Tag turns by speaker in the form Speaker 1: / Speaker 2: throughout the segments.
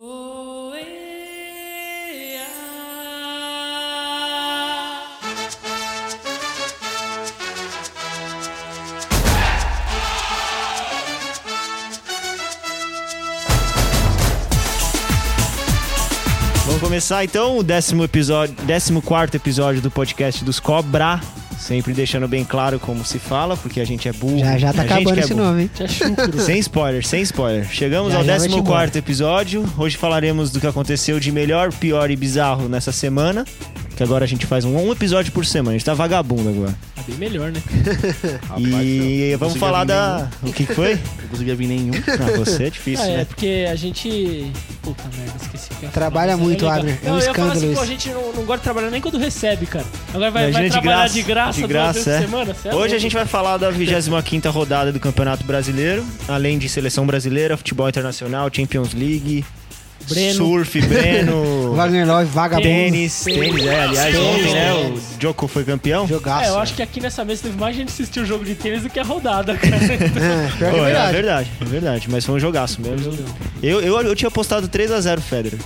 Speaker 1: Tá
Speaker 2: começar então o décimo episódio, décimo quarto episódio do podcast dos Cobra. Sempre deixando bem claro como se fala, porque a gente é burro.
Speaker 3: Já já tá
Speaker 2: a gente que é
Speaker 3: acabando esse
Speaker 2: burro.
Speaker 3: nome, hein?
Speaker 1: Já chucro.
Speaker 2: Sem spoiler, sem spoiler. Chegamos
Speaker 3: Já,
Speaker 2: ao
Speaker 3: já vai te
Speaker 2: 14
Speaker 3: embora.
Speaker 2: quarto episódio. Hoje falaremos do que aconteceu de melhor, pior e bizarro nessa semana. Que agora a gente faz um, um episódio por semana. A gente tá vagabundo agora.
Speaker 1: Tá bem melhor, né?
Speaker 2: e
Speaker 4: não
Speaker 2: vamos
Speaker 4: conseguia
Speaker 2: falar
Speaker 4: vir
Speaker 2: da... O que que foi?
Speaker 4: Não conseguia vir nenhum.
Speaker 2: Ah, você é difícil,
Speaker 1: Ah, é,
Speaker 2: né?
Speaker 1: porque a gente. Puta merda, esqueci. o que eu ia
Speaker 3: Trabalha
Speaker 1: falar, mas
Speaker 3: muito,
Speaker 1: é legal.
Speaker 3: Abner, é um
Speaker 1: Não, eu ia falar
Speaker 3: escândalo
Speaker 1: assim, pô,
Speaker 3: isso.
Speaker 1: a gente não, não gosta de trabalhar nem quando recebe, cara. Agora vai, vai
Speaker 2: Imagina de
Speaker 1: trabalhar
Speaker 2: graça,
Speaker 1: de graça,
Speaker 2: de
Speaker 1: duas
Speaker 2: graça,
Speaker 1: vezes
Speaker 2: é.
Speaker 1: por semana. cê é
Speaker 2: Hoje
Speaker 1: louco.
Speaker 2: a gente vai falar da 25ª rodada do Campeonato Brasileiro, além de seleção brasileira, futebol internacional, Champions League,
Speaker 1: Breno.
Speaker 2: surf, Breno,
Speaker 3: Wagner Love, vagabundo.
Speaker 2: tênis, tênis, é, aliás,
Speaker 1: Tênis,
Speaker 2: ontem, né, o
Speaker 1: tênis.
Speaker 2: Djoko foi campeão.
Speaker 3: Jogaço.
Speaker 1: É, eu acho que aqui nessa mesa teve mais gente assistiu o jogo de tênis do que a rodada, cara.
Speaker 3: É, pior que
Speaker 2: Pô,
Speaker 3: é
Speaker 2: é
Speaker 3: verdade.
Speaker 2: verdade, é verdade, mas foi um jogaço mesmo. Eu, eu, eu tinha apostado 3x0 Federer.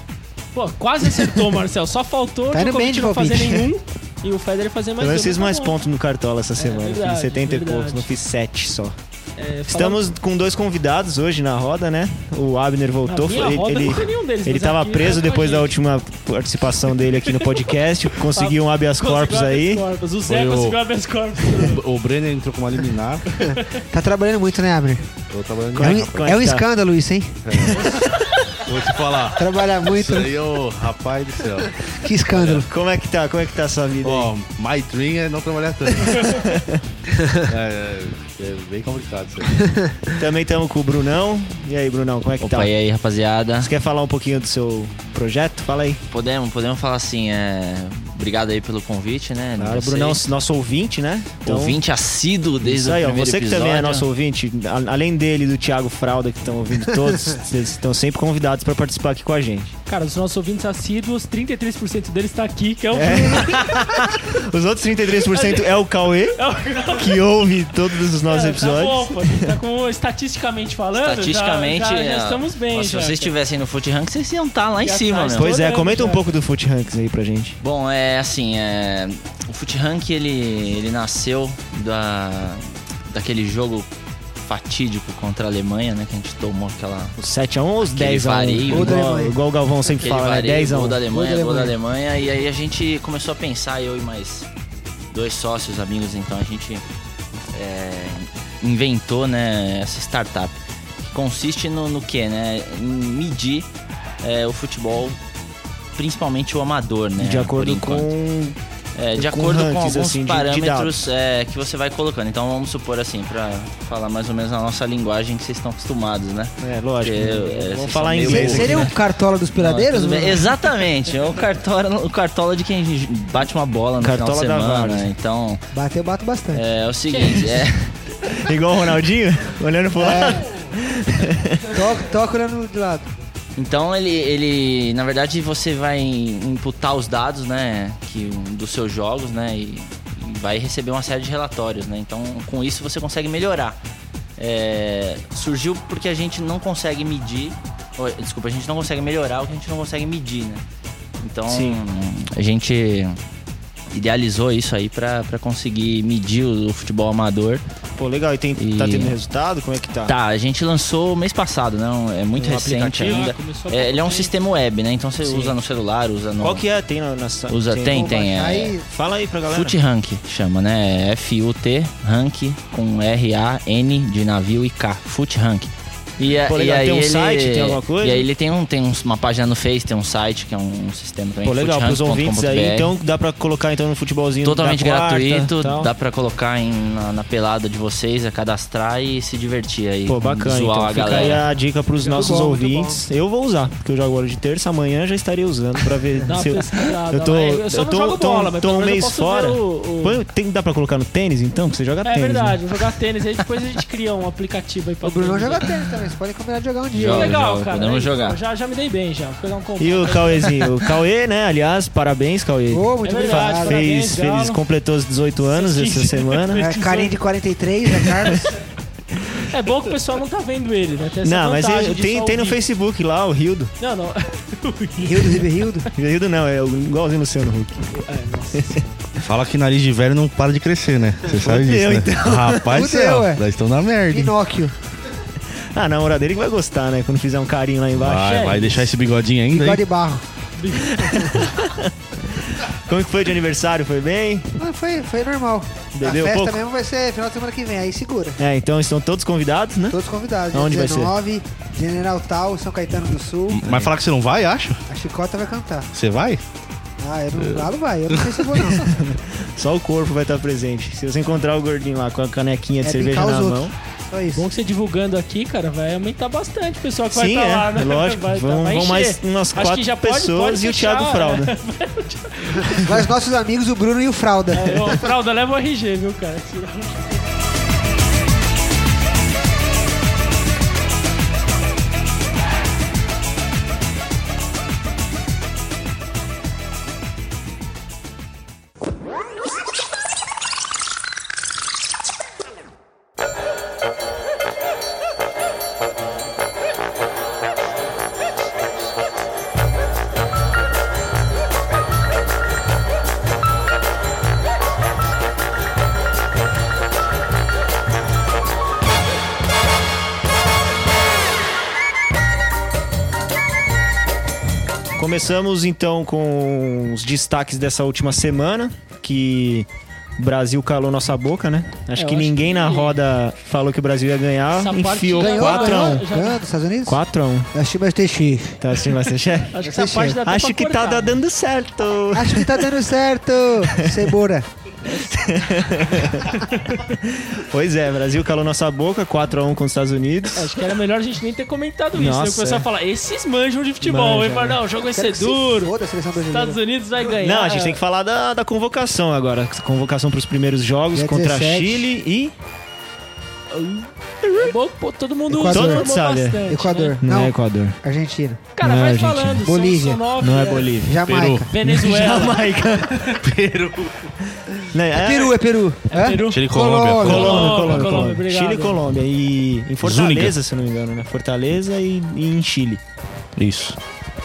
Speaker 1: Pô, quase acertou, Marcel. Só faltou
Speaker 3: Tá
Speaker 1: o
Speaker 3: indo
Speaker 1: Djokovic
Speaker 3: bem de
Speaker 1: não fazer
Speaker 3: palpite.
Speaker 1: nenhum e o Federer fazer mais
Speaker 2: Então eu
Speaker 1: dois,
Speaker 2: fiz
Speaker 1: tá
Speaker 2: mais
Speaker 1: bom.
Speaker 2: pontos no Cartola essa semana, fiz
Speaker 1: É verdade,
Speaker 2: 70 e poucos,
Speaker 1: verdade.
Speaker 2: não fiz 7 só.
Speaker 1: É, falando-
Speaker 2: Estamos com dois convidados hoje na roda, né? O Abner voltou,
Speaker 1: Na minha
Speaker 2: ele-
Speaker 1: roda
Speaker 2: ele...
Speaker 1: não foi nenhum deles,
Speaker 2: Ele
Speaker 1: mas
Speaker 2: tava
Speaker 1: aqui
Speaker 2: preso
Speaker 1: tá com a
Speaker 2: depois da
Speaker 1: gente.
Speaker 2: última participação dele aqui no podcast, conseguiu um habeas
Speaker 1: Conseguiu
Speaker 2: corpus
Speaker 1: habeas
Speaker 2: aí.
Speaker 1: corpus. O Zé
Speaker 4: Foi o-
Speaker 1: conseguiu habeas corpus.
Speaker 4: O Brenner entrou com uma liminar.
Speaker 3: Tá trabalhando muito, né, Abner?
Speaker 4: Eu tava olhando.
Speaker 3: É
Speaker 2: Como
Speaker 3: um,
Speaker 2: é que- como é
Speaker 3: é um
Speaker 2: que tá?
Speaker 3: escândalo isso, hein?
Speaker 4: Vou te falar.
Speaker 3: Trabalhar muito.
Speaker 4: Isso aí, ô rapaz do céu.
Speaker 3: Que escândalo.
Speaker 2: Como é que tá? Como é que tá a sua vida? aí?
Speaker 4: Ó, my dream é não trabalhar tanto. é, é, é bem complicado isso aí.
Speaker 2: Também estamos com o Brunão. E aí, Brunão, como é que
Speaker 5: Opa,
Speaker 2: tá?
Speaker 5: e aí, rapaziada?
Speaker 2: Você quer falar um pouquinho do seu projeto? Fala aí.
Speaker 5: Podemos, podemos falar assim, é... Obrigado aí pelo convite, né?
Speaker 2: Claro, o
Speaker 5: Não sei.
Speaker 2: Brunão, nosso ouvinte, né?
Speaker 5: Ouvinte assíduo desde
Speaker 2: Isso aí,
Speaker 5: o
Speaker 2: ó.
Speaker 5: primeiro
Speaker 2: Você que
Speaker 5: episódio.
Speaker 2: também é nosso ouvinte, a- além dele, do Thiago Fralda, que estão ouvindo todos, vocês estão sempre convidados para participar aqui com a gente.
Speaker 1: Cara, os nossos ouvintes assíduos, 33% deles tá aqui, que é o
Speaker 2: Os outros 33% é o Cauê,
Speaker 1: É o-
Speaker 2: que ouve todos os nossos
Speaker 1: Tá
Speaker 2: episódios.
Speaker 1: bom, pô. Tá com- estatisticamente falando,
Speaker 5: Estatisticamente,
Speaker 1: já, já- já
Speaker 5: é,
Speaker 1: estamos bem.
Speaker 5: ó,
Speaker 1: já,
Speaker 5: se vocês
Speaker 1: cara.
Speaker 5: estivessem no Foot Rank, vocês iam estar lá em
Speaker 1: Já
Speaker 5: cima,
Speaker 1: tá,
Speaker 5: meu.
Speaker 2: Pois é,
Speaker 1: Toda
Speaker 2: comenta um
Speaker 1: já.
Speaker 2: pouco do Foot Ranks aí pra gente.
Speaker 5: Bom, é assim, é... o Foot Rank ele, ele nasceu da... daquele jogo fatídico contra a Alemanha, né? Que a gente tomou aquela.
Speaker 2: Os 7x1 ou os
Speaker 5: Aquele
Speaker 2: 10x1?
Speaker 5: vareio,
Speaker 2: Igual,
Speaker 3: né? Gol da Alemanha.
Speaker 2: igual o Galvão sempre
Speaker 5: aquele
Speaker 2: fala, né?
Speaker 5: vareio,
Speaker 2: 10 a
Speaker 5: gol
Speaker 2: 1
Speaker 5: da Alemanha,
Speaker 3: Gol
Speaker 5: gol
Speaker 3: da
Speaker 5: da Alemanha. E aí a gente começou a pensar, eu e mais dois sócios, amigos, então a gente é, inventou né, essa startup. Que consiste no, no que, né? Em medir é, o futebol, principalmente o amador, né?
Speaker 2: de acordo
Speaker 5: por
Speaker 2: com.
Speaker 5: enquanto. É, de
Speaker 2: Com
Speaker 5: acordo com
Speaker 2: rankings,
Speaker 5: alguns
Speaker 2: assim, de- de
Speaker 5: parâmetros
Speaker 2: dados.
Speaker 5: é, que você vai colocando. Então vamos supor assim, pra falar mais ou menos na nossa linguagem que vocês estão acostumados, né?
Speaker 2: É, lógico.
Speaker 5: Porque, é,
Speaker 2: Vamos
Speaker 5: vocês
Speaker 2: falar em
Speaker 5: são meio
Speaker 2: inglês.
Speaker 5: burros,
Speaker 2: aqui,
Speaker 3: Seria
Speaker 2: né?
Speaker 3: o cartola dos piradeiros?
Speaker 5: Não, tudo bem.
Speaker 3: mano?
Speaker 5: Exatamente, é o cartola, o cartola de quem bate uma bola no
Speaker 2: Cartola da
Speaker 5: final de semana.
Speaker 2: Várzea.
Speaker 5: Então,
Speaker 3: Bateu, bato bastante.
Speaker 5: é, o seguinte, é,
Speaker 2: Igual o Ronaldinho, olhando pro lado.
Speaker 3: Toca, toca olhando de lado.
Speaker 5: então ele, ele, na verdade, você vai imputar os dados, né, que dos seus jogos, né, e, e vai receber uma série de relatórios, né. Então, com isso você consegue melhorar. É, surgiu porque a gente não consegue medir, ou, desculpa, a gente não consegue melhorar o que a gente não consegue medir, né. Então,
Speaker 2: Sim.
Speaker 5: a gente idealizou isso aí pra pra conseguir medir o, o futebol amador.
Speaker 2: Pô, legal. E tem, tá
Speaker 5: E-
Speaker 2: tendo resultado? Como é que tá?
Speaker 5: Tá, a gente lançou mês passado, né? Um- É muito
Speaker 2: Um
Speaker 5: recente
Speaker 2: aplicativo?
Speaker 5: ainda.
Speaker 1: Ah, começou há
Speaker 5: É, ele é um
Speaker 1: pouco tempo.
Speaker 5: sistema web, né? Então você
Speaker 2: Sim.
Speaker 5: usa no celular, usa no.
Speaker 2: Qual que é? Tem na, na sa-
Speaker 5: Usa, tem, tem. É,
Speaker 3: Aí,
Speaker 2: Fala aí pra galera.
Speaker 5: Fut Rank chama, né? F-U-T Rank com R-A-N de navio e K. Fut Rank. E, a-
Speaker 2: Pô,
Speaker 5: e
Speaker 2: legal.
Speaker 5: aí
Speaker 2: Tem um
Speaker 5: ele,
Speaker 2: site, tem alguma coisa?
Speaker 5: E aí ele tem, um, tem um- uma página no Face, tem um site que é um, um sistema também.
Speaker 2: Pô, legal. Pros ouvintes aí,
Speaker 5: futrank.com.br.
Speaker 2: então dá pra colocar então no futebolzinho
Speaker 5: Totalmente
Speaker 2: da quarta,
Speaker 5: gratuito,
Speaker 2: tal.
Speaker 5: dá pra colocar em- na, na pelada de vocês, é cadastrar e se divertir aí.
Speaker 2: Pô, bacana.
Speaker 5: Zoar
Speaker 2: Então
Speaker 5: a
Speaker 2: fica
Speaker 5: galera.
Speaker 2: aí a dica pros
Speaker 3: Muito
Speaker 2: nossos
Speaker 3: bom, muito
Speaker 2: ouvintes. Eu vou usar, porque eu jogo agora de terça, amanhã já estarei usando pra ver
Speaker 1: Dá uma
Speaker 2: se eu-
Speaker 1: pesquisada.
Speaker 2: eu tô-
Speaker 1: lá. só
Speaker 2: eu
Speaker 1: não
Speaker 2: tô-
Speaker 1: jogo
Speaker 2: tô-
Speaker 1: bola, mas
Speaker 2: tô
Speaker 1: pelo
Speaker 2: um
Speaker 1: menos eu
Speaker 2: mês
Speaker 1: posso
Speaker 2: fora.
Speaker 1: ver o- o-
Speaker 2: Põe- tem, dá pra colocar no tênis então? Porque você joga
Speaker 1: É
Speaker 2: tênis.
Speaker 1: verdade, vou jogar tênis aí, depois a gente cria um aplicativo aí pra
Speaker 3: o Bruno
Speaker 1: tênis.
Speaker 3: joga tênis também. Vocês podem combinar de jogar um dia.
Speaker 5: Joga,
Speaker 3: hein?
Speaker 1: Legal,
Speaker 5: joga,
Speaker 1: cara.
Speaker 5: podemos
Speaker 1: aí,
Speaker 5: jogar.
Speaker 1: pô, Já, já me dei bem, já. Vou pegar um combo.
Speaker 2: Né? E o Cauêzinho? O Cauê, né? Aliás, parabéns, Cauê.
Speaker 3: Ô, muito
Speaker 1: É
Speaker 3: obrigado.
Speaker 1: verdade,
Speaker 2: Fez,
Speaker 1: parabéns,
Speaker 2: fez-
Speaker 1: Galo.
Speaker 2: completou os 18 anos
Speaker 1: Sim.
Speaker 2: essa semana.
Speaker 3: É, carinha de 43, é Carlos.
Speaker 1: É bom que o pessoal não tá vendo ele, né? Tem essa
Speaker 2: Não, mas
Speaker 1: vantagem
Speaker 2: eu-
Speaker 1: de
Speaker 2: tem,
Speaker 1: só
Speaker 2: tem no
Speaker 1: ouvir.
Speaker 2: Facebook lá o Rildo.
Speaker 1: Não, não.
Speaker 3: Rildo, Ribeirildo.
Speaker 2: Rildo não, é o- igualzinho o Luciano Huck.
Speaker 1: É, nossa.
Speaker 4: Fala que nariz de velho não para de crescer, né? Você sabe
Speaker 2: Fudeu,
Speaker 4: disso, né? Rapaz do
Speaker 3: Fudeu,
Speaker 4: céu,
Speaker 3: ué.
Speaker 4: nós estamos na merda. hein?
Speaker 3: Pinóquio.
Speaker 2: Ah, a namorada dele que vai gostar, né? Quando fizer um carinho lá embaixo.
Speaker 4: Vai, vai deixar esse bigodinho ainda,
Speaker 3: Bigode de
Speaker 4: hein?
Speaker 3: barro.
Speaker 1: Sim.
Speaker 2: Como que foi de aniversário? Foi bem?
Speaker 3: Mas Ah, foi, foi normal.
Speaker 2: Bebeu
Speaker 3: a festa
Speaker 2: pouco?
Speaker 3: mesmo vai ser final de semana que vem, aí segura.
Speaker 2: É, então estão todos convidados, né?
Speaker 3: Todos convidados. dia
Speaker 2: Aonde vai ser?
Speaker 3: 19, General Tal, São Caetano do Sul.
Speaker 4: Mas falar que você não vai, acho?
Speaker 3: A Chicota vai cantar.
Speaker 4: Você vai?
Speaker 3: Ah, eu
Speaker 2: É.
Speaker 3: não, lá não vai. Eu não sei se eu vou não.
Speaker 2: Só o corpo vai estar presente. Se você encontrar o gordinho lá com a canequinha de
Speaker 3: É
Speaker 2: cerveja
Speaker 3: picar os
Speaker 2: na
Speaker 3: outros.
Speaker 2: mão.
Speaker 3: Só isso.
Speaker 1: Bom que você divulgando aqui, cara, vai aumentar bastante o pessoal que vai
Speaker 2: Sim,
Speaker 1: estar
Speaker 2: é.
Speaker 1: lá, né?
Speaker 2: Lógico.
Speaker 1: Vai, tá-
Speaker 2: vão,
Speaker 1: vai
Speaker 2: vão
Speaker 1: encher.
Speaker 2: mais umas
Speaker 1: Acho que
Speaker 2: quatro
Speaker 1: já pode-
Speaker 2: pessoas
Speaker 1: pode
Speaker 2: e o Thiago
Speaker 1: fechar, né?
Speaker 2: Fralda.
Speaker 3: Lá os nossos amigos, o Bruno e o Fralda.
Speaker 1: É, ô, Fralda, leva o RG, viu, cara?
Speaker 2: Começamos então com os destaques dessa última semana, que o Brasil calou nossa boca, né? Acho
Speaker 1: É, eu
Speaker 2: que
Speaker 1: acho
Speaker 2: ninguém na
Speaker 1: que-
Speaker 2: roda falou que o Brasil ia ganhar,
Speaker 1: Essa parte
Speaker 2: enfiou
Speaker 1: ganhou,
Speaker 2: 4x1.
Speaker 1: Já-
Speaker 3: Ganhou dos Estados Unidos?
Speaker 2: 4x1.
Speaker 3: Achei bastante chique.
Speaker 2: Tá assistindo Masterchef?
Speaker 1: Acho que essa parte dá até
Speaker 2: Acho
Speaker 1: pra
Speaker 2: que
Speaker 1: cortar.
Speaker 2: tá dando certo.
Speaker 3: Acho que tá dando certo. Cebola.
Speaker 2: Pois é, Brasil calou nossa boca, 4x1 com os Estados Unidos.
Speaker 1: Acho que era melhor a gente nem ter comentado isso,
Speaker 2: Nossa,
Speaker 1: né? Começar
Speaker 2: é.
Speaker 1: a falar, esses manjam de futebol,
Speaker 2: Manja,
Speaker 1: hein? Falar,
Speaker 2: né?
Speaker 1: não, o jogo vai
Speaker 3: Quero
Speaker 1: ser
Speaker 3: que se
Speaker 1: duro,
Speaker 3: Foda a seleção brasileira.
Speaker 1: Estados Unidos vai ganhar.
Speaker 2: Não, a gente tem que falar da, da convocação agora. Convocação pros primeiros jogos
Speaker 3: Dia
Speaker 2: contra
Speaker 3: 17.
Speaker 2: Chile e
Speaker 1: É bom que, pô, todo mundo
Speaker 3: Equador.
Speaker 2: Todo mundo sabe, é.
Speaker 1: bastante,
Speaker 3: Equador.
Speaker 1: né?
Speaker 2: Não, é
Speaker 3: Não,
Speaker 2: Equador.
Speaker 3: Argentina.
Speaker 1: Cara,
Speaker 2: Não é
Speaker 1: vai
Speaker 2: Argentina.
Speaker 1: falando. são- são
Speaker 3: Bolívia.
Speaker 1: nove,
Speaker 2: Não é
Speaker 1: né?
Speaker 2: Bolívia.
Speaker 3: Jamaica.
Speaker 1: Venezuela.
Speaker 2: Jamaica.
Speaker 4: Peru.
Speaker 2: Né,
Speaker 3: É Peru, é Peru. Hã?
Speaker 1: Peru.
Speaker 4: Chile e Colômbia.
Speaker 3: Colômbia.
Speaker 2: Colômbia, Colômbia,
Speaker 1: Colômbia,
Speaker 2: Colômbia.
Speaker 1: Colômbia, obrigado.
Speaker 2: Chile e Colômbia. E em Fortaleza, se eu não me engano, né? Fortaleza e, e em Chile.
Speaker 4: Isso.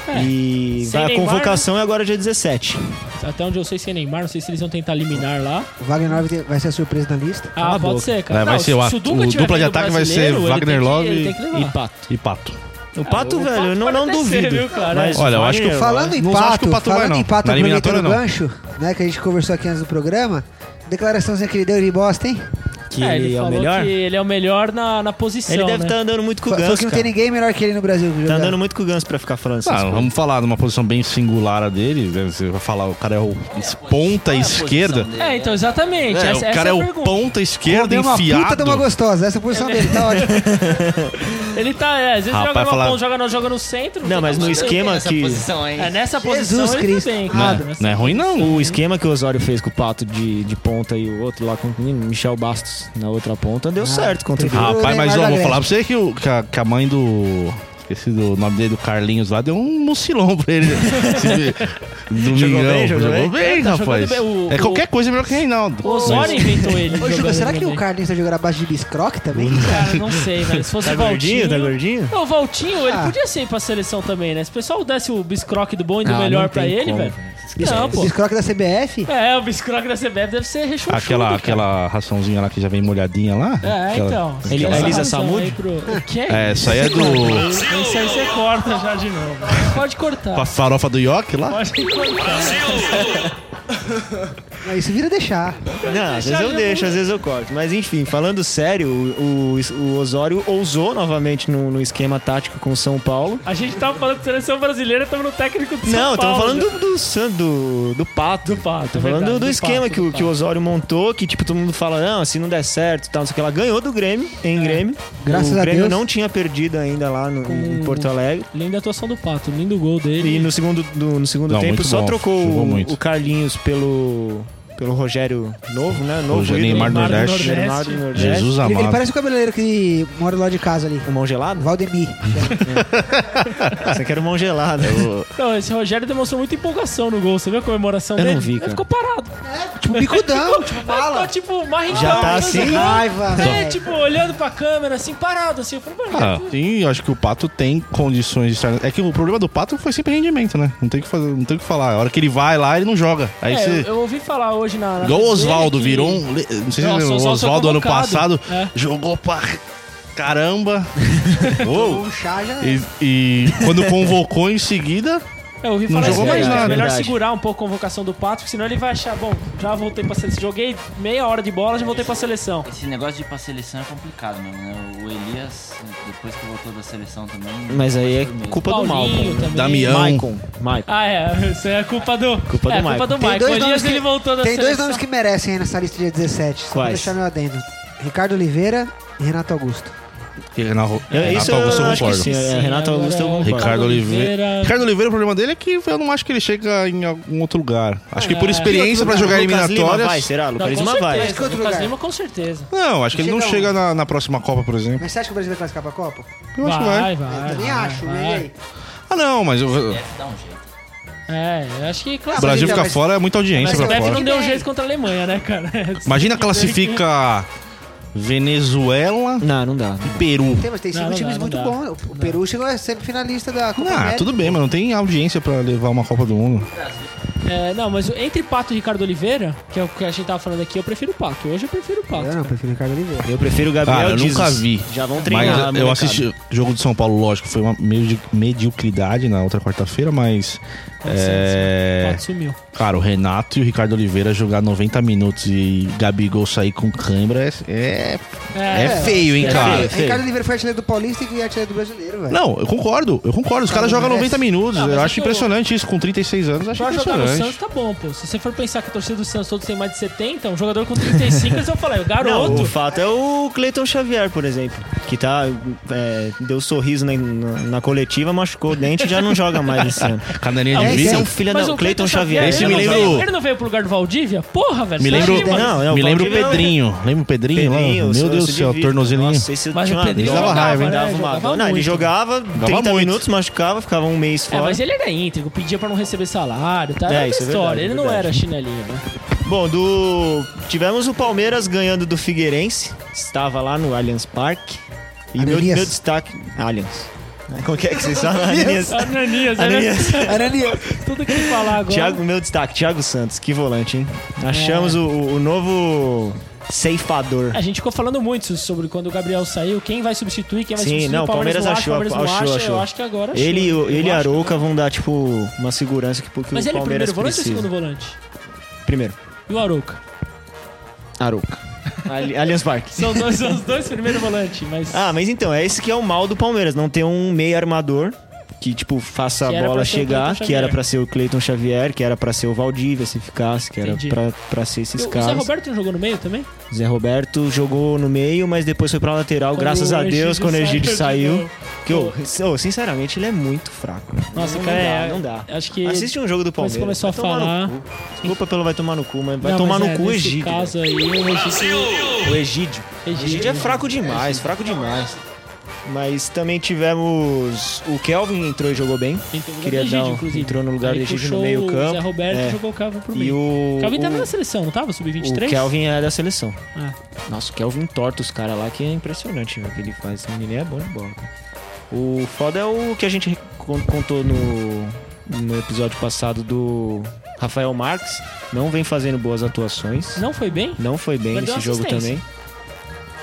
Speaker 1: É.
Speaker 2: E
Speaker 1: Sem
Speaker 2: vai, a
Speaker 1: Neymar,
Speaker 2: convocação é agora dia 17.
Speaker 1: Até onde eu sei sem Neymar, não sei se eles vão tentar eliminar lá.
Speaker 3: O Wagner Nove vai ser a surpresa da lista.
Speaker 1: Ah,
Speaker 2: Cala a
Speaker 1: pode
Speaker 2: boca.
Speaker 1: ser, cara.
Speaker 4: Vai- vai
Speaker 1: Não,
Speaker 4: ser o ato-
Speaker 1: Dunga
Speaker 4: o
Speaker 1: tiver
Speaker 4: dupla de
Speaker 1: vindo
Speaker 4: ataque vai ser
Speaker 1: brasileiro, ele
Speaker 4: Wagner
Speaker 1: tem que-
Speaker 4: Love
Speaker 1: ele tem que levar.
Speaker 2: E Pato.
Speaker 4: E pato.
Speaker 2: O Pato,
Speaker 1: Ah, o
Speaker 2: velho, eu
Speaker 1: Pato
Speaker 2: não,
Speaker 1: pode
Speaker 2: não
Speaker 1: até ser,
Speaker 2: duvido.
Speaker 1: viu, cara?
Speaker 2: Mas
Speaker 4: Olha, eu acho
Speaker 2: Wagner,
Speaker 4: que
Speaker 3: Falando em
Speaker 4: Não acho que
Speaker 3: pato,
Speaker 4: o Pato vai,
Speaker 3: falando
Speaker 4: não.
Speaker 3: em pato,
Speaker 4: Na
Speaker 3: aproveitando o
Speaker 4: eliminatória, não.
Speaker 3: gancho, né, que a gente conversou aqui antes do programa, declaraçãozinha que ele deu de bosta, hein?
Speaker 2: Que
Speaker 1: É,
Speaker 2: ele, é o
Speaker 1: falou
Speaker 2: melhor.
Speaker 1: que ele é o melhor na, na posição.
Speaker 2: Ele deve tá-
Speaker 1: né?
Speaker 2: estar andando muito com o
Speaker 3: Fa- Falou
Speaker 2: Ganso,
Speaker 3: que não
Speaker 2: cara.
Speaker 3: tem ninguém melhor que ele no Brasil.
Speaker 2: Tá andando muito com o Ganso pra ficar falando essas
Speaker 4: Ah,
Speaker 2: coisas.
Speaker 4: vamos falar de uma posição bem singular a dele. né? Você vai falar, o cara é o ponta
Speaker 5: Qual é a posição
Speaker 4: esquerda.
Speaker 5: dele?
Speaker 1: É, então, exatamente.
Speaker 4: É,
Speaker 1: essa,
Speaker 4: o cara
Speaker 1: essa
Speaker 4: é
Speaker 1: a
Speaker 4: o
Speaker 1: pergunta. é
Speaker 4: ponta esquerda
Speaker 3: Deu uma puta de
Speaker 4: enfiado.
Speaker 3: uma gostosa. Essa é a posição dele, tá ótimo.
Speaker 1: Ele tá, é, às vezes
Speaker 4: Rapaz,
Speaker 1: joga no
Speaker 4: falar-
Speaker 1: ponta, joga no, joga no centro.
Speaker 2: Não, mas no
Speaker 5: Ele tem
Speaker 2: esquema
Speaker 5: essa
Speaker 2: que-
Speaker 5: posição, hein?
Speaker 1: É nessa
Speaker 3: Jesus
Speaker 1: posição
Speaker 3: Cristo.
Speaker 1: ele tá bem,
Speaker 4: Não
Speaker 1: cara.
Speaker 4: é, não é ruim, não.
Speaker 2: O esquema que o Osório fez com o Pato de, de ponta e o outro lá com o Michel Bastos na outra ponta
Speaker 1: Ah,
Speaker 2: deu certo contra o
Speaker 3: prefiro-
Speaker 2: Galo.
Speaker 1: é
Speaker 4: Rapaz,
Speaker 3: Neymar
Speaker 4: mas
Speaker 3: da
Speaker 4: ó, vou
Speaker 3: Grécia.
Speaker 4: falar pra você que, o- que a, que a mãe do. Esqueci do nome dele, do Carlinhos lá, deu um mucilão pra ele. Esse- Domingão.
Speaker 2: Jogou bem, jogou bem?
Speaker 1: É, tá jogando
Speaker 4: rapaz.
Speaker 1: bem, o-
Speaker 4: é
Speaker 1: o-
Speaker 4: qualquer coisa melhor que o Reinaldo.
Speaker 1: O Osório inventou ele.
Speaker 3: Ô, Juca,
Speaker 1: jogando
Speaker 3: será que
Speaker 1: também.
Speaker 3: o Carlinhos vai jogar abaixo de biscroque também?
Speaker 1: Cara, não sei, velho. Se fosse
Speaker 2: Tá
Speaker 1: o Valtinho...
Speaker 2: gordinho? Tá gordinho?
Speaker 1: Não, o Valtinho, ele
Speaker 3: Ah.
Speaker 1: podia ser ir pra seleção também, né? Se o pessoal desse o biscroque do bom e do
Speaker 2: Ah,
Speaker 1: melhor
Speaker 2: não
Speaker 1: pra
Speaker 2: tem
Speaker 1: ele,
Speaker 2: como,
Speaker 1: velho.
Speaker 2: velho.
Speaker 1: Não, pô.
Speaker 3: Biscroque da CBF?
Speaker 1: É, o biscroque da CBF deve ser rechonchudo,
Speaker 4: Aquela,
Speaker 1: cara.
Speaker 4: aquela raçãozinha lá que já vem molhadinha lá.
Speaker 1: É,
Speaker 4: aquela-
Speaker 1: então.
Speaker 2: Ele-
Speaker 1: Essa
Speaker 2: a Elisa
Speaker 1: razão
Speaker 2: Samud?
Speaker 1: aí Pro... O quê?
Speaker 4: É, essa aí é do.
Speaker 1: Isso aí você corta já de novo. Pode
Speaker 4: com a
Speaker 1: cortar.
Speaker 4: farofa do York lá.
Speaker 1: Pode cortar.
Speaker 3: Mas Isso vira deixar.
Speaker 2: Não, às vezes eu deixo, às vezes eu corto. Mas enfim, falando sério, o, o- o Osório ousou novamente no, no esquema tático com o São Paulo.
Speaker 1: A gente tava falando de seleção brasileira, tamo no técnico do
Speaker 2: Não,
Speaker 1: São Paulo. né?
Speaker 2: estamos falando do, do, San- do, do Pato.
Speaker 1: Do Pato, é
Speaker 2: Tô falando
Speaker 1: verdade,
Speaker 2: do,
Speaker 1: do
Speaker 2: esquema
Speaker 1: Pato,
Speaker 2: que,
Speaker 1: do
Speaker 2: o, que o
Speaker 1: Pato.
Speaker 2: Osório montou, que tipo, todo mundo fala, não, se não der certo, tal, não sei o que. Ela ganhou do Grêmio, em
Speaker 1: É.
Speaker 2: Grêmio.
Speaker 3: Graças
Speaker 2: o
Speaker 3: a
Speaker 2: Grêmio
Speaker 3: Deus.
Speaker 2: não tinha perdido ainda lá no, em
Speaker 1: Com-
Speaker 2: Porto Alegre.
Speaker 1: Linda atuação do Pato, lindo gol dele.
Speaker 2: E no segundo, do- no segundo
Speaker 4: Não,
Speaker 2: tempo
Speaker 4: muito
Speaker 2: só
Speaker 4: bom,
Speaker 2: trocou
Speaker 4: jogou
Speaker 2: o,
Speaker 4: muito.
Speaker 2: o Carlinhos pelo, pelo Rogério Novo, né? Novo
Speaker 4: Rogério
Speaker 2: ídolo.
Speaker 4: Neymar do
Speaker 1: Nordeste.
Speaker 2: Neymar do Nordeste.
Speaker 4: Jesus
Speaker 1: é.
Speaker 3: Ele, ele
Speaker 4: amado.
Speaker 3: parece o cabeleireiro que mora lá de casa ali.
Speaker 2: O mão gelado?
Speaker 3: Valdemir.
Speaker 2: Você quer o mão gelado.
Speaker 1: Não, esse Rogério demonstrou muita empolgação no gol. Você viu a comemoração
Speaker 2: Eu não
Speaker 1: dele?
Speaker 2: vi,
Speaker 1: Ele
Speaker 2: cara.
Speaker 1: ficou parado.
Speaker 3: Tipo, bicudão, tipo,
Speaker 1: Aí
Speaker 3: bala.
Speaker 1: ficou tipo marrentão.
Speaker 2: Já tá
Speaker 1: né?
Speaker 2: assim?
Speaker 3: Raiva.
Speaker 1: É, tipo, olhando pra câmera, assim, parado, assim. Eu falei, mano,
Speaker 4: Ah, sim, eu acho que o Pato tem condições de estar. É que o problema do Pato foi sempre rendimento, né? Não tem o que fazer, não tem o que falar. A hora que ele vai lá, ele não joga. Aí
Speaker 1: é,
Speaker 4: você.
Speaker 1: eu, eu ouvi falar hoje na. na
Speaker 4: Igual o
Speaker 1: TV
Speaker 4: Oswaldo
Speaker 1: que-
Speaker 4: virou um. le- Não
Speaker 1: Nossa,
Speaker 4: sei se você
Speaker 1: o
Speaker 4: lembra, o
Speaker 1: Oswaldo foi
Speaker 4: Oswaldo ano
Speaker 1: convocado.
Speaker 4: passado
Speaker 1: É.
Speaker 4: jogou pra caramba. Uou.
Speaker 3: Um chá já.
Speaker 4: E, e quando convocou em seguida,
Speaker 1: É, Eu ouvi
Speaker 4: Não
Speaker 1: falar
Speaker 4: jogou
Speaker 1: isso
Speaker 4: mais
Speaker 1: mesmo,
Speaker 4: nada.
Speaker 1: é melhor
Speaker 5: Verdade.
Speaker 1: segurar um pouco a convocação do Pato, porque senão ele vai achar, bom, já voltei pra seleção. Joguei meia hora de bola, já voltei pra seleção.
Speaker 5: Esse negócio de ir pra seleção é complicado mesmo, né? O Elias, depois que voltou da seleção também.
Speaker 2: Mas aí é
Speaker 5: foi mesmo.
Speaker 2: culpa do
Speaker 1: Paulinho
Speaker 2: Malcom.
Speaker 1: também.
Speaker 4: Damião.
Speaker 2: Maicon. Maicon.
Speaker 1: Ah, é. Isso é culpa do.
Speaker 2: Culpa do
Speaker 1: é,
Speaker 2: Maicon.
Speaker 1: culpa do
Speaker 3: Tem
Speaker 1: Maicon.
Speaker 3: dois
Speaker 1: O Elias
Speaker 3: nomes que-
Speaker 1: ele voltou da
Speaker 3: Tem
Speaker 1: seleção.
Speaker 3: dois nomes que merecem aí nessa lista dia 17. Só pra
Speaker 2: Quais?
Speaker 3: deixar meu adendo. Ricardo Oliveira e Renato Augusto.
Speaker 4: Renato,
Speaker 2: Eu-
Speaker 4: Renato
Speaker 2: É, isso
Speaker 4: Augusto,
Speaker 2: eu
Speaker 4: eu
Speaker 2: acho que
Speaker 4: concordo.
Speaker 2: sim. É,
Speaker 1: Sim,
Speaker 2: Renato
Speaker 1: agora
Speaker 2: Augusto eu
Speaker 1: é o
Speaker 2: concordo.
Speaker 4: um Ricardo Oliveira.
Speaker 1: Oliveira.
Speaker 4: Ricardo Oliveira, o problema dele é que eu não acho que ele chega em algum outro lugar. Acho que por
Speaker 1: É.
Speaker 4: experiência pra jogar
Speaker 2: Lucas Lima vai,
Speaker 4: eliminatórias.
Speaker 2: será?
Speaker 1: Não,
Speaker 2: Lucas
Speaker 1: com
Speaker 2: Lima vai.
Speaker 3: Mas que
Speaker 1: certeza.
Speaker 3: outro
Speaker 1: Lucas
Speaker 3: lugar?
Speaker 1: Lima, com certeza.
Speaker 4: Não, acho que ele não
Speaker 3: Chega
Speaker 4: chega na, na próxima Copa, por exemplo.
Speaker 3: Mas você acha que o Brasil vai classificar pra Copa?
Speaker 4: Eu acho que vai.
Speaker 3: Eu também acho, né? E aí?
Speaker 4: Ah, não, mas o
Speaker 5: Deve dar um jeito.
Speaker 1: É, eu acho que
Speaker 4: o
Speaker 1: classifica.
Speaker 4: Brasil
Speaker 3: mas-
Speaker 4: fica fora, é muita
Speaker 1: então,
Speaker 4: audiência
Speaker 1: Mas o
Speaker 4: pra
Speaker 1: Beck
Speaker 4: fora.
Speaker 1: não deu um
Speaker 3: Ideia.
Speaker 1: jeito contra a Alemanha, né, cara?
Speaker 4: Imagina classifica Venezuela
Speaker 2: Não, não dá.
Speaker 4: e Peru.
Speaker 3: Tem, mas tem
Speaker 1: Não,
Speaker 3: cinco
Speaker 1: não
Speaker 3: times
Speaker 1: dá,
Speaker 3: muito
Speaker 1: não
Speaker 3: bons. O Peru chegou a ser finalista da Copa
Speaker 4: Ah,
Speaker 3: América.
Speaker 4: tudo bem, mas não tem audiência pra levar uma Copa do Mundo.
Speaker 1: É, não, mas entre Pato e Ricardo Oliveira, que é o que a gente tava falando aqui, eu prefiro o Pato. Hoje eu prefiro o Pato.
Speaker 3: Eu não, prefiro Ricardo Oliveira.
Speaker 2: Eu prefiro o Gabriel
Speaker 4: Cara, eu
Speaker 2: Jesus.
Speaker 4: nunca vi.
Speaker 2: Já vão
Speaker 4: Mas
Speaker 2: treinar.
Speaker 4: eu
Speaker 2: molecada.
Speaker 4: assisti o jogo do São Paulo, lógico, foi uma medi- mediocridade na outra quarta-feira, mas.
Speaker 1: O
Speaker 4: É,
Speaker 1: Pato sumiu.
Speaker 4: cara, o Renato e o Ricardo Oliveira jogar 90 minutos e Gabigol sair com cãibra é, é, é feio, hein,
Speaker 2: é
Speaker 4: cara?
Speaker 2: feio.
Speaker 3: Ricardo Oliveira foi artilheiro do Paulista e artilheiro do Brasileiro, velho.
Speaker 4: Não, eu concordo, eu concordo. Os
Speaker 3: Cara,
Speaker 4: caras jogam
Speaker 3: merece.
Speaker 4: 90 minutos.
Speaker 1: Não, mas
Speaker 4: eu
Speaker 1: é
Speaker 4: acho
Speaker 1: que eu-
Speaker 4: impressionante isso. Com 36 anos, eu acho
Speaker 1: Pra jogar no Santos
Speaker 4: impressionante.
Speaker 1: tá bom, pô. Se você for pensar que a torcida do Santos todos tem mais de 70, um jogador com 35, eles vão falar, "É o garoto.
Speaker 2: Não, o fato é o Cleiton Xavier, por exemplo, que tá é, deu sorriso na, na- na coletiva, machucou o dente e já não joga mais esse ano.
Speaker 4: Canelinha
Speaker 1: Ah,
Speaker 4: de
Speaker 1: mas
Speaker 2: Esse é
Speaker 4: vidro.
Speaker 2: um filho da
Speaker 1: Mas o
Speaker 2: Cleiton, Xavier.
Speaker 4: Esse
Speaker 2: ele
Speaker 4: me
Speaker 2: não
Speaker 4: lembra
Speaker 2: joga.
Speaker 4: lembrou-
Speaker 1: veio, ele não veio pro lugar do Valdívia? Porra, velho.
Speaker 4: Me
Speaker 1: você
Speaker 4: lembro-
Speaker 1: acha que-
Speaker 2: Não, é não,
Speaker 4: Me lembra o
Speaker 2: Valdívia-
Speaker 4: Pedrinho. Lembra o Pedrinho, lá?
Speaker 2: Pedrinho,
Speaker 4: Meu
Speaker 2: seu-
Speaker 4: Deus do
Speaker 2: seu
Speaker 4: céu,
Speaker 2: de vida.
Speaker 4: tornozelinho.
Speaker 2: Nossa, esse
Speaker 1: Mas o
Speaker 2: tinha uma-
Speaker 1: Pedrinho
Speaker 2: dava
Speaker 4: jogava,
Speaker 2: raiva, hein?
Speaker 1: né?
Speaker 2: Dava uma-
Speaker 1: Jogava
Speaker 2: Não, ele
Speaker 1: muito.
Speaker 2: jogava 30
Speaker 4: muito.
Speaker 2: minutos, machucava, ficava um mês
Speaker 1: É,
Speaker 2: fora.
Speaker 1: mas ele era íntegro, pedia pra não receber salário, tá?
Speaker 2: É,
Speaker 1: Era outra
Speaker 2: isso é
Speaker 1: história.
Speaker 2: verdade,
Speaker 1: ele não
Speaker 2: verdade.
Speaker 1: era chinelinho, né?
Speaker 2: Bom, do tivemos o Palmeiras ganhando do Figueirense, estava lá no Allianz Parque. E meu,
Speaker 3: Ananias.
Speaker 2: meu destaque, Allianz. Como que é que vocês falam? Allianz.
Speaker 1: Ananias, né?
Speaker 2: Ananias.
Speaker 3: Arania.
Speaker 1: Tudo que ele falar agora.
Speaker 2: Thiago, meu destaque, Thiago Santos, que volante, hein?
Speaker 1: É.
Speaker 2: Achamos o, o novo ceifador.
Speaker 1: A gente ficou falando muito sobre quando o Gabriel saiu, quem vai substituir, quem vai
Speaker 2: Sim,
Speaker 1: substituir.
Speaker 2: não,
Speaker 1: o Palmeiras,
Speaker 2: Palmeiras
Speaker 1: não acha,
Speaker 2: achou,
Speaker 1: o Palmeiras não
Speaker 2: achou,
Speaker 1: acha,
Speaker 2: achou.
Speaker 1: Eu acho que agora achou.
Speaker 2: Ele,
Speaker 1: Eu
Speaker 2: ele e
Speaker 1: acho
Speaker 2: Arouca vão dar, tipo, uma segurança que, que
Speaker 1: Mas
Speaker 2: o
Speaker 1: ele é
Speaker 2: Palmeiras
Speaker 1: primeiro volante
Speaker 2: precisa.
Speaker 1: ou segundo volante?
Speaker 2: Primeiro,
Speaker 1: E o Arouca?
Speaker 2: Arouca. Ali- Allianz Parque.
Speaker 1: São, dois, são os dois primeiro volante, mas...
Speaker 2: Ah, mas então, é esse que é o mal do Palmeiras. Não ter um meio armador que, tipo, faça
Speaker 1: Que
Speaker 2: a
Speaker 1: era
Speaker 2: bola
Speaker 1: pra ser o
Speaker 2: chegar,
Speaker 1: Cleiton
Speaker 2: que era
Speaker 1: Xavier.
Speaker 2: pra ser o Cleiton Xavier, que era pra ser o Valdívia, se ficasse, que era
Speaker 1: Entendi.
Speaker 2: pra, pra ser esses
Speaker 1: o, o
Speaker 2: caras.
Speaker 1: Zé Roberto não jogou no meio também?
Speaker 2: Zé Roberto jogou no meio, mas depois foi pra lateral,
Speaker 1: Quando
Speaker 2: graças
Speaker 1: o
Speaker 2: a Deus,
Speaker 1: Egídio
Speaker 2: quando o
Speaker 1: sai,
Speaker 2: Egídio
Speaker 1: eu
Speaker 2: saiu.
Speaker 1: digo,
Speaker 2: Que, ô, ô, sinceramente, ele é muito fraco.
Speaker 1: Nossa,
Speaker 2: não,
Speaker 1: cara, é-
Speaker 2: não dá, não dá.
Speaker 1: acho que
Speaker 2: Assiste um jogo do
Speaker 1: depois
Speaker 2: Palmeiras.
Speaker 1: começou a
Speaker 2: vai tomar
Speaker 1: falar.
Speaker 2: no cu. Desculpa pelo vai tomar no cu, mas vai
Speaker 1: Não,
Speaker 2: tomar
Speaker 1: mas
Speaker 2: no
Speaker 1: é,
Speaker 2: cu o
Speaker 1: nesse
Speaker 2: Egídio.
Speaker 1: caso aí, o Egídio...
Speaker 2: velho. O Egídio. O
Speaker 1: Egídio.
Speaker 2: Egídio é fraco demais, fraco demais. Mas também tivemos. O Kelvin entrou e jogou bem.
Speaker 1: Entrou no lugar
Speaker 2: Queria
Speaker 1: do Egídio,
Speaker 2: dar um-
Speaker 1: inclusive.
Speaker 2: entrou no lugar
Speaker 1: Aí
Speaker 2: do Egídio no
Speaker 1: puxou
Speaker 2: meio
Speaker 1: O Zé
Speaker 2: campo.
Speaker 1: Roberto
Speaker 2: É.
Speaker 1: jogou o Calvin pro
Speaker 2: E
Speaker 1: meio.
Speaker 2: o.
Speaker 1: Calvin tava
Speaker 2: o-
Speaker 1: na seleção, não tava? Sub-23?
Speaker 2: o Kelvin é da seleção.
Speaker 1: Ah.
Speaker 2: Nossa, o Kelvin torta os caras lá, que é impressionante velho, o que ele faz. Esse menino é bom de bola. cara. O foda é o que a gente con- contou no, no episódio passado do Rafael Marques. Não vem fazendo boas atuações. Não,
Speaker 1: Não foi bem?
Speaker 2: foi bem
Speaker 1: Mas deu
Speaker 2: nesse jogo
Speaker 1: assistência.
Speaker 2: também.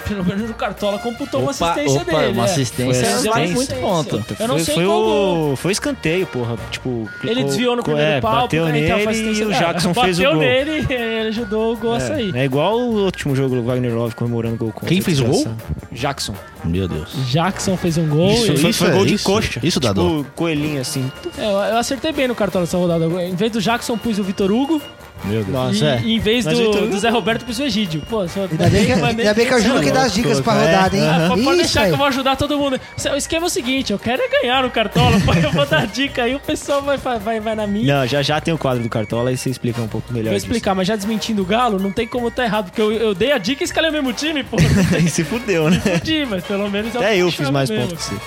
Speaker 1: Pelo menos o Cartola computou uma
Speaker 5: Opa,
Speaker 1: assistência
Speaker 5: opa,
Speaker 1: dele.
Speaker 5: uma
Speaker 1: é.
Speaker 5: assistência.
Speaker 2: Foi
Speaker 5: Isso vale muito
Speaker 1: assistência.
Speaker 5: ponto.
Speaker 1: Eu não
Speaker 2: foi,
Speaker 1: sei
Speaker 2: foi
Speaker 1: qual gol.
Speaker 2: o, foi escanteio, porra. Tipo,
Speaker 1: Ele
Speaker 2: ficou-
Speaker 1: desviou no primeiro
Speaker 2: é,
Speaker 1: pau,
Speaker 2: bateu
Speaker 1: pro cara entrar pra
Speaker 2: nele e
Speaker 1: assistência.
Speaker 2: o
Speaker 1: É,
Speaker 2: Jackson fez o gol.
Speaker 1: Bateu nele, ele ajudou o gol a sair.
Speaker 2: É, é igual o último jogo do Wagner Love comemorando o gol contra.
Speaker 4: Quem fez o gol?
Speaker 2: desgraçado. Jackson.
Speaker 4: Meu Deus.
Speaker 1: Jackson fez um gol.
Speaker 4: Isso,
Speaker 1: e-
Speaker 2: foi, foi
Speaker 4: é
Speaker 2: gol de
Speaker 4: isso.
Speaker 2: coxa.
Speaker 4: Isso dá
Speaker 2: tipo,
Speaker 4: dor.
Speaker 2: coelhinho assim.
Speaker 1: É, eu, eu acertei bem no Cartola essa rodada. Em vez do Jackson, pus o Vitor Hugo.
Speaker 4: Meu Deus.
Speaker 2: Nossa,
Speaker 1: e,
Speaker 2: é.
Speaker 1: e em vez
Speaker 2: Mas o Vitor
Speaker 1: do,
Speaker 2: Hugo-
Speaker 1: do Zé Roberto, pus o Egídio. Pô, só,
Speaker 3: Ainda bem que,
Speaker 1: mandei-
Speaker 3: ainda bem que eu juro que dá as dicas pra rodada, hein?
Speaker 2: É,
Speaker 1: Ah, pode
Speaker 3: Isso
Speaker 1: deixar
Speaker 3: aí.
Speaker 1: que eu vou ajudar todo mundo. O esquema é o seguinte, eu quero é ganhar no Cartola, pai, eu vou dar dica aí, o pessoal vai, vai, vai na minha.
Speaker 2: Não, já já tem o quadro do Cartola e você explica um pouco melhor.
Speaker 1: Vou explicar, mas já desmentindo o Galo, não tem como tá errado, porque eu, eu dei a dica e escalei o mesmo time, pô.
Speaker 2: disso. E se fudeu, né?
Speaker 1: Entendi, mas pelo menos
Speaker 2: Até eu fiz mais
Speaker 1: Então mesmo.
Speaker 2: pontos que você.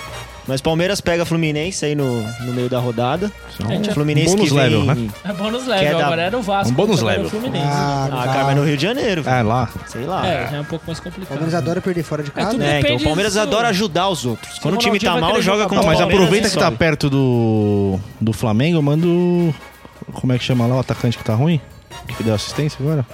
Speaker 2: Mas Palmeiras pega Fluminense aí no, no meio da rodada.
Speaker 1: É,
Speaker 2: O
Speaker 1: tinha-
Speaker 2: Fluminense
Speaker 4: Bônus
Speaker 2: que vem...
Speaker 4: level, né?
Speaker 1: É bônus
Speaker 2: Quer
Speaker 1: level,
Speaker 2: dar-
Speaker 1: agora era o Vasco.
Speaker 4: Um bônus
Speaker 1: agora era
Speaker 4: level.
Speaker 1: O Fluminense.
Speaker 3: Ah,
Speaker 2: Ah, cara, mas no Rio de Janeiro, velho.
Speaker 4: É, lá.
Speaker 2: sei lá.
Speaker 1: é, já é um pouco mais complicado.
Speaker 3: O Palmeiras adora perder fora de casa. né?
Speaker 1: tudo-
Speaker 2: É, então o
Speaker 1: Depende
Speaker 2: Palmeiras
Speaker 1: do-
Speaker 2: adora ajudar os outros. Quando o time
Speaker 1: Ronaldinho
Speaker 2: tá
Speaker 1: vai
Speaker 2: mal,
Speaker 1: querer
Speaker 2: joga
Speaker 1: jogar
Speaker 2: contra o
Speaker 1: bola. né?
Speaker 4: mas
Speaker 2: Palmeiras. é
Speaker 4: aproveita
Speaker 2: e
Speaker 4: que tá
Speaker 2: sobe.
Speaker 4: perto do, do Flamengo, manda o. Como é que chama lá o atacante que tá ruim? Que deu assistência agora?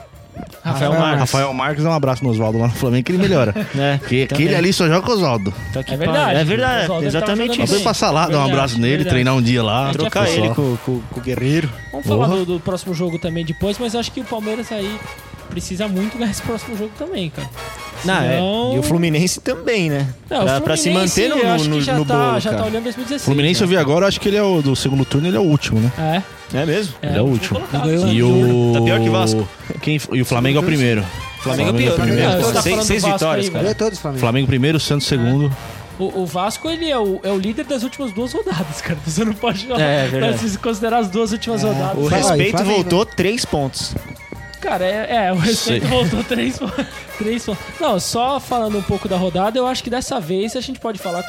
Speaker 2: Rafael Marques.
Speaker 4: Rafael Marques dá um abraço no Oswaldo lá no Flamengo que ele melhora.
Speaker 2: É,
Speaker 4: Porque
Speaker 2: também.
Speaker 4: aquele ali só joga com o Oswaldo.
Speaker 2: Tá que
Speaker 1: É verdade. O
Speaker 2: pariu. É
Speaker 1: Oswaldo
Speaker 2: verdade,
Speaker 1: deve tava
Speaker 2: exatamente
Speaker 1: jogando
Speaker 2: isso.
Speaker 4: Vamos
Speaker 1: tá bem.
Speaker 4: passar lá, dar um
Speaker 1: Verdade,
Speaker 4: abraço nele,
Speaker 1: verdade.
Speaker 4: treinar um dia lá.
Speaker 1: Trocar
Speaker 2: Trocar
Speaker 4: pessoal.
Speaker 2: ele com, com- com o Guerreiro.
Speaker 1: Vamos falar
Speaker 4: Porra.
Speaker 1: do, do próximo jogo também depois, mas eu acho que o Palmeiras aí precisa muito ganhar esse próximo jogo também, cara.
Speaker 2: Não, é.
Speaker 1: Senão-
Speaker 2: E o Fluminense também, né?
Speaker 1: Não, o
Speaker 2: pra, pra se
Speaker 1: Fluminense,
Speaker 2: manter no,
Speaker 1: eu acho que
Speaker 2: no,
Speaker 1: já
Speaker 2: no
Speaker 1: tá,
Speaker 2: bolo,
Speaker 1: já tá
Speaker 2: cara.
Speaker 1: olhando 2016.
Speaker 4: Fluminense eu vi agora, acho que ele é o do segundo turno, ele é o último, né?
Speaker 1: É,
Speaker 2: É mesmo?
Speaker 1: é,
Speaker 4: Ele é o último.
Speaker 1: colocado.
Speaker 3: Não ganhou
Speaker 4: E o.
Speaker 2: Tá pior que Vasco.
Speaker 4: Quem... E o Flamengo é o primeiro.
Speaker 2: Flamengo é pior. É.
Speaker 3: primeiro,
Speaker 2: Pô,
Speaker 3: você
Speaker 1: tá falando
Speaker 2: seis
Speaker 1: do
Speaker 2: seis
Speaker 1: Vasco
Speaker 2: vitórias,
Speaker 1: aí,
Speaker 2: cara.
Speaker 3: Ganhou todos, é Flamengo.
Speaker 4: Flamengo primeiro, Santos segundo.
Speaker 1: O, o Vasco, ele é o, é o líder das últimas duas rodadas, cara. Você não pode
Speaker 2: É, é verdade. É,
Speaker 1: se considerar as duas últimas rodadas.
Speaker 2: O
Speaker 3: Fala aí,
Speaker 2: respeito
Speaker 3: Flamengo.
Speaker 2: voltou três pontos.
Speaker 1: Cara, é, é, o respeito
Speaker 4: Sei.
Speaker 1: voltou três, po- três pontos. Não, só falando um pouco da rodada, eu acho que dessa vez a gente pode falar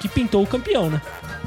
Speaker 1: que pintou o campeão, né?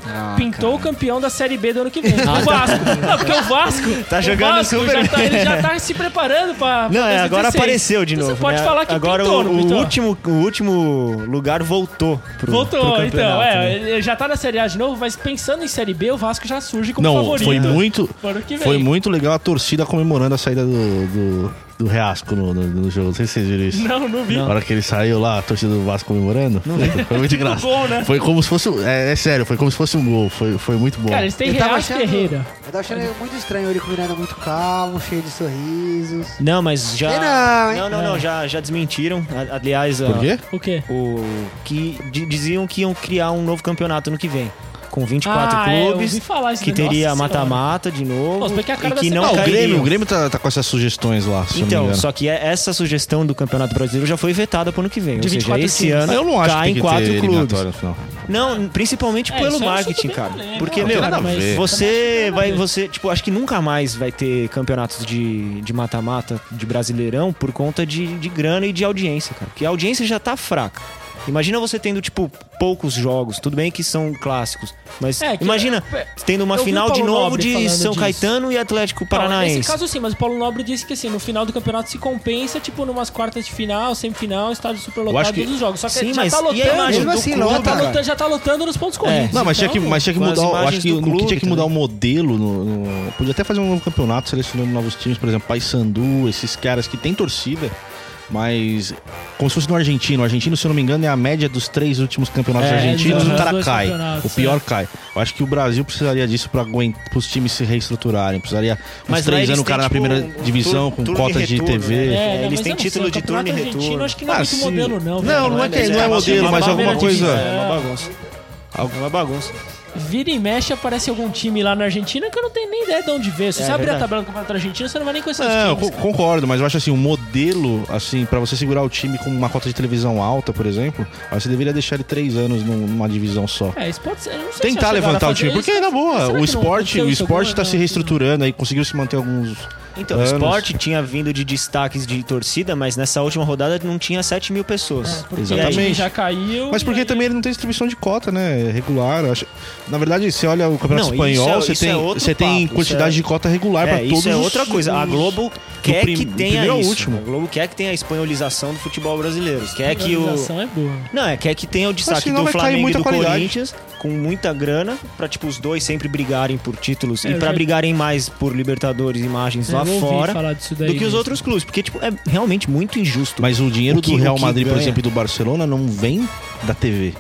Speaker 5: Ah,
Speaker 1: pintou o campeão da Série B do ano que vem. o Vasco. Não, porque o Vasco.
Speaker 2: Ah, Tá
Speaker 1: o
Speaker 2: jogando
Speaker 1: Vasco
Speaker 2: super
Speaker 1: já tá, Ele já tá se preparando pra. pra
Speaker 2: Não, é, agora
Speaker 1: 2016.
Speaker 2: apareceu de
Speaker 1: Então
Speaker 2: novo.
Speaker 1: Você pode
Speaker 2: né?
Speaker 1: falar que
Speaker 2: agora
Speaker 1: pintou,
Speaker 2: o,
Speaker 1: não
Speaker 2: o
Speaker 1: pintou?
Speaker 2: último, o último lugar voltou pro pro
Speaker 1: Voltou,
Speaker 2: campeonato,
Speaker 1: então.
Speaker 2: né?
Speaker 1: É, ele já tá na Série A de novo, mas pensando em Série B, o Vasco já surge como
Speaker 4: Não,
Speaker 1: favorito.
Speaker 4: foi muito.
Speaker 1: pro ano que vem.
Speaker 4: Foi muito legal a torcida comemorando a saída do, do, do Reasco no, no- no jogo. Não sei se vocês viram isso.
Speaker 1: Não, não vi.
Speaker 4: Na hora que ele saiu lá, a torcida do Vasco comemorando. Foi muito engraçado.
Speaker 1: Gol, né?
Speaker 4: Foi como se fosse. É, é sério, foi como se fosse um gol. Foi, foi muito bom.
Speaker 1: Cara, eles têm
Speaker 3: Eu tava
Speaker 1: Real
Speaker 3: achando-
Speaker 1: Ferreira.
Speaker 3: Eu tava achando muito estranho o Eurico Miranda muito calmo, cheio de sorrisos.
Speaker 2: Não, mas
Speaker 3: Sei
Speaker 2: já.
Speaker 3: não, hein?
Speaker 2: não, não, não, já, já desmentiram. A- Aliás,
Speaker 4: Por
Speaker 2: a-
Speaker 4: quê?
Speaker 1: O quê?
Speaker 2: o que di- diziam que iam criar um novo campeonato no que vem, com 24
Speaker 1: Ah, é, eu
Speaker 2: clubes,
Speaker 1: ouvi falar isso assim,
Speaker 2: que
Speaker 1: daí. Nossa
Speaker 2: teria
Speaker 1: Senhora.
Speaker 2: mata-mata de novo
Speaker 1: Pô, se bem que a cara
Speaker 2: e
Speaker 1: da
Speaker 2: que
Speaker 1: Sena-
Speaker 2: não
Speaker 4: Ah, o
Speaker 2: cairiam.
Speaker 4: Grêmio, o Grêmio tá, tá com essas sugestões lá, se eu não me
Speaker 2: Então,
Speaker 4: engano.
Speaker 2: só que é- essa sugestão do campeonato brasileiro já foi vetada pro ano que vem.
Speaker 1: De
Speaker 2: Ou seja,
Speaker 1: 24
Speaker 2: esse
Speaker 1: times.
Speaker 2: ano
Speaker 4: Ah, eu não acho
Speaker 2: cai Tá em
Speaker 4: que tem que
Speaker 2: quatro
Speaker 4: ter
Speaker 2: clubes.
Speaker 4: eliminatória no final.
Speaker 2: Não, principalmente
Speaker 1: É,
Speaker 2: pelo
Speaker 1: isso é um assunto
Speaker 2: marketing,
Speaker 1: bem
Speaker 2: cara.
Speaker 1: polêmico.
Speaker 2: Porque,
Speaker 1: Não,
Speaker 2: meu,
Speaker 4: tem nada a ver.
Speaker 1: Também acho
Speaker 2: você
Speaker 1: que não tem nada a
Speaker 2: vai.
Speaker 1: ver.
Speaker 2: Você, tipo, acho que nunca mais vai ter campeonatos de de mata-mata de, brasileirão por conta de, de grana e de audiência, cara. Porque a audiência já tá fraca. Imagina você tendo, tipo, poucos jogos, tudo bem que são clássicos. Mas
Speaker 1: É, que-
Speaker 2: imagina tendo uma
Speaker 1: Eu vi
Speaker 2: final
Speaker 1: o
Speaker 2: de
Speaker 1: Paulo
Speaker 2: novo
Speaker 1: Nobre
Speaker 2: de
Speaker 1: falando
Speaker 2: São
Speaker 1: disso.
Speaker 2: Caetano e Atlético Paranaense.
Speaker 1: Não, nesse caso sim, mas o Paulo Nobre disse que assim, no final do campeonato se compensa, tipo, numas quartas de final, semifinal, estádio
Speaker 4: Eu
Speaker 1: superlotado
Speaker 4: acho que-
Speaker 1: todos os jogos. Só que
Speaker 2: Sim,
Speaker 1: já
Speaker 2: mas
Speaker 1: tá
Speaker 2: e a imagem
Speaker 1: lotando.
Speaker 3: Mesmo
Speaker 2: do
Speaker 3: assim,
Speaker 2: clube,
Speaker 1: já, tá
Speaker 3: cara?
Speaker 1: lotando já tá lotando nos pontos corridos.
Speaker 4: É.
Speaker 1: então,
Speaker 4: Não, mas tinha que, mas tinha que
Speaker 2: Então, com as
Speaker 4: mudar. Eu acho
Speaker 2: imagens
Speaker 4: que
Speaker 2: do
Speaker 4: o que
Speaker 2: clube
Speaker 4: tinha que mudar o
Speaker 2: também.
Speaker 4: modelo. No, no- podia até fazer um novo campeonato selecionando novos times, por exemplo, Paysandu, esses caras que tem torcida, mas como se fosse no argentino. O argentino, se eu não me engano, é a média dos três últimos campeonatos
Speaker 2: É,
Speaker 4: argentinos.
Speaker 1: dos
Speaker 4: O cara
Speaker 1: dois
Speaker 4: cai.
Speaker 1: campeonatos,
Speaker 4: O pior cai. Eu acho que o Brasil precisaria disso para os times se reestruturarem. Precisaria uns
Speaker 2: Mas lá eles
Speaker 4: três anos o cara
Speaker 2: têm,
Speaker 4: na
Speaker 2: tipo,
Speaker 4: primeira
Speaker 2: um
Speaker 4: divisão,
Speaker 2: tur-
Speaker 4: com
Speaker 2: turno e
Speaker 4: cotas de
Speaker 2: retorno,
Speaker 4: TV.
Speaker 2: né?
Speaker 1: É,
Speaker 2: eles
Speaker 1: não, mas
Speaker 2: têm
Speaker 1: eu não
Speaker 2: título
Speaker 1: sei, o
Speaker 2: de turno
Speaker 1: campeonato
Speaker 2: e
Speaker 1: argentino,
Speaker 2: retorno.
Speaker 1: Acho que não é
Speaker 4: Ah,
Speaker 1: muito
Speaker 4: sim.
Speaker 1: modelo, não. velho.
Speaker 4: Não, não é que
Speaker 2: mas
Speaker 4: não
Speaker 2: é
Speaker 4: é
Speaker 2: uma
Speaker 4: modelo, mas
Speaker 1: bagunça,
Speaker 4: alguma
Speaker 1: né?
Speaker 4: coisa.
Speaker 2: É uma bagunça. É uma bagunça.
Speaker 1: Vira e mexe, aparece algum time lá na Argentina que eu não tenho nem ideia de onde ver. Se
Speaker 2: É
Speaker 1: você abrir a
Speaker 2: verdade.
Speaker 1: tabela do campeonato argentino, você não vai nem conhecer
Speaker 4: Não,
Speaker 1: os
Speaker 4: eu
Speaker 2: é
Speaker 1: times.
Speaker 4: co- concordo, mas eu acho assim, o modelo, assim, pra você segurar o time com uma cota de televisão alta, por exemplo, aí você deveria deixar ele três anos num- numa divisão só.
Speaker 1: É, isso pode ser. eu não sei se
Speaker 4: Tentar
Speaker 1: chegaram a
Speaker 4: levantar o
Speaker 1: fazer
Speaker 4: time,
Speaker 1: isso.
Speaker 4: porque na
Speaker 1: Será
Speaker 4: boa,
Speaker 1: que
Speaker 4: o
Speaker 1: não
Speaker 4: esporte,
Speaker 1: aconteceu
Speaker 4: o
Speaker 1: isso
Speaker 4: esporte
Speaker 1: alguma-
Speaker 4: tá se
Speaker 1: não.
Speaker 4: reestruturando aí, conseguiu se manter alguns.
Speaker 2: Então,
Speaker 4: anos.
Speaker 2: o esporte tinha vindo de destaques de torcida, mas nessa última rodada não tinha 7 mil pessoas.
Speaker 1: É, Porque
Speaker 2: E
Speaker 1: o
Speaker 2: aí,
Speaker 1: time
Speaker 4: Exatamente.
Speaker 1: já caiu.
Speaker 4: Mas
Speaker 2: é.
Speaker 4: porque
Speaker 1: e aí-
Speaker 4: também ele não tem distribuição de cota, né? Regular. eu acho- Na verdade, você olha o Campeonato
Speaker 2: Não, isso
Speaker 4: Espanhol,
Speaker 2: é-
Speaker 4: você
Speaker 2: isso é
Speaker 4: tem,
Speaker 2: outro
Speaker 4: você tem
Speaker 2: papo,
Speaker 4: quantidade
Speaker 2: isso é-
Speaker 4: de cota regular pra
Speaker 2: é,
Speaker 4: todos
Speaker 2: isso é
Speaker 4: os-
Speaker 2: outra coisa. A
Speaker 4: os-
Speaker 2: Globo quer
Speaker 4: prim-
Speaker 2: que
Speaker 4: do
Speaker 2: tenha
Speaker 4: primeiro ao
Speaker 2: isso.
Speaker 4: último.
Speaker 2: A Globo quer que tenha a espanholização do futebol brasileiro. Quer que o
Speaker 1: Organização é boa.
Speaker 2: Não, é quer que tenha o destaque
Speaker 4: senão
Speaker 2: do
Speaker 4: vai cair
Speaker 2: Flamengo e
Speaker 4: muita
Speaker 2: do
Speaker 4: qualidade.
Speaker 2: Corinthians com muita grana pra tipo os dois sempre brigarem por títulos
Speaker 1: É,
Speaker 2: e
Speaker 1: eu
Speaker 2: pra
Speaker 1: já- É,
Speaker 2: brigarem mais por Libertadores, imagens
Speaker 1: Eu
Speaker 2: lá
Speaker 1: ouvi
Speaker 2: fora
Speaker 1: falar disso daí
Speaker 2: do que os
Speaker 1: mesmo.
Speaker 2: outros clubes, porque tipo é realmente muito injusto.
Speaker 4: Mas o dinheiro
Speaker 2: O que-
Speaker 4: do
Speaker 2: o
Speaker 4: Real
Speaker 2: que
Speaker 4: Madrid, por
Speaker 2: ganha?
Speaker 4: exemplo, e do Barcelona não vem da TV.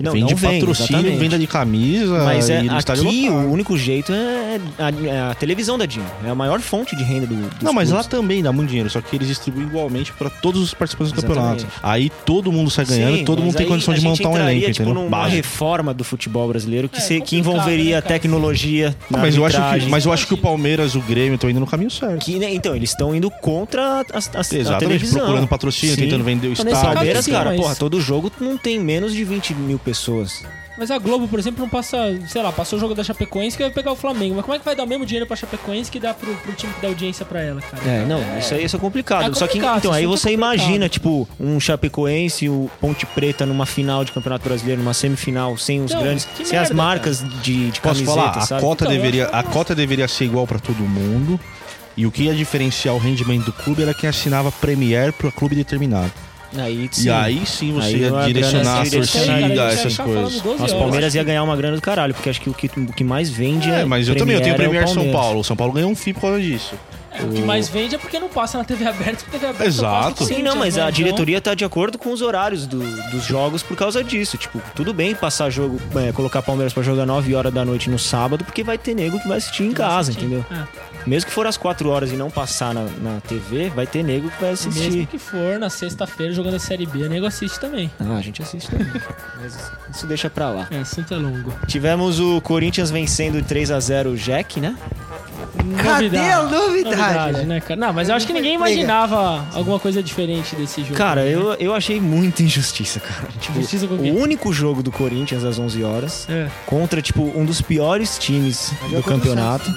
Speaker 2: Não,
Speaker 4: vem
Speaker 2: não
Speaker 4: de
Speaker 2: vem,
Speaker 4: patrocínio,
Speaker 2: exatamente.
Speaker 4: venda de camisa.
Speaker 2: Mas é,
Speaker 4: e do estádio
Speaker 2: aqui
Speaker 4: lotado.
Speaker 2: o único jeito é a, é a televisão da Dinho. É a maior fonte de renda do dos
Speaker 4: Não, mas tá lá
Speaker 2: clubes.
Speaker 4: também dá muito dinheiro, só que eles distribuem igualmente pra todos os participantes do
Speaker 2: Exatamente.
Speaker 4: campeonato. Aí todo mundo sai ganhando
Speaker 2: Sim,
Speaker 4: e todo
Speaker 2: mas
Speaker 4: mundo tem
Speaker 2: aí
Speaker 4: condição
Speaker 2: a
Speaker 4: de
Speaker 2: gente
Speaker 4: montar um
Speaker 2: entraria,
Speaker 4: elenco,
Speaker 2: tipo,
Speaker 4: entendeu?
Speaker 2: numa
Speaker 4: Básico.
Speaker 2: reforma do futebol brasileiro que,
Speaker 1: É,
Speaker 2: se, que
Speaker 1: complicado,
Speaker 2: envolveria
Speaker 1: né, cara?
Speaker 2: tecnologia, na
Speaker 4: Mas eu, acho que,
Speaker 2: arbitragem.
Speaker 4: mas eu acho que o Palmeiras, o Grêmio estão indo no caminho certo.
Speaker 2: Que, né, então, eles estão indo contra as, as, a
Speaker 4: Exatamente,
Speaker 2: televisão.
Speaker 4: procurando patrocínio,
Speaker 2: Sim.
Speaker 4: tentando vender o
Speaker 1: Então, nesse
Speaker 4: estádio.
Speaker 2: Palmeiras,
Speaker 1: sim,
Speaker 2: cara,
Speaker 1: mas-
Speaker 2: porra, todo jogo não tem menos de 20 mil pessoas.
Speaker 1: Mas a Globo, por exemplo, não passa, sei lá, passou o jogo da Chapecoense que vai pegar o Flamengo. Mas como é que vai dar o mesmo dinheiro pra Chapecoense que dá pro, pro time que dá audiência pra ela, cara?
Speaker 2: É, não, isso aí isso é complicado.
Speaker 1: É
Speaker 2: Só que,
Speaker 1: complicado,
Speaker 2: então,
Speaker 1: isso
Speaker 2: aí
Speaker 1: é
Speaker 2: você
Speaker 1: complicado.
Speaker 2: imagina, tipo, um Chapecoense e o Ponte Preta numa final de Campeonato Brasileiro, numa semifinal, sem os
Speaker 1: Não,
Speaker 2: grandes,
Speaker 1: que
Speaker 2: sem as
Speaker 1: merda,
Speaker 2: marcas de, de
Speaker 4: Posso
Speaker 2: camiseta,
Speaker 4: falar? A
Speaker 2: sabe?
Speaker 4: cota,
Speaker 1: Então, eu
Speaker 4: deveria,
Speaker 1: acho
Speaker 4: a cota deveria ser igual pra todo mundo. E o que ia diferenciar o rendimento do clube era quem assinava Premier para clube determinado.
Speaker 2: Aí,
Speaker 4: E
Speaker 2: sim.
Speaker 4: aí sim você
Speaker 2: Aí
Speaker 4: ia
Speaker 2: a grana
Speaker 4: direcionar a
Speaker 2: se direciona,
Speaker 1: cara, a gente
Speaker 4: torcida,
Speaker 1: vai
Speaker 4: essas
Speaker 1: ficar
Speaker 4: coisas.
Speaker 1: falando 12
Speaker 2: Mas o
Speaker 1: horas.
Speaker 2: Palmeiras ia ganhar uma grana do caralho, porque acho que o que, o que mais vende é.
Speaker 4: É, mas eu também, eu tenho
Speaker 2: Premier é o
Speaker 4: Premier São
Speaker 2: Palmeiras.
Speaker 4: Paulo. O São Paulo ganhou um FII por causa disso.
Speaker 1: É, O que mais vende é porque não passa na TV aberta, porque TV aberta só
Speaker 4: Exato.
Speaker 1: passa no
Speaker 2: Sim,
Speaker 1: Corinthians,
Speaker 2: não, mas
Speaker 1: né?
Speaker 2: a
Speaker 1: Então,
Speaker 2: diretoria tá de acordo com os horários do- dos jogos por causa disso. Tipo, tudo bem passar jogo, é, colocar Palmeiras pra jogar 9 horas da noite no sábado, porque vai ter nego que vai assistir em casa, entendeu?
Speaker 1: É,
Speaker 2: Mesmo que for às 4 horas e não passar na, na TV, vai ter nego que vai assistir.
Speaker 1: mesmo que for na sexta-feira jogando a Série B, o nego assiste também.
Speaker 2: Ah, a gente assiste também. mas isso deixa pra lá.
Speaker 1: É, assunto é longo.
Speaker 2: Tivemos o Corinthians vencendo 3 a 0 o Jack, né?
Speaker 3: Cadê a novidade?
Speaker 1: né, cara? Não, mas eu acho que ninguém
Speaker 3: Liga.
Speaker 1: imaginava alguma coisa diferente desse jogo.
Speaker 2: Cara, eu, eu achei muita injustiça, cara. Tipo,
Speaker 1: Justiça com
Speaker 2: o
Speaker 1: quem?
Speaker 2: único jogo do Corinthians às 11 horas
Speaker 1: É.
Speaker 2: contra, tipo, um dos piores times do
Speaker 3: jogou contra é o
Speaker 2: campeonato.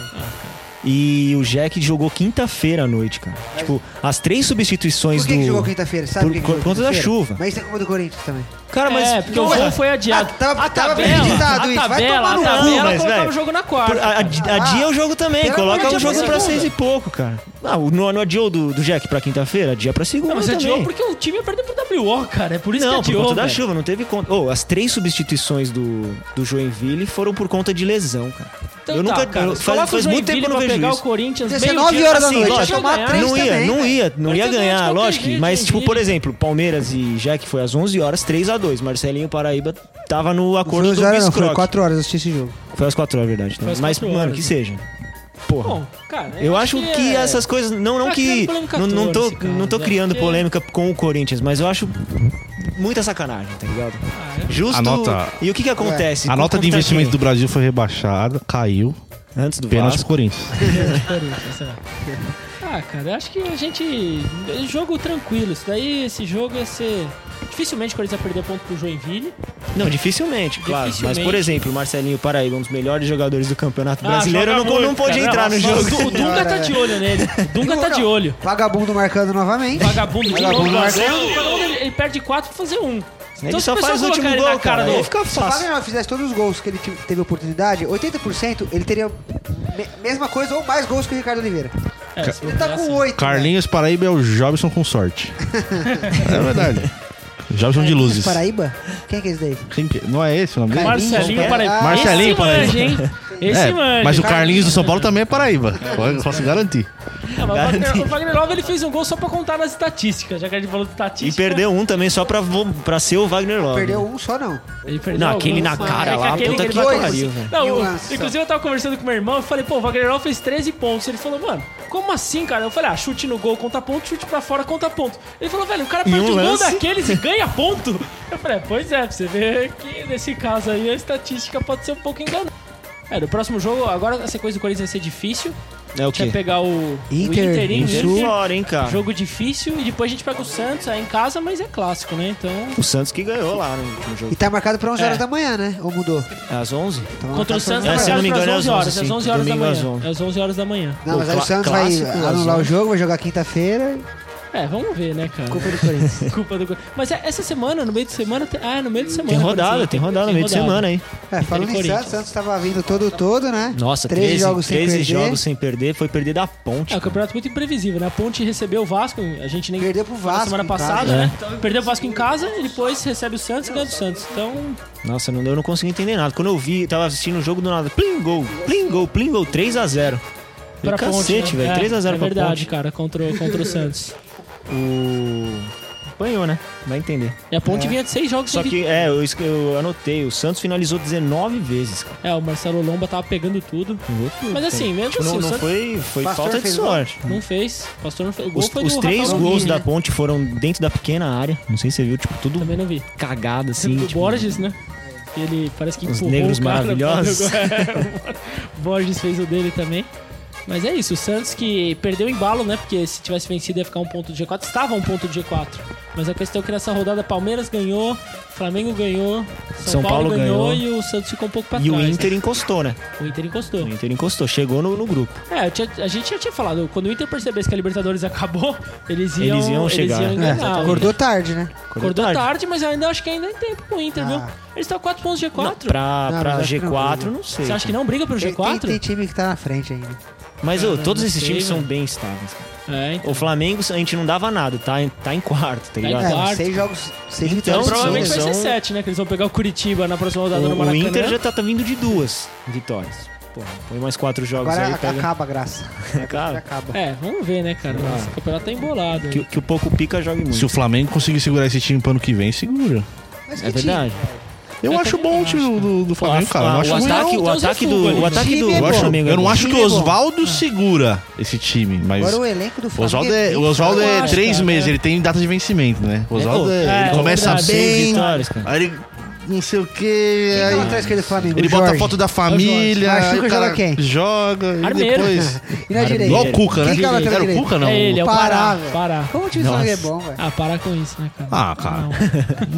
Speaker 2: E o Jack jogou quinta-feira à noite, cara. Tipo, as três substituições
Speaker 3: Por que,
Speaker 2: do.
Speaker 3: que jogou quinta-feira? Sabe
Speaker 2: Por
Speaker 3: que que
Speaker 2: conta
Speaker 3: jogou
Speaker 2: da
Speaker 3: quinta-feira?
Speaker 2: chuva.
Speaker 3: Mas isso é culpa do Corinthians também.
Speaker 2: Cara, mas.
Speaker 1: é, porque
Speaker 2: não,
Speaker 1: o jogo foi adiado.
Speaker 3: Ah, tava-
Speaker 1: a
Speaker 3: tava
Speaker 1: tabela,
Speaker 3: premeditado
Speaker 1: a
Speaker 3: isso. Vai
Speaker 1: tabela,
Speaker 3: tomar
Speaker 1: a
Speaker 3: no cu,
Speaker 1: tabela
Speaker 2: mas,
Speaker 1: colocava
Speaker 2: velho,
Speaker 1: o jogo na
Speaker 2: por-
Speaker 1: quarta.
Speaker 2: a- adi- adia o jogo também,
Speaker 3: Pelo amor
Speaker 2: coloca
Speaker 3: de
Speaker 2: o jogo
Speaker 3: Deus,
Speaker 2: pra
Speaker 3: segunda.
Speaker 2: seis e pouco, cara. Ah, o- não, não adiou do, do Jack pra quinta-feira, adia pra segunda.
Speaker 1: Não, mas
Speaker 2: também.
Speaker 1: adiou porque o time ia perder pro WO, cara. É por isso que
Speaker 2: Não, por
Speaker 1: adiou.
Speaker 2: conta da
Speaker 1: velho.
Speaker 2: chuva, não teve conta. Oh, as três substituições do, do Joinville foram por conta de lesão, cara.
Speaker 1: Então
Speaker 2: eu
Speaker 1: tá,
Speaker 2: nunca.
Speaker 1: cara,
Speaker 2: eu-
Speaker 1: se
Speaker 2: faz
Speaker 1: coloca o
Speaker 2: faz muito tempo que eu não
Speaker 1: Joinville pra
Speaker 2: vejo
Speaker 1: pegar o
Speaker 2: isso.
Speaker 1: Corinthians.
Speaker 3: 19
Speaker 1: meio-dia,
Speaker 3: horas da
Speaker 1: assim,
Speaker 3: noite,
Speaker 1: lógico,
Speaker 3: ia tomar
Speaker 1: ganhar.
Speaker 3: três
Speaker 2: não ia,
Speaker 3: também,
Speaker 2: não
Speaker 3: né?
Speaker 2: ia, não
Speaker 1: Mas
Speaker 2: ia
Speaker 1: tem gente
Speaker 2: ganhar,
Speaker 1: que
Speaker 2: lógico.
Speaker 1: tem
Speaker 2: Mas,
Speaker 1: gente,
Speaker 2: tipo, por
Speaker 1: gente.
Speaker 2: exemplo, Palmeiras e Jack foi às 11 horas, 3 a 2 Marcelinho Paraíba tava no acordo
Speaker 3: Duas
Speaker 2: do
Speaker 3: horas não,
Speaker 2: Biscroc.
Speaker 3: foi 4 horas eu assisti esse jogo.
Speaker 2: Foi às 4 horas, é verdade.
Speaker 1: Foi às
Speaker 2: Mas,
Speaker 1: quatro
Speaker 2: mano,
Speaker 1: horas,
Speaker 2: que
Speaker 1: né?
Speaker 2: seja. Porra.
Speaker 1: Bom, cara,
Speaker 2: Eu acho que,
Speaker 1: é-
Speaker 2: essas coisas. Não, não
Speaker 1: Tá
Speaker 2: que.
Speaker 1: criando polêmica à
Speaker 2: Não, não
Speaker 1: toa
Speaker 2: tô,
Speaker 1: nesse caso,
Speaker 2: não tô
Speaker 1: é,
Speaker 2: criando
Speaker 1: porque-
Speaker 2: polêmica com o Corinthians, mas eu acho muita sacanagem, tá ligado?
Speaker 1: Ah, é?
Speaker 2: Justo.
Speaker 4: A nota-
Speaker 2: E o que que acontece?
Speaker 4: É. A
Speaker 2: Com-
Speaker 4: nota de
Speaker 2: contra
Speaker 4: investimento do
Speaker 2: quem?
Speaker 4: Brasil foi rebaixada, caiu,
Speaker 2: Antes do
Speaker 4: pênalti pro
Speaker 2: Vasco.
Speaker 4: Corinthians.
Speaker 1: Corinthians, será? Ah, cara, eu acho que a gente. é Jogo tranquilo. Isso daí, esse jogo ia ser. Dificilmente o Corinthians ia perder ponto pro Joinville.
Speaker 2: Não, dificilmente, claro. Mas, por
Speaker 1: Dificilmente.
Speaker 2: exemplo, o Marcelinho Paraíba, um dos melhores jogadores do Campeonato
Speaker 1: Ah,
Speaker 2: Brasileiro,
Speaker 1: joga
Speaker 2: não, não
Speaker 1: muito,
Speaker 2: pôde
Speaker 1: cara.
Speaker 2: entrar no
Speaker 1: Nossa,
Speaker 2: jogo.
Speaker 1: O Dunga tá de olho nele. O Dunga tá de olho.
Speaker 3: Vagabundo marcando novamente.
Speaker 1: Vagabundo de
Speaker 3: Vagabundo
Speaker 1: novo.
Speaker 3: marcando.
Speaker 1: Vagabundo, ele- Ele perde 4 pra fazer Então, 1.
Speaker 2: Ele só faz o último gol, cara.
Speaker 1: do
Speaker 2: Aí fica
Speaker 3: Se o
Speaker 2: fácil.
Speaker 3: Fagner fizesse todos os gols que ele t- teve oportunidade, 80% ele teria me- mesma coisa ou mais gols que o Ricardo Oliveira.
Speaker 1: É, se
Speaker 3: Ele tá
Speaker 1: for
Speaker 3: com
Speaker 1: assim.
Speaker 3: 8.
Speaker 4: Carlinhos Paraíba é o Jobson com sorte. é verdade. Jobson de luzes.
Speaker 3: Paraíba? Quem é que é esse daí?
Speaker 4: Quem que- Não é esse o nome dele?
Speaker 1: Marcelinho
Speaker 3: Ah,
Speaker 1: Paraíba.
Speaker 4: Marcelinho
Speaker 1: Esse
Speaker 4: Paraíba.
Speaker 1: manja, hein? Esse
Speaker 4: É,
Speaker 1: manja.
Speaker 4: mas o Carlinhos do São Paulo também é Paraíba. Eu Posso garantir.
Speaker 1: Ah, mas o Wagner- O Wagner Love ele fez um gol só pra contar nas estatísticas, já que a gente falou de
Speaker 2: E
Speaker 1: estatística.
Speaker 2: perdeu um também só pra, vo- pra ser o Wagner Love.
Speaker 3: Perdeu um só, não.
Speaker 1: Ele perdeu
Speaker 2: Não, aquele
Speaker 1: alguns,
Speaker 2: na
Speaker 1: mas-
Speaker 2: cara
Speaker 1: é
Speaker 2: lá,
Speaker 1: aquele
Speaker 2: puta
Speaker 1: ele
Speaker 2: que
Speaker 1: vai-
Speaker 2: pariu, velho.
Speaker 1: Não,
Speaker 3: E
Speaker 1: o-
Speaker 3: o lance,
Speaker 1: inclusive eu tava conversando com meu irmão eu falei, pô, o Wagnerão fez 13 pontos. Ele falou, mano, como assim, cara? Eu falei, ah, chute no gol, conta ponto, chute pra fora, conta ponto. Ele falou, velho, o cara perde
Speaker 2: um
Speaker 1: um gol
Speaker 2: lance.
Speaker 1: daqueles e ganha ponto. Eu falei, é, pois é, pra você ver que nesse caso aí a estatística pode ser um pouco enganada. É, no próximo jogo, agora a sequência do Corinthians vai ser difícil.
Speaker 2: É o
Speaker 1: A gente vai
Speaker 2: quê?
Speaker 1: pegar o
Speaker 3: Inter,
Speaker 1: o Interino,
Speaker 3: Inter.
Speaker 1: Inter.
Speaker 2: Fora, hein, cara.
Speaker 1: Jogo difícil e depois a gente pega o Santos aí em casa, mas é clássico, né? Então.
Speaker 2: O Santos que ganhou lá no último jogo.
Speaker 3: E tá marcado pra 11
Speaker 1: É.
Speaker 3: horas da manhã, né? Ou mudou?
Speaker 2: Às 11?
Speaker 3: Então,
Speaker 1: Contra
Speaker 3: tá
Speaker 1: o Santos,
Speaker 2: É,
Speaker 1: é,
Speaker 2: se eu não
Speaker 1: marcado
Speaker 2: me engano,
Speaker 1: para
Speaker 2: é
Speaker 1: as 11 horas.
Speaker 2: sim.
Speaker 1: Às 11 horas da
Speaker 2: Domingo às
Speaker 1: manhã.
Speaker 2: 11.
Speaker 1: É às 11 horas da manhã.
Speaker 3: Não, mas aí o
Speaker 2: Clá-
Speaker 3: Santos
Speaker 2: clássico,
Speaker 3: vai anular
Speaker 2: azul.
Speaker 3: o jogo, vai jogar quinta-feira.
Speaker 1: É, vamos ver, né, cara?
Speaker 3: Culpa do Corinthians.
Speaker 1: Culpa do. Mas é- essa semana, no meio de semana. Tem... Ah, no meio de semana.
Speaker 2: Tem rodada,
Speaker 1: aconteceu.
Speaker 2: tem rodada no meio de semana aí.
Speaker 3: É, falando em
Speaker 1: Corinthians.
Speaker 3: Santos, o Santos tava vindo todo todo, né?
Speaker 2: Nossa, 13, 13 jogos, sem, perder. Foi perder da ponte.
Speaker 1: É, o campeonato é muito imprevisível, né? A Ponte recebeu o Vasco, a gente nem
Speaker 3: Perdeu pro
Speaker 1: falou
Speaker 3: Vasco
Speaker 1: semana
Speaker 3: em casa.
Speaker 1: passada,
Speaker 2: É.
Speaker 1: né? Perdeu o Vasco em casa e depois recebe o Santos e ganha do Santos. Então,
Speaker 2: Nossa, não, eu não consegui entender nada. Quando eu vi, tava assistindo o jogo do nada. Plim gol, plim gol, plim gol, 3x0.
Speaker 1: pra
Speaker 2: Cacete,
Speaker 1: Ponte.
Speaker 2: velho.
Speaker 1: né?
Speaker 2: 3x0
Speaker 1: é,
Speaker 2: pra
Speaker 1: É verdade,
Speaker 2: ponte.
Speaker 1: cara, contra, o- contra o Santos.
Speaker 2: O. Apanhou, né? Vai entender.
Speaker 1: E a Ponte vinha de seis jogos
Speaker 2: Só
Speaker 1: sem
Speaker 2: que, é, eu, es- eu anotei. O Santos finalizou 19 vezes, cara.
Speaker 1: vi- É, o Marcelo Lomba tava pegando tudo. Mas assim, mesmo
Speaker 2: Tipo,
Speaker 1: assim,
Speaker 2: não,
Speaker 1: o
Speaker 2: não
Speaker 1: Santos
Speaker 2: foi, foi
Speaker 3: Pastor
Speaker 2: falta de
Speaker 3: fez gol.
Speaker 2: sorte.
Speaker 1: não fez. O Pastor não fez. O gol
Speaker 2: Os,
Speaker 1: foi
Speaker 2: os
Speaker 1: do
Speaker 2: três
Speaker 1: Rafael
Speaker 2: gols
Speaker 1: Guiz,
Speaker 2: da
Speaker 1: né?
Speaker 2: ponte foram dentro da pequena área. Não sei se você viu, tipo, tudo
Speaker 1: Também não vi.
Speaker 2: cagado assim.
Speaker 1: do
Speaker 2: tipo,
Speaker 1: Borges, né? Ele parece que
Speaker 2: Os
Speaker 1: empurrou
Speaker 2: negros
Speaker 1: o cara
Speaker 2: maravilhosos.
Speaker 1: pra fazer o gol. É, o Borges fez o dele também. Mas é isso, o Santos que perdeu o embalo, né? Porque se tivesse vencido ia ficar um ponto do G4. Estava um ponto do G4. Mas a questão é que nessa rodada Palmeiras ganhou, Flamengo ganhou, São,
Speaker 2: São
Speaker 1: Paulo,
Speaker 2: Paulo
Speaker 1: ganhou,
Speaker 2: ganhou.
Speaker 1: e o Santos ficou um pouco pra
Speaker 2: E o
Speaker 1: trás. né?
Speaker 2: Inter encostou, né?
Speaker 1: O Inter encostou.
Speaker 2: O Inter encostou, chegou no, no grupo.
Speaker 1: É, eu tinha- a gente já tinha falado, quando o Inter percebesse que a Libertadores acabou, eles iam,
Speaker 2: Eles iam chegar.
Speaker 1: Eles iam
Speaker 3: É,
Speaker 1: enganar.
Speaker 3: acordou tarde, né?
Speaker 1: Acordou
Speaker 2: é
Speaker 1: tarde. mas ainda acho que ainda tem tempo pro Inter,
Speaker 3: Ah.
Speaker 1: viu? Eles estão 4 pontos do G4.
Speaker 2: Não, pra
Speaker 3: Não,
Speaker 2: pra
Speaker 3: mas acho que não
Speaker 2: G4,
Speaker 3: briga.
Speaker 2: não sei.
Speaker 1: Você acha que não briga pro
Speaker 3: Tem-
Speaker 1: G4?
Speaker 3: Tem, tem time que tá na frente ainda.
Speaker 2: Mas ô,
Speaker 1: Cara,
Speaker 2: todos
Speaker 1: não
Speaker 2: esses
Speaker 1: sei,
Speaker 2: times são
Speaker 1: velho.
Speaker 2: bem estáveis. cara.
Speaker 1: É, então.
Speaker 2: O Flamengo, assim, a gente não dava nada, tá em, tá em quarto, tá
Speaker 1: em
Speaker 2: ligado?
Speaker 3: É,
Speaker 1: Quarto.
Speaker 3: mas seis jogos, seis
Speaker 2: Então,
Speaker 3: vitórias.
Speaker 1: Provavelmente vai
Speaker 2: são-
Speaker 1: ser 7, né? Que eles vão pegar o Curitiba na próxima rodada no
Speaker 2: O, o
Speaker 1: Maracanã.
Speaker 2: Inter já tá, tá vindo de duas vitórias. Pô, põe mais quatro jogos
Speaker 3: Agora
Speaker 2: aí,
Speaker 3: a-
Speaker 2: pega.
Speaker 3: acaba a graça.
Speaker 2: Acaba.
Speaker 3: acaba.
Speaker 1: É, vamos ver, né, cara?
Speaker 4: Ah.
Speaker 1: Nossa, o campeonato tá embolado.
Speaker 2: Que, que o pouco pica jogue muito.
Speaker 4: Se o Flamengo conseguir segurar esse time pro ano que vem, segura.
Speaker 3: Mas
Speaker 2: É
Speaker 3: que time?
Speaker 2: verdade.
Speaker 4: Eu
Speaker 1: Eu
Speaker 4: acho
Speaker 1: também
Speaker 4: bom o
Speaker 1: acho,
Speaker 4: time do, do Flamengo, cara. Eu não
Speaker 2: Ah,
Speaker 4: acho
Speaker 2: o
Speaker 4: ruim, não.
Speaker 2: ataque,
Speaker 1: não,
Speaker 2: o
Speaker 1: tá os
Speaker 2: ataque
Speaker 1: fuga ali.
Speaker 2: do, o ataque do,
Speaker 3: Time é
Speaker 2: do
Speaker 3: bom.
Speaker 2: Flamengo. é
Speaker 4: Eu não
Speaker 2: bom.
Speaker 4: acho que o
Speaker 3: time é bom.
Speaker 4: Oswaldo segura esse time, mas.
Speaker 3: Agora o elenco do
Speaker 4: O
Speaker 3: Flamengo.
Speaker 4: Oswaldo é, o Oswaldo
Speaker 1: Eu
Speaker 4: é
Speaker 1: acho,
Speaker 4: três
Speaker 1: cara,
Speaker 4: meses,
Speaker 1: é.
Speaker 4: ele tem data de vencimento, né? O Oswaldo,
Speaker 2: É,
Speaker 4: é,
Speaker 1: é,
Speaker 4: ele começa
Speaker 1: verdade.
Speaker 2: Seis
Speaker 4: bem,
Speaker 2: vitórias, cara.
Speaker 4: aí ele não sei o quê,
Speaker 3: Quem
Speaker 4: aí
Speaker 3: tá na atrás esquerda do Flamengo?
Speaker 4: ele
Speaker 3: O
Speaker 4: bota
Speaker 3: Jorge.
Speaker 4: a foto da
Speaker 3: Jorge.
Speaker 4: família, aí
Speaker 3: Machuca,
Speaker 4: o cara
Speaker 3: joga quem?
Speaker 4: joga e
Speaker 1: Armeiro.
Speaker 4: depois...
Speaker 3: E na direita?
Speaker 4: Igual o Cuca, né?
Speaker 3: Quem tá na lateral
Speaker 4: Era o
Speaker 3: direita?
Speaker 4: Cuca, não?
Speaker 1: é ele, é o Pará.
Speaker 3: Pará, velho.
Speaker 1: Pará.
Speaker 3: Como o time do
Speaker 2: Nossa.
Speaker 3: Flamengo é bom, velho?
Speaker 1: Ah, parar com isso, né, cara?
Speaker 4: Ah, cara.
Speaker 1: Não.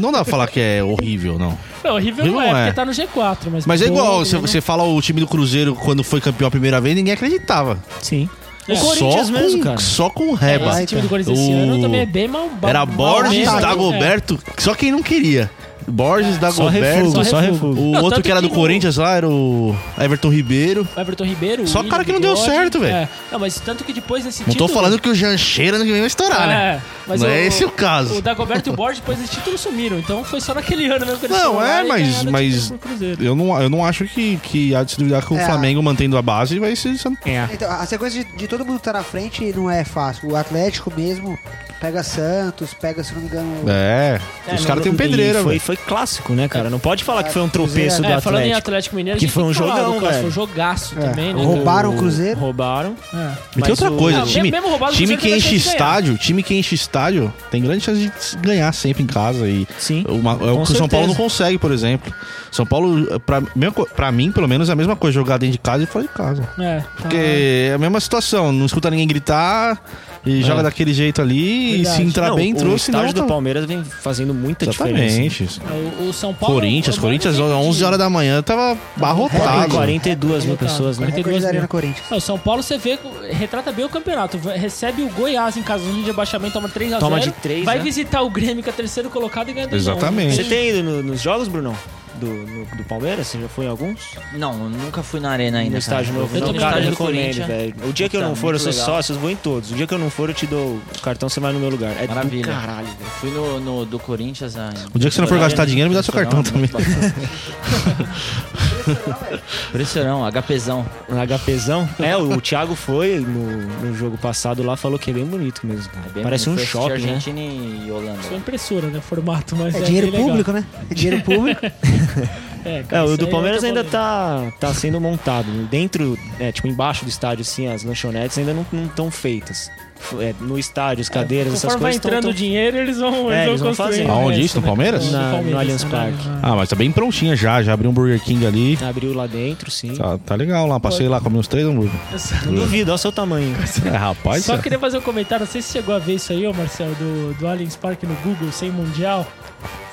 Speaker 4: Não dá pra falar que é horrível, não.
Speaker 1: Não, horrível não
Speaker 4: Horrível
Speaker 1: é,
Speaker 4: não é.
Speaker 1: porque tá no G4, mas...
Speaker 4: Mas é
Speaker 1: pô,
Speaker 4: igual,
Speaker 1: né,
Speaker 4: você,
Speaker 1: não-
Speaker 4: você fala o time do Cruzeiro quando foi campeão a primeira vez, ninguém acreditava.
Speaker 2: Sim.
Speaker 1: É.
Speaker 2: O
Speaker 1: Só
Speaker 2: Corinthians
Speaker 4: com,
Speaker 2: mesmo, cara.
Speaker 4: Só com o
Speaker 1: É,
Speaker 4: Reba.
Speaker 1: esse time do Corinthians esse
Speaker 4: O-
Speaker 1: ano também é bem mal... mal-
Speaker 4: Era
Speaker 1: mal
Speaker 4: Borges,
Speaker 1: mesmo, né?
Speaker 4: Dagoberto, só quem não queria. Borges,
Speaker 2: Só
Speaker 4: Dagoberto...
Speaker 2: refugo, só
Speaker 1: Só refugo.
Speaker 2: refugo.
Speaker 4: O
Speaker 1: Não,
Speaker 4: outro
Speaker 1: tanto
Speaker 4: que era do
Speaker 1: que no-
Speaker 4: Corinthians lá era o Everton Ribeiro.
Speaker 1: É. Everton Ribeiro,
Speaker 4: Só
Speaker 1: o
Speaker 4: cara que não deu certo, velho.
Speaker 1: É. Não, mas tanto que depois desse
Speaker 4: Não
Speaker 1: título...
Speaker 4: tô falando que o Jancheira não vai estourar, né?
Speaker 1: É, mas
Speaker 4: não
Speaker 1: o-
Speaker 4: é esse o caso.
Speaker 1: O Dagoberto e o Borges depois desse título sumiram, então foi só naquele ano mesmo que eles
Speaker 4: Não,
Speaker 1: foram
Speaker 4: é,
Speaker 1: lá e
Speaker 4: mas-
Speaker 1: ganharam o
Speaker 4: mas-
Speaker 1: título pro Cruzeiro.
Speaker 4: Eu não, eu não acho que, que há de se duvidar que o
Speaker 3: É.
Speaker 4: Flamengo mantendo a base vai ser.
Speaker 2: É.
Speaker 3: Então, a sequência de, de todo mundo que tá na frente não é fácil. O Atlético mesmo pega Santos, pega, se não me engano,
Speaker 4: É. os caras têm um pedreira,
Speaker 2: E foi,
Speaker 4: velho.
Speaker 2: foi clássico, né, cara? Não pode falar que foi um tropeço do
Speaker 1: É, falando em
Speaker 2: Atlético.
Speaker 1: Atlético Mineiro, a
Speaker 2: Que
Speaker 1: gente
Speaker 2: foi
Speaker 1: tem
Speaker 2: um
Speaker 1: falar do
Speaker 2: jogão,
Speaker 1: clássico,
Speaker 2: velho.
Speaker 1: Foi um jogaço
Speaker 3: É,
Speaker 1: também, né?
Speaker 3: roubaram
Speaker 1: Do-
Speaker 3: o Cruzeiro.
Speaker 2: Roubaram.
Speaker 1: É.
Speaker 4: E tem
Speaker 2: Mas
Speaker 4: outra
Speaker 2: o-
Speaker 4: coisa,
Speaker 2: Não,
Speaker 4: time,
Speaker 1: mesmo roubado, o
Speaker 4: time
Speaker 1: Cruzeiro
Speaker 4: que
Speaker 1: tem
Speaker 4: enche
Speaker 1: chance de ganhar.
Speaker 4: estádio, time que enche estádio, tem grande chance de ganhar sempre em casa. E
Speaker 2: Sim.
Speaker 4: uma- é o que
Speaker 2: Com
Speaker 4: o São
Speaker 2: certeza.
Speaker 4: Paulo não consegue, por exemplo. São Paulo, pra, mesma co- pra mim, pelo menos, é a mesma coisa jogar dentro de casa e fora de casa.
Speaker 1: É,
Speaker 4: Porque
Speaker 1: tá.
Speaker 4: é a mesma situação, não escuta ninguém gritar e joga daquele jeito ali e se
Speaker 1: Verdade.
Speaker 4: entrar
Speaker 2: É. Não,
Speaker 4: bem,
Speaker 2: o
Speaker 4: entrou, senão.
Speaker 2: estádio do
Speaker 4: tá-
Speaker 2: Palmeiras vem fazendo muita diferença.
Speaker 4: Exatamente.
Speaker 1: tá. O, o São Paulo.
Speaker 4: Corinthians,
Speaker 1: o
Speaker 4: Corinthians,
Speaker 1: Paulo tem
Speaker 4: 11 horas da manhã, tava
Speaker 2: Tem
Speaker 4: barrotado.
Speaker 2: 42 mil pessoas, né?
Speaker 3: recorde
Speaker 1: 42
Speaker 3: da Arena
Speaker 1: mil.
Speaker 3: Corinthians.
Speaker 1: Não, o São Paulo você vê, retrata bem o campeonato. Vai- Recebe o Goiás em casa, zona de abaixamento, toma 3x0.
Speaker 2: Toma de três,
Speaker 1: Vai
Speaker 2: né?
Speaker 1: visitar o Grêmio, que é terceiro colocado, e ganha um. 2
Speaker 4: Exatamente.
Speaker 2: Você tem ido no- nos jogos, Brunão? Do, no- do Palmeiras? Você já foi em alguns?
Speaker 5: Não, eu nunca fui na arena ainda.
Speaker 2: no
Speaker 5: cara.
Speaker 2: estádio novo?
Speaker 5: Eu tô
Speaker 2: Não,
Speaker 5: no
Speaker 2: cara, eu
Speaker 5: estádio do
Speaker 2: recomendo,
Speaker 5: Corinthians.
Speaker 2: velho. O dia que eu
Speaker 5: Tá,
Speaker 2: não for, eu
Speaker 5: muito
Speaker 2: sou
Speaker 5: legal.
Speaker 2: sócio, eu vou em todos. O dia que eu não for, eu te dou o cartão, você vai no meu lugar. É do
Speaker 5: Maravilha.
Speaker 2: caralho, velho.
Speaker 5: Eu fui no, no do Corinthians. A...
Speaker 4: O dia que você não for gastar dinheiro, me dá seu cartão também.
Speaker 5: Pressurão, HPzão.
Speaker 2: Um HPzão. É, o, o Thiago foi no, no jogo passado lá, falou que é bem bonito mesmo. cara.
Speaker 5: É bem
Speaker 2: Parece um
Speaker 5: bonito. Foi
Speaker 2: shopping,
Speaker 5: assistir
Speaker 2: né?
Speaker 5: Argentina e
Speaker 1: Sou
Speaker 5: Holanda.
Speaker 1: impressora, né? Formato, mas.
Speaker 3: É
Speaker 1: É,
Speaker 3: dinheiro
Speaker 1: bem legal.
Speaker 3: público, né? É dinheiro público.
Speaker 1: É,
Speaker 2: É,
Speaker 1: cara,
Speaker 2: o
Speaker 1: isso
Speaker 2: do
Speaker 1: aí
Speaker 2: Palmeiras
Speaker 1: é
Speaker 2: ainda
Speaker 1: outra
Speaker 2: tá, tá sendo montado. Dentro, é, tipo, embaixo do estádio, assim, as lanchonetes ainda não estão feitas. F- é, no estádio, as cadeiras, essas
Speaker 1: Conforme vai
Speaker 2: coisas tão-
Speaker 1: entrando
Speaker 2: tão-
Speaker 1: o dinheiro, eles vão, eles
Speaker 2: É, eles
Speaker 1: vão
Speaker 2: vão
Speaker 1: construir.
Speaker 2: fazendo.
Speaker 4: Aonde isso? No Palmeiras?
Speaker 2: Na- no Allianz Parque.
Speaker 4: Ah, mas tá bem prontinha já, já abriu um Burger King ali.
Speaker 1: Tá.
Speaker 2: Abriu lá dentro, sim.
Speaker 4: Tá, tá legal lá, passei lá, comi uns três hambúrguer.
Speaker 2: Não duvido, olha o seu tamanho.
Speaker 4: É, rapaz,
Speaker 1: Só
Speaker 4: é.
Speaker 1: queria fazer um comentário, não sei se você chegou a ver isso aí, ô Marcelo, do, do Allianz Park no Google, sem mundial.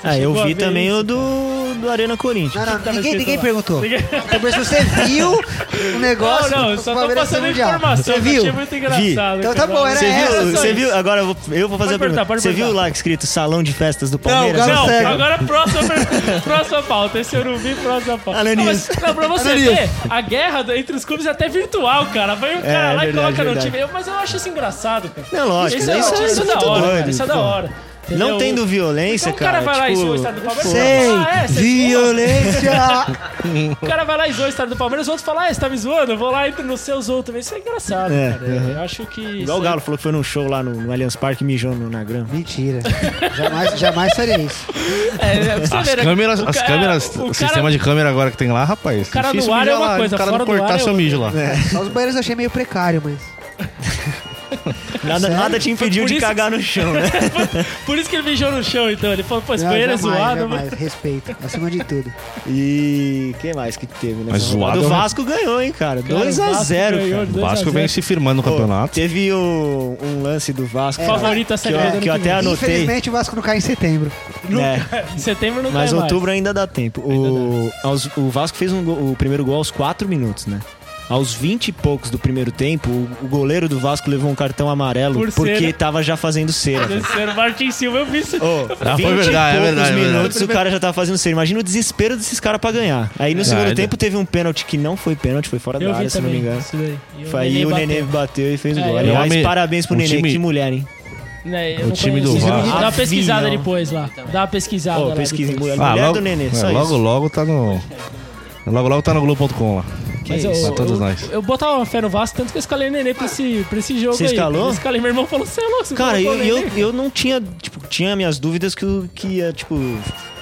Speaker 1: Você
Speaker 2: Ah, eu
Speaker 1: chegou a
Speaker 2: vi
Speaker 1: ver
Speaker 2: também
Speaker 1: isso,
Speaker 2: o do, do Arena Corinthians.
Speaker 3: Não, não,
Speaker 1: que tá
Speaker 3: ninguém,
Speaker 1: escrito
Speaker 3: ninguém
Speaker 1: lá?
Speaker 3: perguntou.
Speaker 1: Ninguém-
Speaker 3: Talvez você viu o negócio.
Speaker 1: não, não, eu
Speaker 3: o
Speaker 1: só tô
Speaker 3: Palmeiras
Speaker 1: passando
Speaker 3: mundial.
Speaker 1: informação,
Speaker 3: Você
Speaker 1: que eu
Speaker 3: viu?
Speaker 1: achei muito engraçado.
Speaker 3: Então
Speaker 1: cara.
Speaker 3: tá bom, era
Speaker 2: Você
Speaker 3: É,
Speaker 2: viu,
Speaker 1: só
Speaker 2: você
Speaker 1: isso.
Speaker 2: viu, agora eu vou, eu vou fazer
Speaker 1: Pode
Speaker 2: a pergunta.
Speaker 1: perguntar, pode
Speaker 2: você viu
Speaker 1: perguntar.
Speaker 2: lá escrito Salão de Festas do Palmeiras?
Speaker 3: Galo
Speaker 1: Não,
Speaker 3: Sério.
Speaker 1: agora próxima, per- próxima pauta. Esse é Urubi, próxima pauta. Não,
Speaker 2: Ananias.
Speaker 1: mas, não, pra você
Speaker 3: Ananias.
Speaker 1: ver, a guerra do- entre os clubes é até virtual, cara. Vai um cara
Speaker 2: É,
Speaker 1: lá e
Speaker 2: verdade,
Speaker 1: coloca no
Speaker 2: verdade.
Speaker 1: time. Eu- Mas eu acho isso engraçado, cara.
Speaker 2: Não, lógico,
Speaker 1: Isso, é-
Speaker 2: isso é
Speaker 1: isso é da
Speaker 2: muito
Speaker 1: hora,
Speaker 2: doido,
Speaker 1: cara. Isso é da
Speaker 2: pô.
Speaker 1: hora. entendeu?
Speaker 2: Não tendo violência,
Speaker 1: Então o cara vai lá e
Speaker 2: tipo,
Speaker 1: zoa o estado do Palmeiras.
Speaker 3: Sei,
Speaker 1: Ah, é, você
Speaker 3: violência.
Speaker 1: O cara vai lá e zoa o estado do Palmeiras, o outro fala, ah, você tá me zoando? Eu vou lá e entro no seu zoou também. Isso é engraçado,
Speaker 2: É,
Speaker 1: cara.
Speaker 2: uhum.
Speaker 1: Eu acho que... isso é-
Speaker 2: Igual o
Speaker 1: aí-
Speaker 2: Galo falou que foi num show lá no, no Allianz Parque mijou no- na grama.
Speaker 3: Mentira. Jamais, jamais faria isso.
Speaker 1: É, é, pra você
Speaker 4: As
Speaker 1: ver, né?
Speaker 4: câmeras,
Speaker 1: O
Speaker 4: as
Speaker 1: cara-
Speaker 4: câmeras, o,
Speaker 1: o
Speaker 4: sistema
Speaker 1: cara,
Speaker 4: de câmera agora que tem lá, rapaz.
Speaker 1: cara no
Speaker 4: difícil
Speaker 1: ar é
Speaker 4: mijar
Speaker 1: uma
Speaker 4: lá,
Speaker 1: coisa,
Speaker 4: o cara
Speaker 1: fora
Speaker 4: não
Speaker 1: do ar
Speaker 4: cortar
Speaker 1: é
Speaker 4: seu
Speaker 1: outra.
Speaker 4: mijo lá.
Speaker 3: Só os banheiros eu achei meio precário, mas.
Speaker 2: Nada, nada te impediu
Speaker 1: Por
Speaker 2: de
Speaker 1: isso-
Speaker 2: cagar no chão, né?
Speaker 1: Por isso que ele mijou no chão, então. Ele falou, pô, esse
Speaker 3: Não,
Speaker 1: banheiro é
Speaker 3: jamais,
Speaker 1: zoado, mano.
Speaker 3: jamais. Respeito, acima de tudo.
Speaker 2: E que mais que teve, né?
Speaker 4: Mas zoado é
Speaker 2: O
Speaker 4: um-
Speaker 2: Vasco ganhou, hein, cara?
Speaker 1: Cara, o Vasco
Speaker 2: 2x0,
Speaker 1: ganhou
Speaker 2: cara.
Speaker 1: de
Speaker 4: O
Speaker 1: 2 a
Speaker 4: Vasco
Speaker 1: 0.
Speaker 4: vem se firmando no
Speaker 2: Pô,
Speaker 4: campeonato.
Speaker 2: Teve o- um lance do Vasco. cara,
Speaker 1: Favorito a
Speaker 2: que
Speaker 1: ser campeão
Speaker 2: eu,
Speaker 1: do
Speaker 2: que eu
Speaker 1: ano que
Speaker 2: até anotei.
Speaker 3: Infelizmente o Vasco não cai em setembro.
Speaker 2: né?
Speaker 1: Em setembro não
Speaker 2: Mas
Speaker 1: cai
Speaker 2: outubro ainda dá tempo. O, aos- o Vasco fez um gol- o primeiro gol aos 4 minutos, né? Aos 20 e poucos do primeiro tempo, o, o goleiro do Vasco levou um cartão amarelo
Speaker 1: Por
Speaker 2: porque
Speaker 1: cera.
Speaker 2: tava já fazendo cera.
Speaker 1: mais.
Speaker 2: velho.
Speaker 1: Terceiro, Martin Silva, eu vi isso.
Speaker 2: Ô,
Speaker 4: Ah,
Speaker 2: 20 e
Speaker 4: foi verdade, é
Speaker 2: poucos
Speaker 4: verdade, é verdade.
Speaker 2: minutos o cara já tava fazendo cera. Imagina o desespero desses caras pra ganhar. Aí no segundo
Speaker 4: Verdade.
Speaker 2: tempo teve um pênalti que não foi pênalti, foi fora
Speaker 1: Eu
Speaker 2: da
Speaker 1: vi
Speaker 2: área, se não me
Speaker 1: também.
Speaker 2: engano.
Speaker 1: Isso daí. E
Speaker 2: Foi aí o
Speaker 1: bateu.
Speaker 2: Nenê bateu e fez o
Speaker 1: É,
Speaker 2: gol.
Speaker 1: eu
Speaker 2: Aliás,
Speaker 4: amei-
Speaker 2: parabéns pro
Speaker 4: o
Speaker 2: Nenê.
Speaker 4: time-
Speaker 2: Que mulher, hein?
Speaker 1: Né, eu
Speaker 4: O
Speaker 1: não
Speaker 4: time
Speaker 1: conheço.
Speaker 4: do
Speaker 1: Vocês
Speaker 4: Vasco.
Speaker 1: não- Dá uma pesquisada
Speaker 2: Avinho.
Speaker 1: depois lá. Dá uma pesquisada
Speaker 2: Ô,
Speaker 1: lá.
Speaker 2: pesquisa em
Speaker 1: depois.
Speaker 2: mulher, mulher do é Nenê,
Speaker 4: Ah, é,
Speaker 2: só
Speaker 4: logo,
Speaker 2: isso.
Speaker 4: logo tá no. Logo, logo tá no Globo.com lá.
Speaker 2: Que
Speaker 1: Mas eu,
Speaker 2: isso?
Speaker 4: Pra todos
Speaker 1: eu,
Speaker 4: nós.
Speaker 1: eu botava uma fé no Vasco, tanto que eu escalei o Nenê pra esse, pra esse jogo
Speaker 2: Você
Speaker 1: aí.
Speaker 2: escalou?
Speaker 1: Eu escalei, meu irmão falou, você é louco, você
Speaker 2: Cara,
Speaker 1: colocou
Speaker 2: eu,
Speaker 1: o
Speaker 2: eu,
Speaker 1: Nenê?"
Speaker 2: eu não tinha, tipo, tinha minhas dúvidas que, o- que ia, tipo,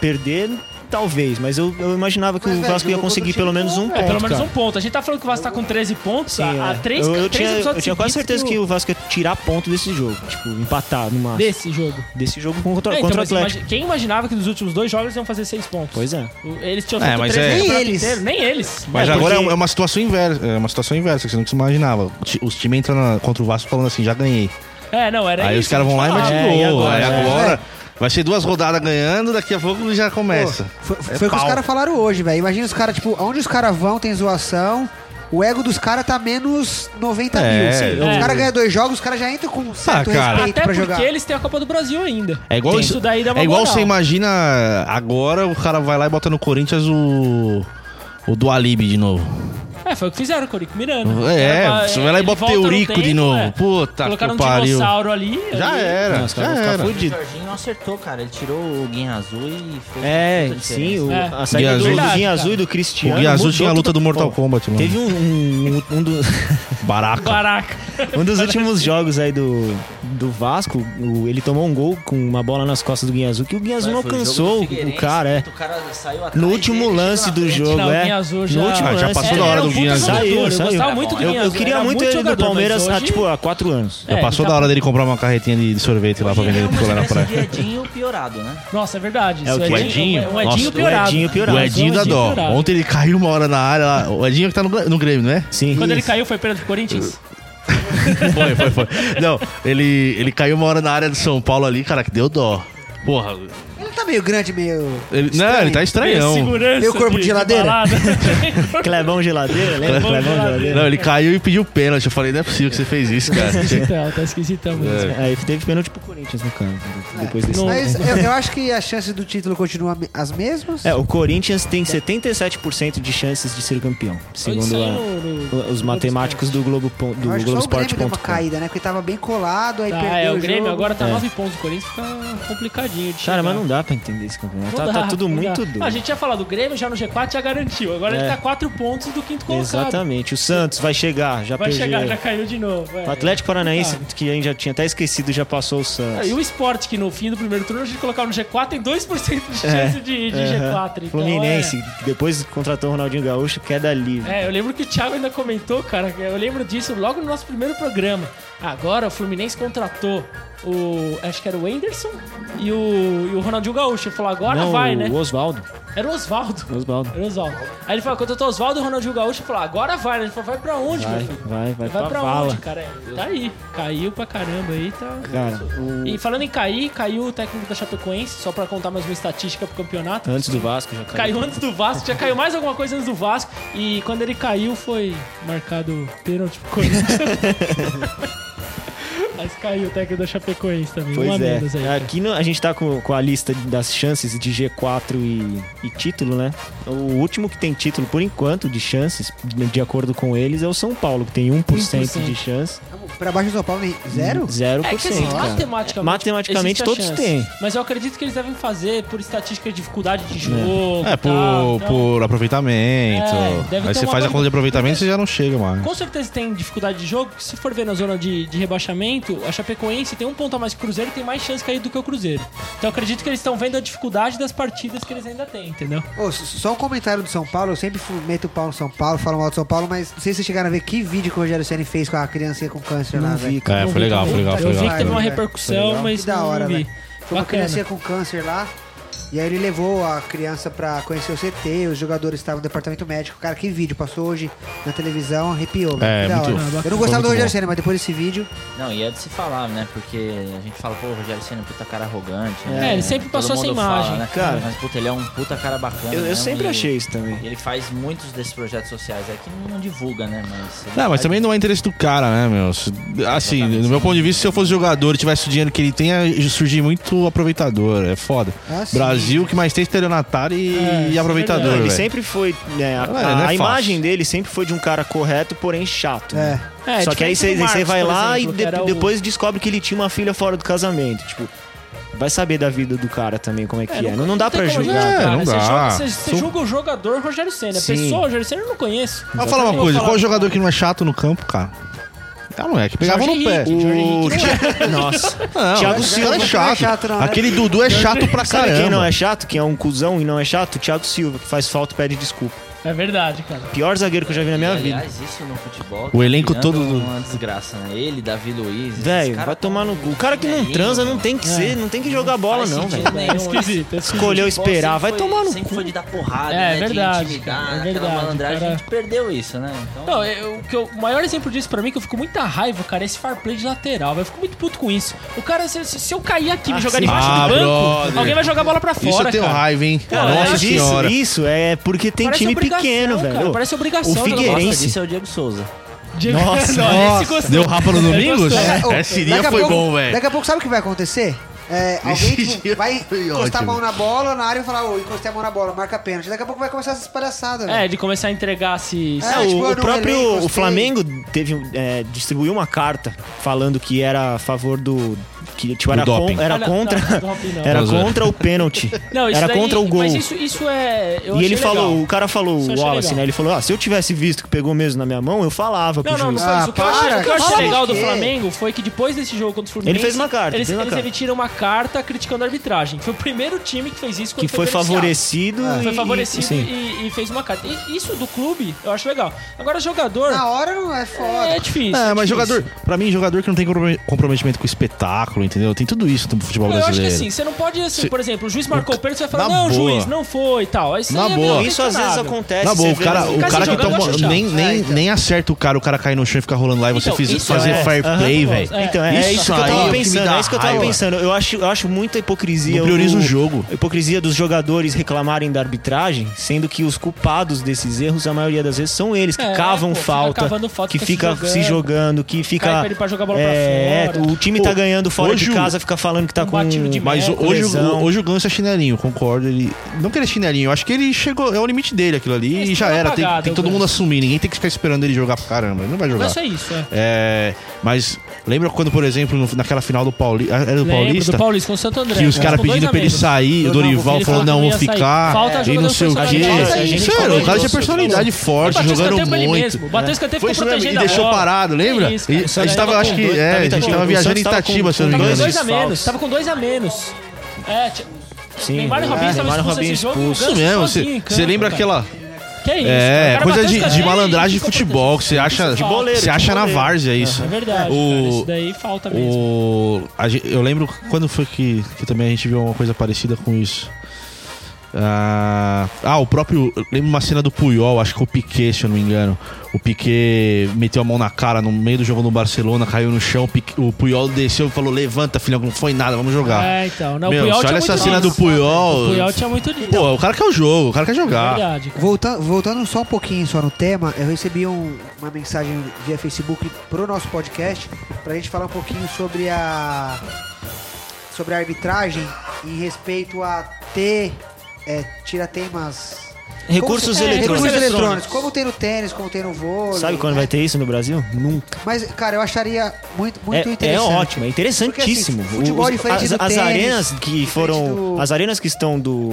Speaker 2: perder, talvez, mas eu, eu imaginava que
Speaker 3: Mas,
Speaker 2: o
Speaker 3: velho,
Speaker 2: Vasco ia
Speaker 3: jogou todo
Speaker 2: conseguir
Speaker 3: time
Speaker 2: pelo menos
Speaker 3: bom,
Speaker 2: um
Speaker 1: É,
Speaker 2: ponto.
Speaker 1: pelo menos
Speaker 2: cara.
Speaker 1: um ponto. A gente tá falando que o Vasco tá com 13 pontos
Speaker 2: Sim,
Speaker 1: há, há
Speaker 2: é.
Speaker 1: três,
Speaker 2: eu, eu
Speaker 1: três
Speaker 2: tinha,
Speaker 1: episódios
Speaker 2: eu tinha quase
Speaker 1: seguidos
Speaker 2: certeza que o Vasco ia tirar ponto desse jogo, tipo, empatar no máximo.
Speaker 1: Desse jogo.
Speaker 2: Desse jogo contra,
Speaker 1: É, então,
Speaker 2: contra o
Speaker 1: mas
Speaker 2: Atlético.
Speaker 1: imagi- Quem imaginava que nos últimos dois jogos iam fazer seis pontos?
Speaker 2: Pois é.
Speaker 1: O- Eles tinham
Speaker 4: É,
Speaker 1: feito
Speaker 4: mas
Speaker 1: três no
Speaker 4: é-
Speaker 3: Nem
Speaker 1: campeonato
Speaker 3: eles.
Speaker 1: inteiro, nem eles.
Speaker 4: Mas
Speaker 2: É,
Speaker 4: agora
Speaker 2: porque-
Speaker 4: é uma situação inversa, é uma situação inversa, que você nunca se imaginava. O ti- Os times entrando contra o Vasco falando assim, já ganhei.
Speaker 1: É, não, era
Speaker 4: aí
Speaker 1: isso.
Speaker 4: os caras vão lá e
Speaker 1: Ah,
Speaker 4: mete
Speaker 2: é,
Speaker 4: gol.
Speaker 2: e agora?
Speaker 4: aí
Speaker 2: É.
Speaker 4: agora vai ser duas rodadas ganhando, daqui a pouco já começa.
Speaker 3: Foi,
Speaker 4: É
Speaker 3: foi o que os
Speaker 4: pau.
Speaker 3: caras falaram hoje, velho. Imagina os caras, tipo, onde os caras vão, tem zoação. O ego dos caras tá menos 90
Speaker 4: É,
Speaker 3: mil. Sim,
Speaker 1: eu-
Speaker 3: Os caras ganham dois jogos, os caras já entram com um certo
Speaker 4: Ah, cara.
Speaker 3: respeito
Speaker 1: Até
Speaker 3: pra
Speaker 1: porque
Speaker 3: jogar.
Speaker 1: eles têm a Copa do Brasil ainda.
Speaker 4: É igual
Speaker 1: Tem
Speaker 4: isso-
Speaker 1: isso daí dá uma
Speaker 4: É igual
Speaker 1: moral.
Speaker 4: você imagina agora o cara vai lá e bota no Corinthians o. O do Alibi de novo.
Speaker 1: É, foi o que fizeram com o Eurico Miranda.
Speaker 4: É,
Speaker 1: Cara,
Speaker 4: você vai lá e
Speaker 1: ele
Speaker 4: bota o
Speaker 1: volta no
Speaker 4: Teurico
Speaker 1: tempo,
Speaker 4: de novo.
Speaker 1: é.
Speaker 4: Puta
Speaker 1: Colocaram
Speaker 4: que
Speaker 1: um
Speaker 4: pariu.
Speaker 1: dinossauro ali.
Speaker 4: Já
Speaker 1: ali. tá
Speaker 4: era,
Speaker 2: Não, os caras
Speaker 4: já
Speaker 2: vão ficar
Speaker 4: era.
Speaker 2: fudidos.
Speaker 5: O Jorginho não acertou, cara. Ele tirou o Guinha Azul e fez
Speaker 2: É,
Speaker 5: uma puta
Speaker 2: sim,
Speaker 5: diferença.
Speaker 2: o,
Speaker 1: É.
Speaker 2: a saída do,
Speaker 4: Guia
Speaker 2: do
Speaker 1: Azul.
Speaker 2: Guia Azul e do Cristiano.
Speaker 4: O Guia Azul
Speaker 2: mudou
Speaker 4: tinha a luta
Speaker 2: toda-
Speaker 4: do Mortal
Speaker 2: Pô,
Speaker 4: Kombat, mano.
Speaker 2: Teve um, um, um, do-
Speaker 4: Baraca.
Speaker 1: Caraca.
Speaker 2: um dos últimos jogos aí do, do Vasco, o- ele tomou um gol com uma bola nas costas do Guia Azul, que o Guia
Speaker 5: Mas
Speaker 2: Azul não
Speaker 5: foi um jogo do
Speaker 2: alcançou o,
Speaker 5: Figueirense,
Speaker 2: o cara, é.
Speaker 5: O cara saiu atrás
Speaker 2: No último
Speaker 5: dele,
Speaker 2: lance
Speaker 5: chegou
Speaker 2: do
Speaker 5: na frente.
Speaker 2: jogo,
Speaker 1: Não, o
Speaker 2: é.
Speaker 1: Guinha Azul
Speaker 2: No
Speaker 1: já-
Speaker 2: último
Speaker 4: Ah, já
Speaker 2: lance,
Speaker 4: passou
Speaker 2: é.
Speaker 4: da hora
Speaker 2: Era um
Speaker 4: do
Speaker 2: puta
Speaker 4: Guinha Azul.
Speaker 2: jogador,
Speaker 1: Saiu,
Speaker 2: eu
Speaker 1: saiu.
Speaker 2: gostava
Speaker 5: muito do
Speaker 2: Eu,
Speaker 5: Guinha
Speaker 2: eu
Speaker 5: Azul,
Speaker 2: queria
Speaker 1: era
Speaker 2: muito
Speaker 1: muito
Speaker 2: ele no
Speaker 1: jogador, mas
Speaker 2: Palmeiras há,
Speaker 1: hoje-
Speaker 2: tipo, há quatro anos.
Speaker 1: É,
Speaker 4: Já passou
Speaker 1: ele tá-
Speaker 4: da hora dele comprar uma carretinha de de sorvete lá pra
Speaker 5: Hoje
Speaker 4: vender
Speaker 5: é
Speaker 4: pro
Speaker 5: uma
Speaker 4: colar na
Speaker 5: espécie
Speaker 4: praia.
Speaker 5: de Edinho piorado, né?
Speaker 1: Nossa, é verdade.
Speaker 2: É o
Speaker 1: Isso,
Speaker 2: quê?
Speaker 4: Edinho?
Speaker 1: Um
Speaker 4: Nossa,
Speaker 1: Edinho
Speaker 4: o
Speaker 1: piorado.
Speaker 2: Edinho piorado.
Speaker 4: O
Speaker 2: Não,
Speaker 4: Edinho
Speaker 1: é
Speaker 4: da dó.
Speaker 1: piorado.
Speaker 4: Ontem ele caiu uma hora na área lá. O Edinho que tá no, Gra- no Grêmio, não é?
Speaker 2: Sim.
Speaker 1: Quando ele caiu, foi pênalti do Corinthians?
Speaker 4: Foi, foi, foi. Não, ele, ele caiu uma hora na área do São Paulo ali, cara, que deu dó. Porra,
Speaker 3: Ele tá meio grande, meio.
Speaker 4: ele, não,
Speaker 3: Estranho.
Speaker 4: ele tá
Speaker 1: Meio
Speaker 4: estranhão.
Speaker 1: segurança
Speaker 3: Meu corpo de geladeira.
Speaker 1: balada.
Speaker 2: Clebão geladeira, lembra?
Speaker 1: Clebão
Speaker 2: Clebão
Speaker 4: Não,
Speaker 2: geladeira.
Speaker 4: ele caiu e pediu pênalti. Eu falei, não é possível que você fez isso,
Speaker 1: tá
Speaker 4: cara.
Speaker 1: esquisitão, tá esquisitão
Speaker 4: É,
Speaker 1: mesmo.
Speaker 2: Aí teve pênalti pro Corinthians no campo, depois desse
Speaker 3: Mas eu, eu acho que as chances do título continuam me- as mesmas.
Speaker 2: É, o Corinthians tem 77% de chances de ser campeão, segundo
Speaker 1: Isso aí é um-
Speaker 2: a-
Speaker 1: no- no-
Speaker 2: o- os matemáticos do Globo pon- do
Speaker 3: eu acho que só o Grêmio deu uma
Speaker 2: Globoesporte.com.
Speaker 3: caída, né? Porque tava bem colado, aí
Speaker 1: Tá,
Speaker 3: perdeu
Speaker 1: é, o
Speaker 3: o
Speaker 1: Grêmio
Speaker 3: jogo.
Speaker 1: agora tá
Speaker 2: É.
Speaker 1: 9 pontos. O Corinthians fica complicadinho de
Speaker 2: Cara,
Speaker 1: chegar.
Speaker 2: mas não dá pra entender esse campeonato.
Speaker 1: Não
Speaker 2: Tá,
Speaker 1: dá,
Speaker 2: tá tudo
Speaker 1: não
Speaker 2: muito
Speaker 1: dá.
Speaker 2: doido.
Speaker 1: Ah, A gente já falou do Grêmio, já no G4 já garantiu. Agora
Speaker 2: É.
Speaker 1: ele tá 4 pontos do quinto colocado.
Speaker 2: Exatamente. O Santos vai chegar, já
Speaker 1: Vai
Speaker 2: perdeu.
Speaker 1: chegar, já caiu de novo. é.
Speaker 2: O Atlético Paranaense,
Speaker 1: Complicado.
Speaker 2: que a gente já tinha até esquecido, já passou
Speaker 1: Ah,
Speaker 2: o
Speaker 1: E
Speaker 2: Santos.
Speaker 1: o esporte que no fim do primeiro turno a gente colocava no G4 tem 2% de chance de, de G4. Então,
Speaker 2: É, Fluminense, que depois contratou o Ronaldinho Gaúcho, queda livre.
Speaker 1: É, eu lembro que o Thiago ainda comentou, cara. Eu lembro disso logo no nosso primeiro programa. Agora o Fluminense contratou o. Acho que era o Anderson e o, e o Ronaldinho Gaúcho. Ele falou, agora
Speaker 2: Não,
Speaker 1: vai, né?
Speaker 2: O Oswaldo.
Speaker 1: Era o Oswaldo.
Speaker 2: Oswaldo.
Speaker 1: Era o Oswaldo. Aí ele falou, contratou o Oswaldo e o Ronaldinho Gaúcho. Ele falou, agora vai, né? Ele falou, vai pra onde,
Speaker 2: Vai,
Speaker 1: meu filho?
Speaker 2: vai, vai,
Speaker 1: Vai
Speaker 2: pra,
Speaker 1: pra
Speaker 2: vala.
Speaker 1: onde, cara? É, Tá aí. Caiu pra caramba aí, tá.
Speaker 2: Cara, o-
Speaker 1: E falando em cair, caiu o técnico da Chapecoense, só pra contar mais uma estatística pro campeonato.
Speaker 2: antes do Vasco já caiu.
Speaker 1: Caiu antes do Vasco, já caiu mais alguma coisa antes do Vasco. E quando ele caiu, foi marcado pênalti pro Corinthians. Mas caiu o técnico da Chapecoense também. um a
Speaker 2: Pois
Speaker 1: menos aí.
Speaker 2: é.
Speaker 1: cara.
Speaker 2: Aqui no- a gente tá com, com a lista das chances de G4 e, e título, né? O último que tem título, por enquanto, de chances, de de acordo com eles, é o São Paulo, que tem 1%,
Speaker 1: 1%.
Speaker 2: de chance.
Speaker 3: Pra baixo do São Paulo, nem- zero?
Speaker 2: Zero
Speaker 1: É
Speaker 2: por
Speaker 1: que assim,
Speaker 2: cento, um cara.
Speaker 1: matematicamente. existe
Speaker 2: Matematicamente,
Speaker 1: a
Speaker 2: todos
Speaker 1: chance.
Speaker 2: têm.
Speaker 1: Mas eu acredito que eles devem fazer por estatística de dificuldade de jogo.
Speaker 4: É,
Speaker 1: e
Speaker 4: por,
Speaker 1: tal, então-
Speaker 4: por aproveitamento.
Speaker 1: É, deve
Speaker 4: Aí
Speaker 1: ter
Speaker 4: você
Speaker 1: uma
Speaker 4: faz
Speaker 1: coisa-
Speaker 4: a conta de aproveitamento e você já não chega mais.
Speaker 1: Com certeza tem dificuldade de jogo, porque se for ver na zona de, de rebaixamento, a Chapecoense tem um ponto a mais que o Cruzeiro e tem mais chance de cair do que o Cruzeiro. Então eu acredito que eles estão vendo a dificuldade das partidas que eles ainda têm, entendeu?
Speaker 3: Ô, s- só um comentário do São Paulo, eu sempre fu- meto o pau no São Paulo, falo mal do São Paulo, mas não sei se vocês chegaram a ver que vídeo que o Rogério Senna fez com a criancinha com câncer lá,
Speaker 2: Não
Speaker 3: velho.
Speaker 2: vi, cara.
Speaker 4: É,
Speaker 1: Não
Speaker 4: foi
Speaker 1: vi
Speaker 4: legal,
Speaker 1: também.
Speaker 4: foi legal, foi
Speaker 1: Eu vi
Speaker 4: legal.
Speaker 1: que é teve uma
Speaker 3: foi legal.
Speaker 1: repercussão, mas
Speaker 3: Que da hora,
Speaker 1: não vi.
Speaker 3: velho. Foi uma
Speaker 1: Bacana.
Speaker 3: criancinha com câncer lá. E aí ele levou a criança pra conhecer o CT, os jogadores estavam no departamento médico. Cara, que vídeo. Passou hoje na televisão, arrepiou. velho.
Speaker 4: É,
Speaker 3: que da
Speaker 4: muito-
Speaker 3: hora.
Speaker 4: Ah, bacana.
Speaker 3: Eu não gostava
Speaker 4: Foi
Speaker 3: do
Speaker 4: muito
Speaker 3: Rogério
Speaker 4: bom.
Speaker 3: Senna, mas depois desse vídeo...
Speaker 5: Não, e é de se falar, né? Porque a gente fala, pô, o Rogério Senna é um puta cara arrogante. né?
Speaker 1: É, ele sempre
Speaker 5: Todo
Speaker 1: passou essa
Speaker 5: mundo fala,
Speaker 1: imagem.
Speaker 5: né?
Speaker 2: Cara.
Speaker 5: Mas, puta, ele é um puta cara bacana.
Speaker 2: Eu, eu
Speaker 5: mesmo
Speaker 2: sempre
Speaker 5: e-
Speaker 2: achei isso também.
Speaker 5: E ele faz muitos desses projetos sociais. É que não divulga, né? Mas. ele
Speaker 4: Não, mas
Speaker 5: faz-
Speaker 4: também não é interesse do cara, né, meu? Se- Assim, no meu ponto de vista, se eu fosse jogador e tivesse o dinheiro que ele tem, ia surgir muito aproveitador. É foda.
Speaker 3: Ah, sim.
Speaker 4: Brasil, que mais tem estelionatário e,
Speaker 1: É,
Speaker 4: e
Speaker 1: isso é
Speaker 4: aproveitador.
Speaker 2: Não,
Speaker 1: verdade.
Speaker 2: ele
Speaker 4: velho.
Speaker 2: sempre foi. né, a
Speaker 4: Ah, não é
Speaker 2: a
Speaker 4: fácil.
Speaker 2: imagem dele sempre foi de um cara correto, porém chato. né?
Speaker 1: É,
Speaker 3: É.
Speaker 2: Só que aí
Speaker 1: diferente do
Speaker 2: você
Speaker 1: Marcos,
Speaker 2: vai
Speaker 1: por
Speaker 2: lá
Speaker 1: exemplo, que
Speaker 2: e de-
Speaker 1: era o-
Speaker 2: depois descobre que ele tinha uma filha fora do casamento. Tipo, vai saber da vida do cara também como é que é. Não, não dá
Speaker 1: tem
Speaker 2: pra
Speaker 1: como
Speaker 2: julgar.
Speaker 4: É,
Speaker 1: cara.
Speaker 4: não
Speaker 1: Você
Speaker 4: dá.
Speaker 1: joga- Você, você
Speaker 4: Sou-
Speaker 1: julga o jogador Rogério Senna. A
Speaker 2: Sim.
Speaker 1: pessoa Rogério Senna eu não conheço.
Speaker 4: Mas vou falar uma
Speaker 1: Vou
Speaker 4: coisa,
Speaker 1: falar-
Speaker 4: qual jogador que não é chato no campo, cara? Ah, não é, que pegava
Speaker 1: Jorge
Speaker 4: no pé.
Speaker 1: Henrique, Jorge
Speaker 4: o...
Speaker 1: Henrique
Speaker 2: Nossa.
Speaker 4: Não,
Speaker 2: Thiago
Speaker 4: esse
Speaker 2: Silva
Speaker 4: cara
Speaker 3: não
Speaker 4: é
Speaker 3: é
Speaker 4: chato.
Speaker 3: chato, não, né?
Speaker 4: Aquele Dudu é chato pra
Speaker 2: Sabe
Speaker 4: caramba.
Speaker 2: quem não é chato? Quem é um cuzão e não é chato? Thiago Silva, que faz falta e pede desculpa.
Speaker 1: É verdade, cara.
Speaker 2: Pior zagueiro é que eu já vi na minha vida.
Speaker 5: Aliás, isso no futebol. tá
Speaker 4: O elenco
Speaker 5: virando
Speaker 4: todo do-
Speaker 5: Uma desgraça, né? Ele, Davi Luiz. esses
Speaker 2: Velho,
Speaker 5: caras
Speaker 2: vai
Speaker 5: tão-
Speaker 2: tomar no cu. O cara que não
Speaker 5: Aí,
Speaker 2: transa
Speaker 5: mano.
Speaker 2: não tem que
Speaker 4: É.
Speaker 2: ser, não tem que jogar bola,
Speaker 5: né? faz
Speaker 2: não,
Speaker 5: sentido
Speaker 2: velho.
Speaker 5: nenhum.
Speaker 1: É esquisito. é esquisito.
Speaker 2: Escolheu
Speaker 5: Futebol
Speaker 2: esperar,
Speaker 5: sempre
Speaker 2: vai
Speaker 5: foi-
Speaker 2: tomar no
Speaker 5: Sempre
Speaker 2: cu.
Speaker 5: foi de dar porrada,
Speaker 1: É,
Speaker 5: né?
Speaker 1: verdade,
Speaker 5: de intimidar,
Speaker 1: cara, é
Speaker 5: aquela
Speaker 1: verdade,
Speaker 5: malandragem,
Speaker 1: cara.
Speaker 5: a gente perdeu isso, né? Então,
Speaker 1: Não, eu, é, o que eu- o maior exemplo disso pra mim, que eu fico com muita raiva, cara, é esse far play de lateral. velho. Eu fico muito puto com isso. O cara, se, se- se eu cair aqui e me jogar
Speaker 2: sim.
Speaker 1: debaixo
Speaker 4: Ah,
Speaker 1: do banco,
Speaker 4: brother.
Speaker 1: alguém vai jogar a bola pra fora,
Speaker 4: Isso eu
Speaker 2: um
Speaker 4: tenho
Speaker 1: cara.
Speaker 4: raiva, hein?
Speaker 2: Cara,
Speaker 4: Nossa
Speaker 2: mas
Speaker 4: senhora.
Speaker 2: Isso, isso é porque tem
Speaker 1: Parece
Speaker 2: time
Speaker 1: obrigação,
Speaker 2: pequeno,
Speaker 1: cara,
Speaker 2: velho.
Speaker 1: Parece obrigação.
Speaker 2: o
Speaker 1: jogar bola.
Speaker 2: Figueirense-
Speaker 5: Nossa, disse é o Diego Souza.
Speaker 1: Diego-
Speaker 2: Nossa,
Speaker 1: Não, esse gostou.
Speaker 4: Deu rapa no Domingos?
Speaker 1: gostou.
Speaker 3: Ô,
Speaker 4: É, esse dia
Speaker 3: daqui a
Speaker 4: foi
Speaker 3: pouco-
Speaker 4: bom, velho.
Speaker 3: Daqui a pouco, sabe o que vai acontecer? É, alguém
Speaker 4: Esse
Speaker 3: tipo,
Speaker 4: dia
Speaker 3: vai
Speaker 4: foi
Speaker 3: encostar a
Speaker 4: ótimo.
Speaker 3: mão na bola, na área e falar, ô, encostei a mão na bola, marca pênalti. Daqui a pouco vai começar essas palhaçadas, velho.
Speaker 1: É, de começar a entregar se.
Speaker 2: É,
Speaker 3: É, tipo,
Speaker 2: o,
Speaker 3: eu
Speaker 2: o
Speaker 3: não
Speaker 2: próprio
Speaker 3: olhei, gostei.
Speaker 2: o Flamengo teve, é, distribuiu uma carta falando que era a favor do. que tipo,
Speaker 4: Do
Speaker 2: era, con-
Speaker 4: doping. é.
Speaker 2: era
Speaker 1: Olha, tá.
Speaker 2: contra.
Speaker 1: não, do doping não.
Speaker 2: Era
Speaker 4: Não, zoeira.
Speaker 2: contra o pênalti.
Speaker 1: Não, isso
Speaker 2: Era
Speaker 1: daí-
Speaker 2: contra o gol.
Speaker 1: Mas isso, isso é. eu
Speaker 2: E
Speaker 1: achei
Speaker 2: ele
Speaker 1: legal.
Speaker 2: falou, o cara falou,
Speaker 1: Isso eu
Speaker 2: o
Speaker 1: achei
Speaker 2: Wallace,
Speaker 1: legal.
Speaker 2: né? Ele falou: ah, se eu tivesse visto que pegou mesmo na minha mão, eu falava pro
Speaker 1: Não, não, não
Speaker 2: juiz.
Speaker 1: foi
Speaker 3: Ah,
Speaker 1: isso. O que eu
Speaker 3: para,
Speaker 1: achei- o que eu achei
Speaker 3: fala
Speaker 1: legal
Speaker 3: o
Speaker 1: do
Speaker 3: quê?
Speaker 1: Flamengo foi que depois desse jogo contra o Fluminense.
Speaker 2: Ele fez uma carta,
Speaker 1: Eles,
Speaker 2: fez uma
Speaker 1: eles
Speaker 2: carta.
Speaker 1: emitiram uma carta criticando a arbitragem. Foi o primeiro time que fez isso quando
Speaker 2: que foi
Speaker 1: beneficiado.
Speaker 2: favorecido. e-
Speaker 1: É. Foi
Speaker 2: e-
Speaker 1: favorecido
Speaker 2: sim.
Speaker 1: e, e fez uma carta. E isso do clube, eu acho legal. Agora, jogador.
Speaker 3: Na hora não é foda.
Speaker 1: é difícil.
Speaker 4: É,
Speaker 1: é difícil.
Speaker 4: mas jogador, pra mim, jogador que não tem comprom- comprometimento com o espetáculo, entendeu? Tem tudo isso no futebol
Speaker 1: Não, Eu acho que
Speaker 4: brasileiro.
Speaker 1: assim, você não pode, assim,
Speaker 4: Se-
Speaker 1: por exemplo, o juiz marcou o pênalti, você vai falar,
Speaker 4: Na
Speaker 1: não,
Speaker 4: boa.
Speaker 1: juiz, não foi e tal. Isso
Speaker 4: Na
Speaker 1: aí é
Speaker 4: boa.
Speaker 2: Não,
Speaker 1: meio
Speaker 2: Isso às vezes
Speaker 1: questionável.
Speaker 2: acontece.
Speaker 4: Na boa,
Speaker 2: você
Speaker 4: o
Speaker 2: vê
Speaker 4: cara,
Speaker 2: nas-
Speaker 4: o
Speaker 1: Ficar se
Speaker 4: cara que
Speaker 1: assim, jogando, eu
Speaker 4: toma.
Speaker 1: acho chato.
Speaker 4: Nem, nem,
Speaker 3: É, então.
Speaker 4: nem acerta o cara, o cara cair no chão e ficar rolando lá e você
Speaker 1: Então,
Speaker 4: fiz-
Speaker 1: isso
Speaker 4: fazer
Speaker 1: é-
Speaker 4: fair play,
Speaker 1: aham,
Speaker 4: velho.
Speaker 1: é.
Speaker 2: Então, é isso,
Speaker 4: Isso
Speaker 2: que eu
Speaker 4: aí é o
Speaker 2: tava
Speaker 4: que me
Speaker 2: pensando.
Speaker 4: dá
Speaker 2: É isso que eu tava
Speaker 4: raiva.
Speaker 2: pensando. Eu acho, eu acho muita hipocrisia.
Speaker 1: então.
Speaker 4: Não prioriza o jogo.
Speaker 2: A hipocrisia dos jogadores reclamarem da arbitragem, sendo que os culpados desses erros, a maioria das vezes, são eles que
Speaker 1: É,
Speaker 2: cavam
Speaker 1: pô, fica
Speaker 2: falta,
Speaker 1: cavando falta,
Speaker 2: que
Speaker 1: fica
Speaker 2: fica
Speaker 1: se
Speaker 2: se jogando, que
Speaker 1: Cai pra
Speaker 2: fica.
Speaker 1: ele pra jogar a bola
Speaker 2: é,
Speaker 1: pra fora.
Speaker 2: o time tá
Speaker 4: Pô,
Speaker 2: ganhando fora
Speaker 4: hoje
Speaker 2: de
Speaker 4: o-
Speaker 2: casa, fica falando que tá
Speaker 1: Um
Speaker 2: com.
Speaker 1: batido de
Speaker 4: Mas
Speaker 1: É,
Speaker 2: com
Speaker 4: hoje,
Speaker 2: lesão.
Speaker 4: o, hoje o Ganso é chinelinho, concordo. Ele, não que ele é chinelinho, eu acho que ele chegou, é o limite dele aquilo ali
Speaker 1: Esse
Speaker 4: e já
Speaker 1: tá
Speaker 4: era. Tem,
Speaker 1: apagado,
Speaker 4: tem
Speaker 1: o
Speaker 4: todo
Speaker 1: Ganso.
Speaker 4: mundo assumir, ninguém tem que ficar esperando ele jogar pra caramba. Ele não vai jogar.
Speaker 1: Mas é isso, é.
Speaker 4: É, mas lembra quando, por exemplo, no- naquela final do, Pauli, ah, era do
Speaker 1: Lembro
Speaker 4: Paulista?
Speaker 1: do Paulista com o Santo André.
Speaker 4: Que os
Speaker 1: né?
Speaker 4: caras
Speaker 1: Com dois
Speaker 4: pedindo pra ele
Speaker 1: amigos.
Speaker 4: sair, o
Speaker 3: Eu não vou-
Speaker 4: Dorival
Speaker 1: ele
Speaker 4: falou,
Speaker 1: falou que
Speaker 4: não,
Speaker 1: não
Speaker 4: vou
Speaker 1: ia sair.
Speaker 4: ficar.
Speaker 1: Falta
Speaker 4: e
Speaker 1: jogador
Speaker 4: não sei o
Speaker 1: com
Speaker 4: quê.
Speaker 1: personalidade.
Speaker 2: A gente
Speaker 4: Sério,
Speaker 2: falou
Speaker 4: o cara tinha
Speaker 2: disso,
Speaker 4: personalidade
Speaker 1: Ele
Speaker 4: forte,
Speaker 1: Bateu
Speaker 4: jogaram
Speaker 1: escanteio pra ele
Speaker 4: muito.
Speaker 1: mesmo. Bateu escanteio
Speaker 4: Foi
Speaker 1: pra
Speaker 4: isso mesmo,
Speaker 1: proteger
Speaker 4: e
Speaker 1: da
Speaker 4: deixou
Speaker 1: bola.
Speaker 4: parado,
Speaker 1: Que
Speaker 4: lembra?
Speaker 1: isso,
Speaker 4: E
Speaker 1: cara,
Speaker 4: a
Speaker 1: isso
Speaker 4: gente
Speaker 1: daí
Speaker 4: tava,
Speaker 1: não
Speaker 4: acho que.
Speaker 2: dois-
Speaker 4: É,
Speaker 2: tava
Speaker 4: a gente
Speaker 2: Itatiba,
Speaker 4: tava
Speaker 2: o
Speaker 4: viajando
Speaker 2: Santos
Speaker 4: em
Speaker 2: tava com-
Speaker 4: Itatiba, se eu não me
Speaker 2: com
Speaker 1: Dois,
Speaker 4: engano.
Speaker 1: dois a menos.
Speaker 2: Grandes faltas.
Speaker 1: Tava com dois a menos. É, tinha-
Speaker 2: Sim,
Speaker 1: Neymar e
Speaker 2: é,
Speaker 1: Robinho estavam
Speaker 2: Neymar e
Speaker 1: expulsos
Speaker 2: Robinho
Speaker 1: esse jogo.
Speaker 2: expulso.
Speaker 4: Isso mesmo,
Speaker 1: sozinho em
Speaker 4: você
Speaker 1: campo,
Speaker 4: você lembra
Speaker 1: cara.
Speaker 4: aquela.
Speaker 1: Que isso? cara,
Speaker 4: É,
Speaker 1: o cara
Speaker 4: coisa
Speaker 1: bateu
Speaker 4: de, de
Speaker 1: escanteio e
Speaker 4: malandragem de
Speaker 1: ficou
Speaker 4: futebol, que você acha.
Speaker 1: De
Speaker 2: boleiro,
Speaker 4: Você
Speaker 2: de
Speaker 4: acha na
Speaker 2: boleiro.
Speaker 4: várzea isso.
Speaker 1: É verdade, cara,
Speaker 4: O-
Speaker 1: isso daí falta mesmo.
Speaker 4: O, a gen- eu lembro quando foi que, que também a gente viu uma coisa parecida com isso. Ah, ah, o próprio. eu Lembro uma cena do Puyol, acho que o Piquet, se eu não me engano. O Piquet meteu a mão na cara no meio do jogo no Barcelona, caiu no chão. o Piquet- o Puyol desceu e falou: Levanta, filhão, não foi nada, vamos jogar.
Speaker 1: É, então. Não,
Speaker 4: Meu,
Speaker 1: o Puyol tinha
Speaker 4: você olha
Speaker 1: muito
Speaker 4: essa cena do
Speaker 1: disso.
Speaker 4: Puyol.
Speaker 1: O Puyol tinha muito disso.
Speaker 4: Pô, o cara quer o jogo, o cara quer
Speaker 1: É
Speaker 4: jogar.
Speaker 1: verdade, cara.
Speaker 3: Voltando, voltando só um pouquinho só no tema, eu recebi um- uma mensagem via Facebook pro nosso podcast pra gente falar um pouquinho sobre a sobre a arbitragem em respeito a ter é, tira temas
Speaker 2: Recursos eletrônicos.
Speaker 3: como- é, recursos eletrônicos,
Speaker 1: eletrônicos.
Speaker 3: como tem no tênis, como tem no vôlei.
Speaker 2: Sabe quando vai ter isso no Brasil? Nunca.
Speaker 3: Mas cara, eu acharia muito muito
Speaker 2: é,
Speaker 3: interessante.
Speaker 2: É ótimo, é interessantíssimo.
Speaker 3: Porque, assim, futebol é diferente
Speaker 2: as,
Speaker 3: do
Speaker 2: as
Speaker 3: tênis,
Speaker 2: arenas que
Speaker 3: diferente
Speaker 2: foram,
Speaker 3: do-
Speaker 2: as arenas que estão do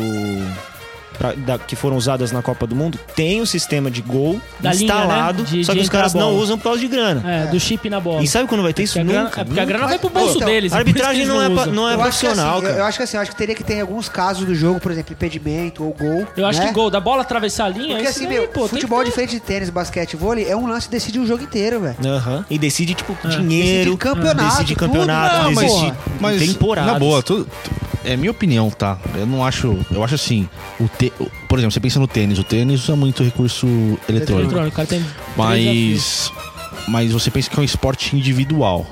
Speaker 2: pra- da- que foram usadas na Copa do Mundo tem o sistema de gol
Speaker 1: Da linha,
Speaker 2: instalado,
Speaker 1: né? De-
Speaker 2: só
Speaker 1: de
Speaker 2: que os
Speaker 1: entrar
Speaker 2: caras
Speaker 1: a bola.
Speaker 2: não usam por causa de grana.
Speaker 1: É, do chip na bola.
Speaker 2: E sabe quando vai ter isso?
Speaker 1: Porque a grana-
Speaker 2: Nunca.
Speaker 1: é porque a grana
Speaker 2: nunca.
Speaker 1: vai pro bolso
Speaker 3: Então,
Speaker 1: deles.
Speaker 2: A
Speaker 1: é por isso que
Speaker 2: arbitragem
Speaker 1: eles
Speaker 2: não é, pa-
Speaker 1: usam.
Speaker 2: não é
Speaker 3: Eu acho que, assim,
Speaker 2: profissional,
Speaker 3: eu- eu
Speaker 2: cara.
Speaker 3: acho que assim, eu acho que teria que ter em alguns casos do jogo, por exemplo, impedimento ou gol.
Speaker 1: Eu acho
Speaker 3: né?
Speaker 1: que gol da bola atravessar a linha.
Speaker 3: Porque
Speaker 1: isso
Speaker 3: assim,
Speaker 1: daí,
Speaker 3: meu,
Speaker 1: pô, tem
Speaker 3: futebol
Speaker 1: que-
Speaker 3: diferente de tênis, basquete, vôlei, é um lance que decide o jogo inteiro, velho.
Speaker 2: Aham. E decide, tipo,
Speaker 1: Ah.
Speaker 3: Decide
Speaker 2: dinheiro,
Speaker 3: campeonato,
Speaker 2: decide
Speaker 3: tudo.
Speaker 2: campeonato,
Speaker 3: Não, mas-
Speaker 2: decide
Speaker 4: Mas,
Speaker 2: temporada.
Speaker 4: na boa, tu- é minha opinião, tá? Eu não acho. Eu acho assim. O te, o- por exemplo, você pensa no tênis. O tênis usa muito recurso eletrônico.
Speaker 1: Eletrônico, o cara tem três
Speaker 4: Mas. Mas você pensa que é um esporte individual.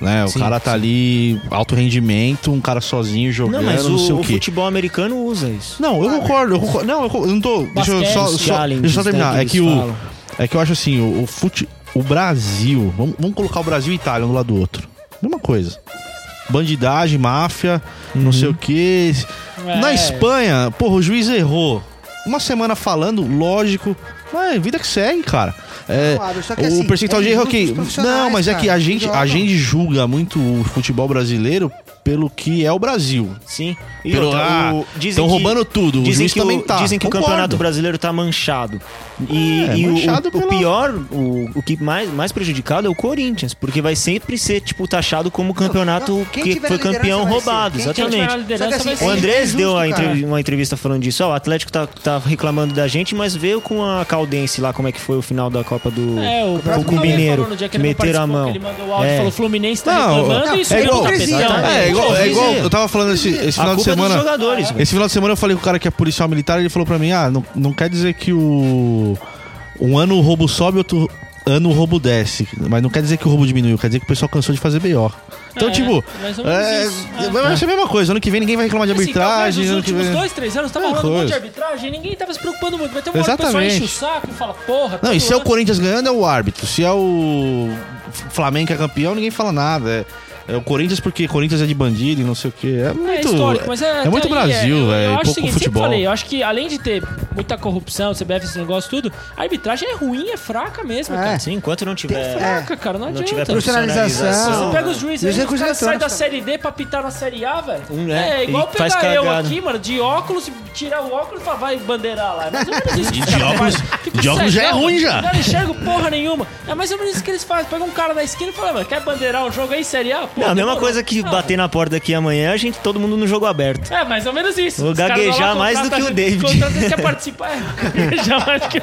Speaker 4: Né? O
Speaker 2: Sim,
Speaker 4: cara tá ali, alto rendimento, um cara sozinho jogando,
Speaker 2: Não,
Speaker 4: não,
Speaker 2: mas
Speaker 4: sei
Speaker 2: o,
Speaker 4: o
Speaker 2: o
Speaker 4: quê.
Speaker 2: futebol americano usa isso.
Speaker 4: Não, eu concordo, eu concordo. Não, eu, co- eu não tô. Deixa eu
Speaker 1: Basquete,
Speaker 4: só,
Speaker 2: Os
Speaker 4: só,
Speaker 2: challenges,
Speaker 4: deixa eu só
Speaker 2: né,
Speaker 4: terminar. É
Speaker 2: eles
Speaker 4: que o.
Speaker 2: falam.
Speaker 4: É que eu acho assim, o, o fute, o Brasil, vamos, vamos colocar o Brasil e Itália um do lado do outro. Mesma coisa. Bandidagem, máfia, não sei o quê.
Speaker 1: É.
Speaker 4: Na Espanha, porra, o juiz errou. Uma semana falando, lógico, Mas vida que segue, cara. É,
Speaker 3: Não, Abel, só que
Speaker 4: o
Speaker 3: assim,
Speaker 4: percentual
Speaker 3: é
Speaker 4: de erro
Speaker 3: injusto
Speaker 4: aqui.
Speaker 3: pros profissionais,
Speaker 4: Não, mas é
Speaker 3: cara,
Speaker 4: que a
Speaker 3: que
Speaker 4: gente, a
Speaker 3: jogam.
Speaker 4: gente julga muito o futebol brasileiro pelo que é o Brasil.
Speaker 2: Sim.
Speaker 4: Pelo- ah, tão
Speaker 2: que-
Speaker 4: roubando tudo, o
Speaker 2: Dizem
Speaker 4: juiz
Speaker 2: que,
Speaker 4: também tá,
Speaker 2: dizem que o
Speaker 4: concordo.
Speaker 2: Campeonato Brasileiro tá manchado. E,
Speaker 4: É,
Speaker 2: e o- o,
Speaker 4: manchado
Speaker 2: o
Speaker 4: pela-
Speaker 2: pior, o, o que mais, mais prejudicado é o Corinthians, porque vai sempre ser, tipo, taxado como campeonato
Speaker 3: não, quem
Speaker 2: que
Speaker 3: tiver
Speaker 2: foi
Speaker 3: liderança
Speaker 2: campeão
Speaker 3: vai ser.
Speaker 2: roubado.
Speaker 3: Quem tiver
Speaker 2: Exatamente.
Speaker 1: A liderança
Speaker 3: Só que
Speaker 1: vai ser-
Speaker 3: assim,
Speaker 2: O
Speaker 3: é
Speaker 2: Andrés
Speaker 3: injusto,
Speaker 2: deu a
Speaker 3: cara.
Speaker 2: entrev- uma entrevista falando disso. Ó, o Atlético tá, tá reclamando da gente, mas veio com a Caldense lá como é que foi o final da Copa do
Speaker 1: É, o
Speaker 2: Copa
Speaker 1: próprio
Speaker 2: com o
Speaker 1: Cauê
Speaker 2: Mineiro.
Speaker 1: falou no dia que
Speaker 2: Que
Speaker 1: ele não
Speaker 2: meteram a
Speaker 1: participou,
Speaker 2: mão.
Speaker 1: que Ele mandou o áudio e
Speaker 2: É.
Speaker 1: falou: Fluminense tá
Speaker 4: Não,
Speaker 1: reclamando
Speaker 3: não,
Speaker 1: e
Speaker 3: é
Speaker 1: subiu o
Speaker 3: hipocrisia,
Speaker 1: tapetão.
Speaker 3: tá?
Speaker 4: É, igual, é igual- eu tava falando esse, esse
Speaker 2: A
Speaker 4: final de
Speaker 2: culpa é dos
Speaker 4: semana.
Speaker 2: jogadores. velho.
Speaker 4: Esse final de semana eu falei com o cara que é policial militar, ele falou pra mim, ah, não, não quer dizer que o. Um ano o roubo sobe, outro ano o roubo desce. Mas não quer dizer que o roubo diminuiu, quer dizer que o pessoal cansou de fazer BO. Então,
Speaker 1: É,
Speaker 4: tipo.
Speaker 1: mais ou menos
Speaker 4: É,
Speaker 1: isso. É.
Speaker 4: Vai ser a mesma coisa. Ano que vem ninguém vai reclamar de
Speaker 1: Assim,
Speaker 4: arbitragem.
Speaker 1: talvez
Speaker 4: ano
Speaker 1: nos
Speaker 4: que
Speaker 1: últimos
Speaker 4: vem...
Speaker 1: dois, três anos tava
Speaker 4: É,
Speaker 1: rolando um monte de
Speaker 4: coisa.
Speaker 1: arbitragem, ninguém tava se preocupando muito. Vai ter um uma hora que o pessoal enche
Speaker 4: Exatamente.
Speaker 1: o saco e fala, porra,
Speaker 4: Não,
Speaker 1: todo
Speaker 4: e se é o
Speaker 1: ano-
Speaker 4: Corinthians ganhando, é o árbitro. Se é o Flamengo que é campeão, ninguém fala nada. É, é o Corinthians porque Corinthians é de bandido e não sei o quê. É muito.
Speaker 1: É histórico, mas é,
Speaker 4: é muito
Speaker 1: tá aí,
Speaker 4: Brasil,
Speaker 1: eu-
Speaker 4: velho,
Speaker 1: Eu
Speaker 4: e
Speaker 1: acho
Speaker 4: pouco
Speaker 1: o seguinte,
Speaker 4: futebol.
Speaker 1: Sempre falei, eu acho que além de ter muita corrupção, CBF, esse negócio tudo, a arbitragem é ruim, é fraca mesmo,
Speaker 3: É.
Speaker 1: cara.
Speaker 2: Sim, enquanto não tiver.
Speaker 3: É.
Speaker 1: Fraca, cara, não
Speaker 2: Não
Speaker 1: adianta. né?
Speaker 2: tiver
Speaker 3: Profissionalização.
Speaker 2: profissionalização.
Speaker 1: Você pega os juízes,
Speaker 3: Juiz
Speaker 1: aí,
Speaker 3: é
Speaker 1: os caras
Speaker 3: coisa
Speaker 1: saem da
Speaker 3: trans-
Speaker 1: Série D pra pitar na Série A, velho.
Speaker 2: Hum,
Speaker 1: é,
Speaker 2: é,
Speaker 1: igual
Speaker 2: e faz
Speaker 1: pegar eu
Speaker 2: cagada.
Speaker 1: aqui, mano, de óculos, e tirar o óculos e falar, vai bandeirar lá. É mais ou menos isso. que
Speaker 4: De
Speaker 1: os caras
Speaker 4: óculos-
Speaker 1: fazem. Fica
Speaker 4: de óculos já é
Speaker 1: cegão,
Speaker 4: ruim já.
Speaker 1: Eu não enxergo porra nenhuma. É mais ou menos isso que eles fazem. Pega um cara da esquina e fala, mano, quer bandeirar um jogo aí, Série A? Pô,
Speaker 2: Não, a mesma
Speaker 1: demorou.
Speaker 2: coisa que
Speaker 1: Ah,
Speaker 2: bater na porta aqui amanhã, a gente, todo mundo no jogo aberto.
Speaker 1: é, mais ou menos isso.
Speaker 2: Vou
Speaker 1: Os caras
Speaker 2: gaguejar
Speaker 1: lá
Speaker 2: mais do
Speaker 1: contratam-
Speaker 2: que o David.
Speaker 1: contratam quem quer participar. É, gaguejar mais do que o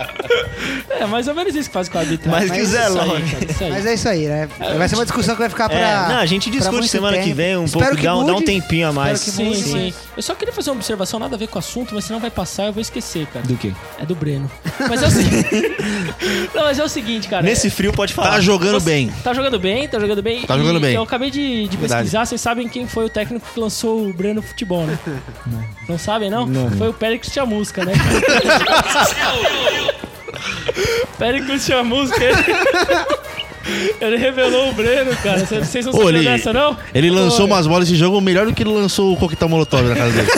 Speaker 1: David. É, mais ou menos isso que faz com a arbitragem. é
Speaker 2: Mais que o Zé
Speaker 1: Isso aí,
Speaker 2: Lopes.
Speaker 1: cara, isso aí.
Speaker 3: Mas é isso aí, né? Vai ser uma discussão que vai ficar pra.
Speaker 2: É, não, a gente
Speaker 3: pra
Speaker 2: discute
Speaker 3: muito
Speaker 2: semana que
Speaker 3: tempo.
Speaker 2: vem um
Speaker 3: Espero
Speaker 2: pouco,
Speaker 3: que
Speaker 2: dá, um- dá um
Speaker 3: mude.
Speaker 2: tempinho a mais.
Speaker 3: Espero que
Speaker 1: Sim,
Speaker 3: mude,
Speaker 1: sim.
Speaker 3: mas-
Speaker 1: Eu só queria fazer uma observação, nada a ver com o assunto, mas se não vai passar, eu vou esquecer, cara.
Speaker 2: Do quê?
Speaker 1: É do Breno. Mas é o seguinte. não, mas é o seguinte, cara.
Speaker 2: Nesse frio pode falar.
Speaker 4: Tá jogando bem.
Speaker 1: Tá jogando bem, tá jogando bem.
Speaker 4: Tá
Speaker 1: E
Speaker 4: jogando bem.
Speaker 1: Eu acabei de, de
Speaker 4: Verdade.
Speaker 1: pesquisar, vocês sabem quem foi o técnico que lançou o Breno Futebol, né? Não sabem, não? Foi o Péricles Chamusca, né? Péricles Chamusca, ele... ele revelou o Breno, cara. Vocês vocês não
Speaker 4: Ô,
Speaker 1: sabiam
Speaker 4: ele-
Speaker 1: dessa, não?
Speaker 4: Ele lançou
Speaker 1: Pô,
Speaker 4: umas bolas esse jogo melhor do que ele lançou o coquetel molotov na casa dele.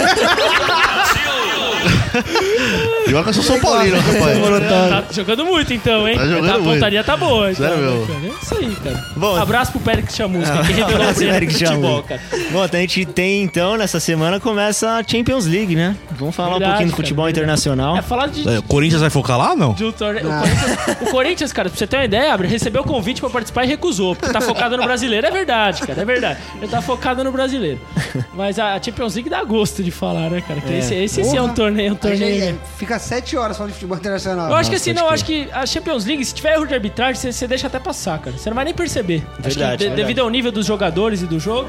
Speaker 4: E olha que eu sou São Paulino, rapaz.
Speaker 1: Tá jogando muito então, hein?
Speaker 4: Tá jogando
Speaker 1: a
Speaker 4: muito.
Speaker 1: pontaria tá boa. Então,
Speaker 4: Sério, meu.
Speaker 1: né, cara? É isso aí, cara.
Speaker 2: Bom.
Speaker 1: abraço pro Péricles Chamusca, que revelou o
Speaker 2: Abraço pro
Speaker 1: Breno
Speaker 2: Péricles
Speaker 1: Futebol,
Speaker 2: Chamusca.
Speaker 1: cara.
Speaker 2: Bom, então a gente tem então, nessa semana começa a Champions League, né? Vamos falar
Speaker 1: Verdade,
Speaker 2: um pouquinho do
Speaker 1: cara,
Speaker 2: futebol
Speaker 1: verdade.
Speaker 2: internacional.
Speaker 1: É, falar de,
Speaker 4: É, o Corinthians vai focar lá ou não?
Speaker 1: de um torneio. O Corinthians, o Corinthians, cara, pra você ter uma ideia, Abra, recebeu o convite pra participar e recusou. Porque tá focado no brasileiro. É verdade, cara, é verdade. Ele tá focado no brasileiro. Mas a Champions League dá gosto de falar, né, cara? Que
Speaker 2: É.
Speaker 1: Esse, esse sim é um
Speaker 3: Porra.
Speaker 1: torneio, um
Speaker 3: A gente-
Speaker 1: torneio.
Speaker 3: Fica sete horas falando de futebol internacional.
Speaker 1: Eu acho que assim,
Speaker 2: pode
Speaker 1: não,
Speaker 2: crer.
Speaker 1: acho que a Champions League, se tiver erro de arbitragem, você, você deixa até passar, cara. Você não vai nem perceber. acho que
Speaker 2: Verdade,
Speaker 1: de-
Speaker 2: verdade.
Speaker 1: devido ao nível dos jogadores e do jogo,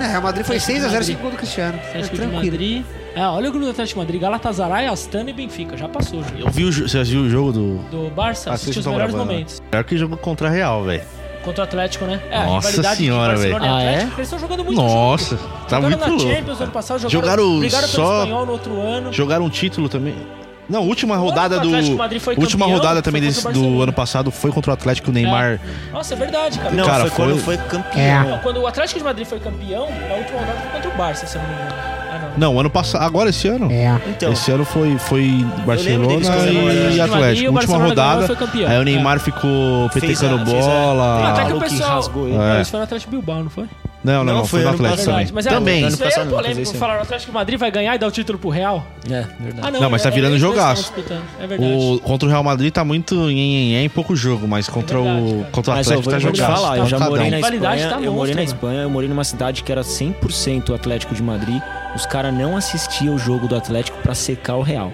Speaker 3: É, Real Madrid foi
Speaker 1: Atlético
Speaker 3: 6x0
Speaker 1: de
Speaker 3: sem gol do Cristiano. É
Speaker 1: Atlético de
Speaker 3: Tranquilo.
Speaker 1: Madrid. Ah, olha o grupo do Atlético de Madrid, Galatasaray, Astana e Benfica. Já passou, já.
Speaker 4: Eu vi o, jo- você viu o jogo do.
Speaker 1: Do Barça, assistiu
Speaker 4: Assista
Speaker 1: os
Speaker 4: o
Speaker 1: melhores
Speaker 4: Brabana.
Speaker 1: momentos.
Speaker 4: Pior que jogo contra a Real, velho.
Speaker 1: Contra o Atlético, né? É, a
Speaker 4: Nossa
Speaker 1: rivalidade entre
Speaker 4: senhora,
Speaker 1: Barcelona e
Speaker 4: velho.
Speaker 5: Ah, é?
Speaker 1: Atlético, porque Eles estão jogando muito
Speaker 4: Nossa,
Speaker 1: junto.
Speaker 4: tá
Speaker 1: jogaram
Speaker 4: muito
Speaker 1: na
Speaker 4: louco.
Speaker 1: Champions ano passado, jogaram,
Speaker 4: Jogaram
Speaker 1: brigaram pelo
Speaker 4: só-
Speaker 1: espanhol no outro ano.
Speaker 4: Jogaram um título também. Não, última rodada
Speaker 1: o
Speaker 4: do.
Speaker 1: Atlético de Madrid foi
Speaker 4: última
Speaker 1: campeão,
Speaker 4: rodada também
Speaker 1: foi
Speaker 4: desse-
Speaker 1: contra o
Speaker 4: do
Speaker 1: Barcelona.
Speaker 4: ano passado foi contra o Atlético. O Neymar.
Speaker 1: Nossa, é verdade, cara.
Speaker 2: Não,
Speaker 4: Cara,
Speaker 2: foi, quando
Speaker 4: foi-
Speaker 2: foi campeão.
Speaker 1: Não, Quando o Atlético de Madrid foi campeão, na última rodada foi contra o Barça, se eu não me engano. Ah, não.
Speaker 4: Não, ano passado. Agora esse ano.
Speaker 1: É.
Speaker 3: É.
Speaker 2: Então,
Speaker 4: Esse ano foi, foi Barcelona
Speaker 2: deles comemorando.
Speaker 4: e
Speaker 2: Atlético de
Speaker 4: Atlético.
Speaker 1: Madrid, o
Speaker 4: Última
Speaker 1: Barcelona
Speaker 4: rodada.
Speaker 1: ganhou, foi campeão. É.
Speaker 4: Aí o Neymar ficou petecando
Speaker 2: fez a-
Speaker 1: Ah, até
Speaker 4: bola.
Speaker 1: que o
Speaker 2: maluco
Speaker 1: pessoal-
Speaker 2: rasgou ele.
Speaker 4: É.
Speaker 1: Não, Isso foi no Atlético Bilbao, não foi?
Speaker 4: Não, não, não,
Speaker 2: Não, foi
Speaker 4: foi no
Speaker 2: ano
Speaker 4: Atlético
Speaker 2: passado.
Speaker 4: também.
Speaker 2: Verdade,
Speaker 1: Mas é,
Speaker 4: também.
Speaker 1: Isso aí é
Speaker 2: Ano passado não,
Speaker 1: polêmico.
Speaker 2: fez esse
Speaker 1: Falaram, o Atlético de Madrid vai ganhar e dar o título pro Real.
Speaker 2: É, verdade.
Speaker 1: Ah, não.
Speaker 4: Não, mas tá
Speaker 1: é-
Speaker 4: virando
Speaker 1: eles dois
Speaker 4: jogaço.
Speaker 1: estão disputando, É verdade.
Speaker 4: O, contra o Real Madrid tá muito em, em, em pouco jogo, mas contra,
Speaker 1: É verdade,
Speaker 4: o,
Speaker 1: cara.
Speaker 4: contra o
Speaker 2: Mas eu vou,
Speaker 4: Atlético tá
Speaker 2: vou
Speaker 4: jogando.
Speaker 2: te falar, eu já
Speaker 4: Tá
Speaker 2: morei na
Speaker 4: jogado.
Speaker 1: Rivalidade
Speaker 2: Espanha,
Speaker 1: tá
Speaker 2: eu morei
Speaker 1: monstro,
Speaker 2: na
Speaker 1: mano.
Speaker 2: Espanha, eu morei numa cidade que era 100% Atlético de Madrid. Os caras não assistiam o jogo do Atlético pra secar o Real.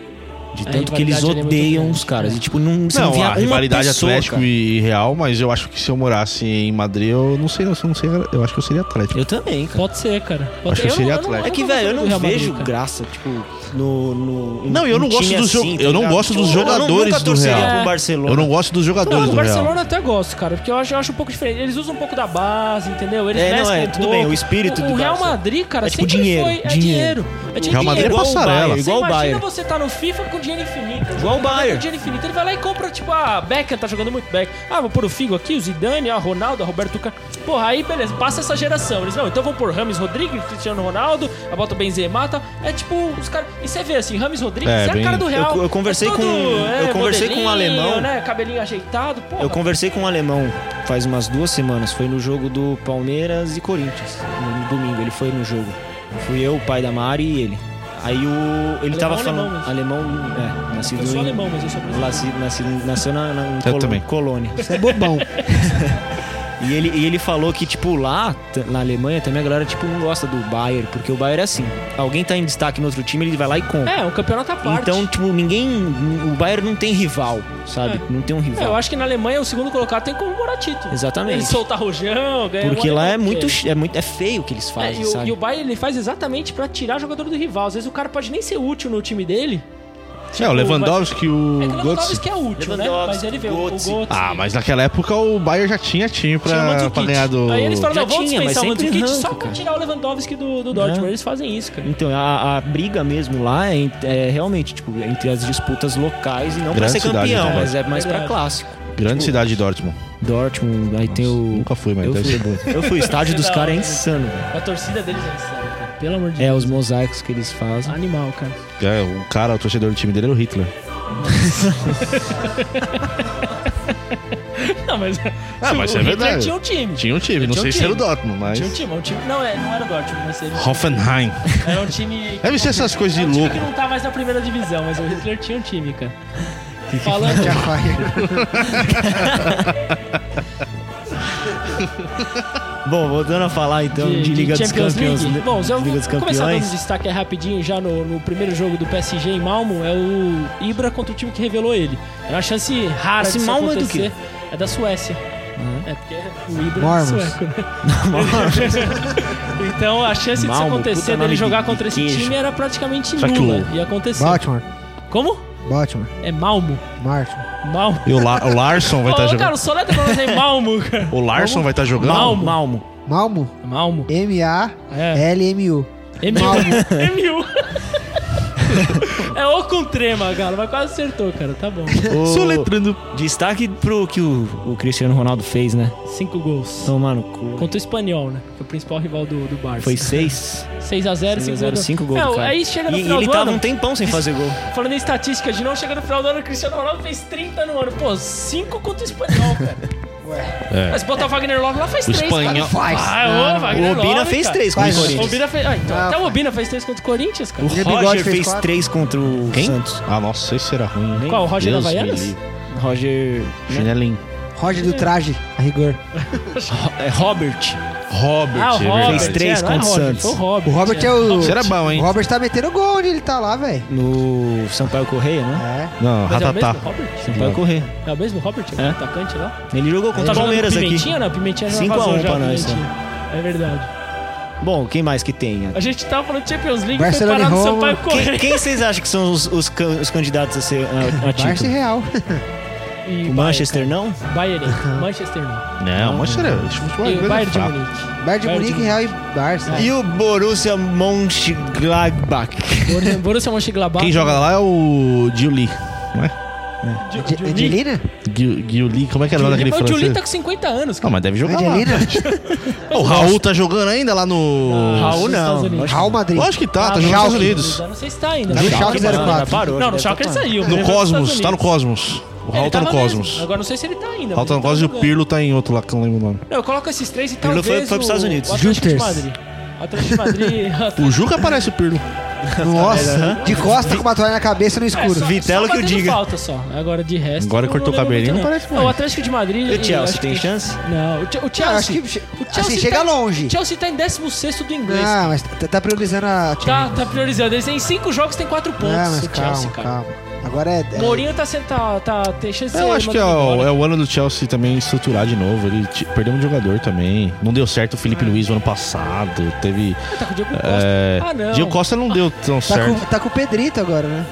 Speaker 2: De
Speaker 1: A
Speaker 2: tanto que eles
Speaker 1: rivalidade ali é muito
Speaker 2: odeiam
Speaker 1: grande,
Speaker 2: os caras.
Speaker 1: é.
Speaker 2: E tipo, não, você não,
Speaker 4: Não,
Speaker 2: via
Speaker 4: a
Speaker 2: uma
Speaker 4: rivalidade
Speaker 2: pessoa,
Speaker 4: Atlético
Speaker 2: cara.
Speaker 4: e Real, mas eu acho que se eu morasse em Madrid, eu não sei, eu não sei, eu acho que eu seria Atlético.
Speaker 2: Eu também, cara.
Speaker 1: Pode ser, cara. Pode
Speaker 4: Acho
Speaker 1: ser.
Speaker 4: que seria Atlético.
Speaker 2: É que,
Speaker 1: gosto
Speaker 2: velho, eu
Speaker 1: do
Speaker 2: não
Speaker 1: Real Madrid,
Speaker 2: vejo
Speaker 1: cara.
Speaker 2: graça, tipo, no. no um
Speaker 4: Não, eu não gosto dos jo-
Speaker 2: assim, tá
Speaker 4: eu não
Speaker 2: Tipo,
Speaker 4: gosto dos jogadores do Real.
Speaker 2: O
Speaker 4: Eu
Speaker 2: Barcelona.
Speaker 4: não gosto dos
Speaker 1: Não,
Speaker 4: jogadores
Speaker 1: o
Speaker 4: do Real.
Speaker 1: Barcelona até gosto, cara, porque eu acho, eu acho um pouco diferente. Eles usam um pouco da base, entendeu? Eles
Speaker 2: É, não,
Speaker 1: mesclam
Speaker 2: é,
Speaker 1: um
Speaker 2: tudo
Speaker 1: pouco.
Speaker 2: bem, o espírito
Speaker 1: o,
Speaker 2: do
Speaker 1: o Real
Speaker 2: Barça.
Speaker 1: Madrid, cara,
Speaker 2: É tipo
Speaker 1: sempre
Speaker 2: dinheiro,
Speaker 1: foi é
Speaker 2: dinheiro.
Speaker 1: dinheiro. É tipo
Speaker 4: Real Madrid é
Speaker 1: dinheiro.
Speaker 2: Igual o
Speaker 4: passarela.
Speaker 2: Bayern,
Speaker 1: Você
Speaker 2: igual o
Speaker 1: imagina
Speaker 2: Bayern.
Speaker 1: você tá no FIFA com dinheiro infinito. O
Speaker 2: Igual o
Speaker 1: jogador tá
Speaker 2: Bayern.
Speaker 1: com dinheiro infinito. Ele vai lá e compra, tipo, ah, Beckham tá jogando muito Beckham. Ah, vou pôr o Figo aqui, o Zidane, ah, Ronaldo, ah, Roberto Ca... Porra, aí beleza, passa essa geração. Eles, não, então vou pôr Rames Rodrigues, Cristiano Ronaldo, a bota o Benzema, tá? É tipo, os caras... E você vê, assim, Rames Rodrigues
Speaker 4: É,
Speaker 1: é,
Speaker 4: bem-
Speaker 1: a cara do Real.
Speaker 2: Eu- eu conversei
Speaker 1: É todo,
Speaker 2: com-
Speaker 1: é,
Speaker 2: eu conversei com um
Speaker 1: modelinho,
Speaker 2: alemão.
Speaker 1: Né? Cabelinho ajeitado, tá porra.
Speaker 2: Eu conversei com um alemão faz umas duas semanas. Foi no jogo do Palmeiras e Corinthians, no domingo. Ele foi no jogo. Fui eu, o pai da Mari e ele. Aí o. Ele
Speaker 1: Alemão,
Speaker 2: tava
Speaker 1: alemão
Speaker 2: falando. Alemão, é, nascido
Speaker 1: Eu sou
Speaker 2: em-
Speaker 1: alemão, mas eu sou brasileiro.
Speaker 2: Nasci- nasci- nasceu na, na em
Speaker 4: Eu também.
Speaker 2: colônia.
Speaker 3: Você é bobão.
Speaker 2: E ele, e ele falou que, tipo, lá t- na Alemanha também a galera, tipo, não gosta do Bayern, porque o Bayern é assim. Alguém tá em destaque no outro time, ele vai lá e compra.
Speaker 1: É, um campeonato à parte.
Speaker 2: então, tipo, ninguém. O Bayern não tem rival, sabe? Não tem um
Speaker 1: É, eu
Speaker 2: rival.
Speaker 1: acho que na Alemanha o segundo colocado tem que comemorar título. Ele
Speaker 2: Exatamente.
Speaker 1: solta rojão, ganha
Speaker 2: Porque
Speaker 1: um
Speaker 2: lá é
Speaker 1: alemão
Speaker 2: muito,
Speaker 1: que-
Speaker 2: ch- é muito. É feio o que eles
Speaker 1: É,
Speaker 2: fazem,
Speaker 1: e, o,
Speaker 2: sabe?
Speaker 1: e o Bayern ele faz exatamente pra tirar jogador do rival. Às vezes o cara pode nem ser útil no time dele. Tipo,
Speaker 4: É, o Lewandowski,
Speaker 1: É
Speaker 4: o
Speaker 1: que o Lewandowski um
Speaker 4: Götze...
Speaker 1: que é útil, né?
Speaker 2: Lewandowski,
Speaker 1: Mas ele vê o- o
Speaker 2: Götze.
Speaker 1: Götze.
Speaker 4: Ah, mas naquela época o Bayern já tinha time
Speaker 2: Tinha o
Speaker 4: pra,
Speaker 2: Mandzukic.
Speaker 4: pra ganhar do...
Speaker 1: Aí eles falam,
Speaker 2: Já
Speaker 1: não, vamos
Speaker 2: tinha, mas
Speaker 1: dispensar o
Speaker 2: sempre
Speaker 1: Mandzukic
Speaker 2: arranca,
Speaker 1: só pra
Speaker 2: cara.
Speaker 1: tirar o Lewandowski do, do Dortmund.
Speaker 2: É.
Speaker 1: Eles fazem isso, cara.
Speaker 2: Então, a, a briga mesmo lá é, ent- é realmente, tipo, entre as disputas locais e não pra
Speaker 4: Grande
Speaker 2: ser
Speaker 4: cidade,
Speaker 2: campeão,
Speaker 4: né?
Speaker 2: mas é mais pra
Speaker 1: Verdade.
Speaker 2: clássico.
Speaker 4: Grande
Speaker 2: Tipo,
Speaker 4: cidade de Dortmund.
Speaker 2: Dortmund, aí tem o.
Speaker 4: Nunca fui, mas
Speaker 2: eu,
Speaker 4: deve
Speaker 2: fui,
Speaker 4: ser.
Speaker 2: eu fui, o estádio dos
Speaker 1: Da
Speaker 2: caras é
Speaker 1: hora.
Speaker 2: insano, velho.
Speaker 1: A torcida deles é insana, cara. Pelo amor de
Speaker 2: É,
Speaker 1: Deus.
Speaker 2: os mosaicos que eles fazem.
Speaker 1: Animal, cara.
Speaker 4: É, o cara, o torcedor do time dele era o Hitler.
Speaker 1: Não, mas.
Speaker 4: Ah, mas
Speaker 1: o
Speaker 4: é
Speaker 1: Hitler
Speaker 4: verdade.
Speaker 1: Tinha um time.
Speaker 4: Tinha um time, não
Speaker 1: Tinha um
Speaker 4: sei se
Speaker 1: time.
Speaker 4: era o Dortmund, mas...
Speaker 1: Tinha um time. Um time não, é, não era Dortmund, mas ele-
Speaker 4: Hoffenheim.
Speaker 1: era um time.
Speaker 4: Deve ser essas coisas de
Speaker 1: É um time
Speaker 4: louco.
Speaker 1: que não tá mais na primeira divisão, mas o Hitler tinha um time, cara. Falando.
Speaker 3: Já vai.
Speaker 2: Bom, voltando a falar então de, Liga dos
Speaker 1: Ah. Champions
Speaker 2: Campeões.
Speaker 1: League.
Speaker 2: né?
Speaker 1: Bom, já
Speaker 2: Liga
Speaker 1: vou
Speaker 2: dos
Speaker 1: começar dando
Speaker 2: Campeões.
Speaker 1: destaque aí rapidinho já no, no primeiro jogo do PSG em Malmo. É o Ibra contra o time que revelou ele. Era uma chance rara
Speaker 2: Esse
Speaker 1: de
Speaker 2: Malmo é do Hum?
Speaker 1: acontecer. É, da Suécia. É porque o Ibra
Speaker 3: Mormons.
Speaker 1: é sueco, né? Então a chance
Speaker 2: Malmo,
Speaker 1: disso acontecer,
Speaker 2: puta nome
Speaker 1: dele
Speaker 2: de-
Speaker 1: jogar
Speaker 2: de
Speaker 1: contra esse
Speaker 2: queijo.
Speaker 1: time era praticamente
Speaker 4: Só que
Speaker 1: nula. E aconteceu.
Speaker 3: Baltimore.
Speaker 1: Como?
Speaker 3: Baltimore.
Speaker 1: É Malmo.
Speaker 3: Martin.
Speaker 1: Malmo.
Speaker 4: E o, La- o Larson vai
Speaker 1: Ô,
Speaker 2: tá
Speaker 4: estar
Speaker 1: um cara,
Speaker 4: jogando.
Speaker 1: o Soleta falando assim, Malmo, cara.
Speaker 4: O Larson vai estar jogando.
Speaker 2: Malmo. Malmo.
Speaker 3: Malmo.
Speaker 1: Malmo. É.
Speaker 3: M-A-L-M-U. Malmo.
Speaker 1: É mil. é ou com trema, Galo, mas quase acertou, cara. Tá bom.
Speaker 4: Soletrando.
Speaker 2: Destaque pro que o, o Cristiano Ronaldo fez, né?
Speaker 1: Cinco gols.
Speaker 2: Tomar no cu.
Speaker 1: Contra o espanhol, né? Que é o principal rival do, do Barça.
Speaker 2: Foi 6
Speaker 1: 6x0,
Speaker 2: 0 0 5 gols, do cara.
Speaker 1: Aí chega no
Speaker 2: e, e
Speaker 1: final
Speaker 2: ele
Speaker 1: do
Speaker 2: tava
Speaker 1: ano,
Speaker 2: um tempão sem fazer gol.
Speaker 1: falando em estatística de não, chega no final do ano, o Cristiano Ronaldo fez 30 no ano. Pô, 5 contra o espanhol, cara.
Speaker 4: É.
Speaker 1: Mas botar o Wagner Love lá faz
Speaker 4: O
Speaker 1: 3,
Speaker 4: espanhol-
Speaker 1: cara. Ah, ô, Wagner
Speaker 2: O Obina
Speaker 1: Love,
Speaker 2: fez
Speaker 1: cara.
Speaker 2: 3
Speaker 3: Faz,
Speaker 2: contra o
Speaker 1: O
Speaker 2: Corinthians.
Speaker 1: Obina fez... Ah, então,
Speaker 3: Ah,
Speaker 1: até o
Speaker 3: faz.
Speaker 1: Obina fez 3 contra o Corinthians, cara.
Speaker 2: O
Speaker 3: Zé Bigode
Speaker 2: Roger
Speaker 3: fez
Speaker 2: fez
Speaker 3: quatro.
Speaker 2: 3 contra o
Speaker 4: Quem?
Speaker 2: Santos.
Speaker 4: Ah, nossa, sei se será ruim. hein?
Speaker 1: Qual, o Roger
Speaker 4: Deus
Speaker 1: Havaianas?
Speaker 4: me livre.
Speaker 2: Roger... né?
Speaker 4: Chinelinho.
Speaker 3: Roger do traje, a rigor.
Speaker 2: Ro- é Robert.
Speaker 4: Robert,
Speaker 1: Ah, o
Speaker 4: é
Speaker 1: Robert.
Speaker 4: verdade.
Speaker 2: Fez três
Speaker 1: é, não é
Speaker 2: contra o
Speaker 1: Roger,
Speaker 2: Santos.
Speaker 1: Foi o Robert.
Speaker 3: O Robert é o.
Speaker 4: Isso era bom,
Speaker 3: O
Speaker 4: hein?
Speaker 3: Robert tá metendo gol onde ele tá lá, velho.
Speaker 2: No Sampaio Correia, né?
Speaker 3: É.
Speaker 4: Não,
Speaker 1: Mas é o mesmo
Speaker 4: Ratatá.
Speaker 1: Robert?
Speaker 2: Sampaio Correia.
Speaker 1: É o mesmo Robert,
Speaker 2: É.
Speaker 1: o atacante lá?
Speaker 2: Ele jogou contra
Speaker 1: Tá
Speaker 2: o
Speaker 1: jogando
Speaker 2: Palmeiras
Speaker 1: com
Speaker 2: aqui.
Speaker 1: Pimentinha, não? Pimentinha já
Speaker 2: 5 a 1
Speaker 1: vazou já,
Speaker 2: pra nós,
Speaker 1: Pimentinha.
Speaker 4: né?
Speaker 1: É verdade.
Speaker 2: Bom, quem mais que tem?
Speaker 1: A gente tava falando de Champions League,
Speaker 3: Barcelona
Speaker 1: foi parar
Speaker 3: e
Speaker 1: no
Speaker 3: Roma.
Speaker 1: Sampaio
Speaker 2: Quem,
Speaker 1: Correia.
Speaker 2: quem vocês acham que são os, os can- os candidatos a ser a, a
Speaker 3: Barça e
Speaker 2: título?
Speaker 3: Real.
Speaker 1: E
Speaker 2: O Manchester não?
Speaker 1: Bayern, Manchester não.
Speaker 4: Não, mas será. esse futebol
Speaker 1: E o
Speaker 4: inglês é
Speaker 1: Bayern de
Speaker 4: fraco.
Speaker 1: Munique.
Speaker 3: Bayern de
Speaker 1: Bayern de
Speaker 3: Munique, Real É. e Barça.
Speaker 2: E o Borussia Mönchengladbach?
Speaker 1: Borussia- Borussia Mönchengladbach.
Speaker 4: Quem joga lá é o Giuli. Não é?
Speaker 1: Di-
Speaker 3: Di-
Speaker 1: Diuli.
Speaker 3: Edilina?
Speaker 4: Gui- Giuli, como é que era o nome
Speaker 1: Diuli-
Speaker 4: daquele
Speaker 1: Mas O Julinho tá
Speaker 4: francês?
Speaker 1: com 50 anos,
Speaker 4: Não,
Speaker 1: cara.
Speaker 4: mas deve jogar lá.
Speaker 3: Angelina?
Speaker 4: Pô, O Raul tá jogando ainda lá
Speaker 1: Não,
Speaker 4: no...
Speaker 2: Raul
Speaker 1: dos
Speaker 2: não.
Speaker 1: Estados Unidos.
Speaker 3: Real Madrid.
Speaker 4: Lógico que tá, tá
Speaker 3: Ah,
Speaker 4: jogando nos Estados
Speaker 3: Schalke.
Speaker 4: Unidos.
Speaker 1: Eu Não sei se tá ainda.
Speaker 3: Tá no
Speaker 1: né?
Speaker 3: Schalke
Speaker 2: Não, não,
Speaker 3: 04.
Speaker 2: já parou, já
Speaker 1: Não, né? no
Speaker 2: deve
Speaker 1: Schalke
Speaker 2: tá
Speaker 1: ele
Speaker 2: parado.
Speaker 1: saiu.
Speaker 4: é No
Speaker 1: Ele tá nos
Speaker 4: Cosmos,
Speaker 1: Estados
Speaker 4: tá no
Speaker 1: Unidos.
Speaker 4: Cosmos. O
Speaker 1: Ele
Speaker 4: Raul tá no
Speaker 1: tava mesmo.
Speaker 4: Cosmos.
Speaker 1: Agora não sei se ele tá ainda.
Speaker 4: Raul
Speaker 1: mas
Speaker 4: tá no
Speaker 1: ele
Speaker 4: Cosmos e o
Speaker 1: jogando.
Speaker 4: Pirlo tá em outro lá, que eu não lembro o nome.
Speaker 1: Não, eu coloco esses três e
Speaker 2: Pirlo
Speaker 1: talvez
Speaker 2: foi- foi pros
Speaker 1: o-
Speaker 2: Estados Unidos.
Speaker 1: O Atlético de
Speaker 3: Juters.
Speaker 1: Madrid. O Atlético de Madrid...
Speaker 4: O Juca parece o Pirlo.
Speaker 3: Nossa, de costa com uma toalha na cabeça no
Speaker 1: É,
Speaker 3: escuro.
Speaker 1: só-
Speaker 2: Vitelo
Speaker 1: só
Speaker 2: que eu
Speaker 1: batendo
Speaker 2: diga.
Speaker 1: falta só. Agora de resto.
Speaker 4: Agora
Speaker 1: não-
Speaker 4: cortou
Speaker 1: não
Speaker 4: o cabelinho,
Speaker 1: lembro
Speaker 4: não
Speaker 1: muito,
Speaker 4: parece mais.
Speaker 1: O Atlético de Madrid.
Speaker 2: E o
Speaker 1: eu acho
Speaker 2: Chelsea
Speaker 1: que
Speaker 2: tem chance?
Speaker 1: Não, o, Che- o
Speaker 3: Ah, eu
Speaker 1: Chelsea.
Speaker 3: acho que che- assim, chega
Speaker 1: tá,
Speaker 3: longe.
Speaker 1: O Chelsea tá em 16 do inglês.
Speaker 3: Não, mas tá, tá priorizando a time.
Speaker 1: Tá, tá priorizando. Eles têm 5 jogos, tem 4 pontos.
Speaker 3: Não, mas
Speaker 1: o
Speaker 3: calma,
Speaker 1: Chelsea, cara.
Speaker 3: calma. Agora é. é-
Speaker 1: Mourinho tá sentado. Tá, tem chance de
Speaker 4: Eu
Speaker 1: ser
Speaker 4: acho que é
Speaker 1: mandado
Speaker 4: o,
Speaker 1: embora.
Speaker 4: é o ano do Chelsea também estruturar de novo. Ele t- perdeu um jogador também. Não deu certo o Felipe Luiz no ano passado. Teve.
Speaker 1: Ah, Tá com o Diego Costa.
Speaker 4: É...
Speaker 1: Ah, não.
Speaker 4: Diego Costa não deu tão
Speaker 3: tá,
Speaker 4: certo.
Speaker 3: com, tá com o Pedrito agora, né?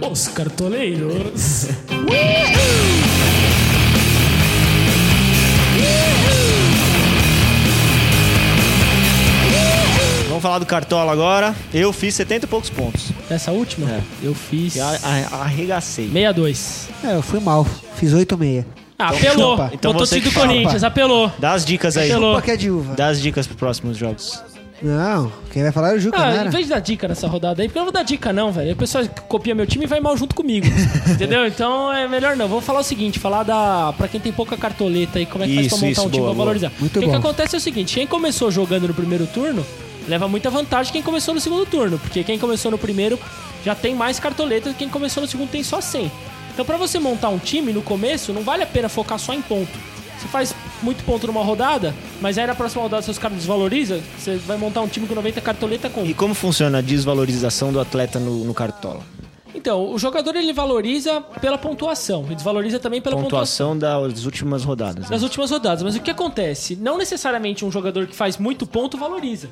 Speaker 1: Os cartoleiros.
Speaker 2: Vamos falar do Cartola agora. Eu fiz 70 e poucos pontos.
Speaker 1: Nessa última,
Speaker 2: É.
Speaker 1: eu fiz
Speaker 2: E a- a- Arregacei.
Speaker 1: 62.
Speaker 3: É, eu fui mal. Fiz 8,6.
Speaker 1: Ah, apelou.
Speaker 3: chupa.
Speaker 2: Então
Speaker 1: Botou
Speaker 2: você
Speaker 1: time do
Speaker 2: que fala.
Speaker 1: Corinthians, apelou.
Speaker 2: Dá as dicas aí.
Speaker 1: Pelo-
Speaker 3: Chupa que é de uva.
Speaker 2: Dá as dicas pros próximos jogos.
Speaker 3: Não, quem vai falar é o Juca,
Speaker 1: Ah,
Speaker 3: não era?
Speaker 1: em vez de dar dica nessa rodada aí, porque eu não vou dar dica não, velho. O pessoal copia meu time e vai mal junto comigo. entendeu? Então é melhor não. Vou falar o seguinte, falar da pra quem tem pouca cartoleta aí, como é que faz
Speaker 2: Isso,
Speaker 1: pra montar
Speaker 2: isso,
Speaker 1: um time
Speaker 2: boa,
Speaker 1: pra
Speaker 2: boa.
Speaker 1: valorizar.
Speaker 3: Muito
Speaker 1: o que, que
Speaker 3: bom.
Speaker 1: acontece é o seguinte, quem começou jogando no primeiro turno, leva muita vantagem quem começou no segundo turno, porque quem começou no primeiro já tem mais cartoleta, quem começou no segundo tem só 100. Então pra você montar um time no começo, não vale a pena focar só em ponto. Você faz muito ponto numa rodada, mas aí na próxima rodada seus caras desvalorizam, você vai montar um time com 90 cartoleta com
Speaker 2: E como funciona a desvalorização do atleta no, no Cartola?
Speaker 1: Então, o jogador ele valoriza pela pontuação e desvaloriza também pela pontuação.
Speaker 2: Pontuação das últimas rodadas. né?
Speaker 1: nas últimas rodadas. Mas o que acontece? Não necessariamente um jogador que faz muito ponto valoriza.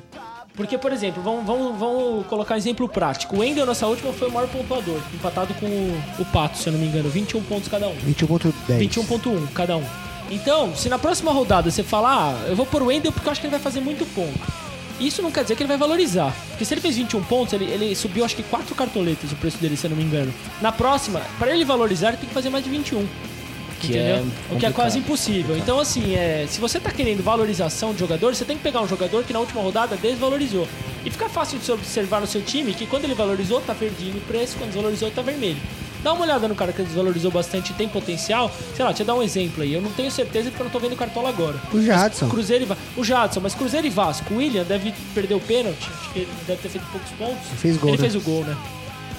Speaker 1: Porque, por exemplo, vamos, vamos, vamos colocar um exemplo prático. O Engel, nessa última, foi o maior pontuador, empatado com o, o Pato, se eu não me engano, 21 pontos cada um.
Speaker 3: 21.10.
Speaker 1: 21.1 cada um. Então, se na próxima rodada você falar, ah, eu vou pôr o Wendel porque eu acho que ele vai fazer muito ponto. Isso não quer dizer que ele vai valorizar. Porque se ele fez 21 pontos, ele, ele subiu acho que 4 cartoletas o preço dele, se eu não me engano. Na próxima, para ele valorizar, ele tem que fazer mais de 21.
Speaker 2: Que
Speaker 1: entendeu?
Speaker 2: é
Speaker 1: o que é
Speaker 2: complicado.
Speaker 1: quase impossível. Então, assim, é, se você tá querendo valorização de jogador, você tem que pegar um jogador que na última rodada desvalorizou. E fica fácil de se observar no seu time que quando ele valorizou, tá verdinho o preço, quando desvalorizou, tá vermelho. Dá uma olhada no cara que desvalorizou bastante e tem potencial. Sei lá, deixa eu dar um exemplo aí. Eu não tenho certeza porque eu não tô vendo o cartola agora.
Speaker 3: O Jadson.
Speaker 1: Cruzeiro e Vasco. O Jadson, mas Cruzeiro e Vasco. O William deve perder o pênalti. Acho que ele deve ter feito poucos pontos.
Speaker 3: fez gol,
Speaker 1: Ele
Speaker 3: né?
Speaker 1: fez o gol, né?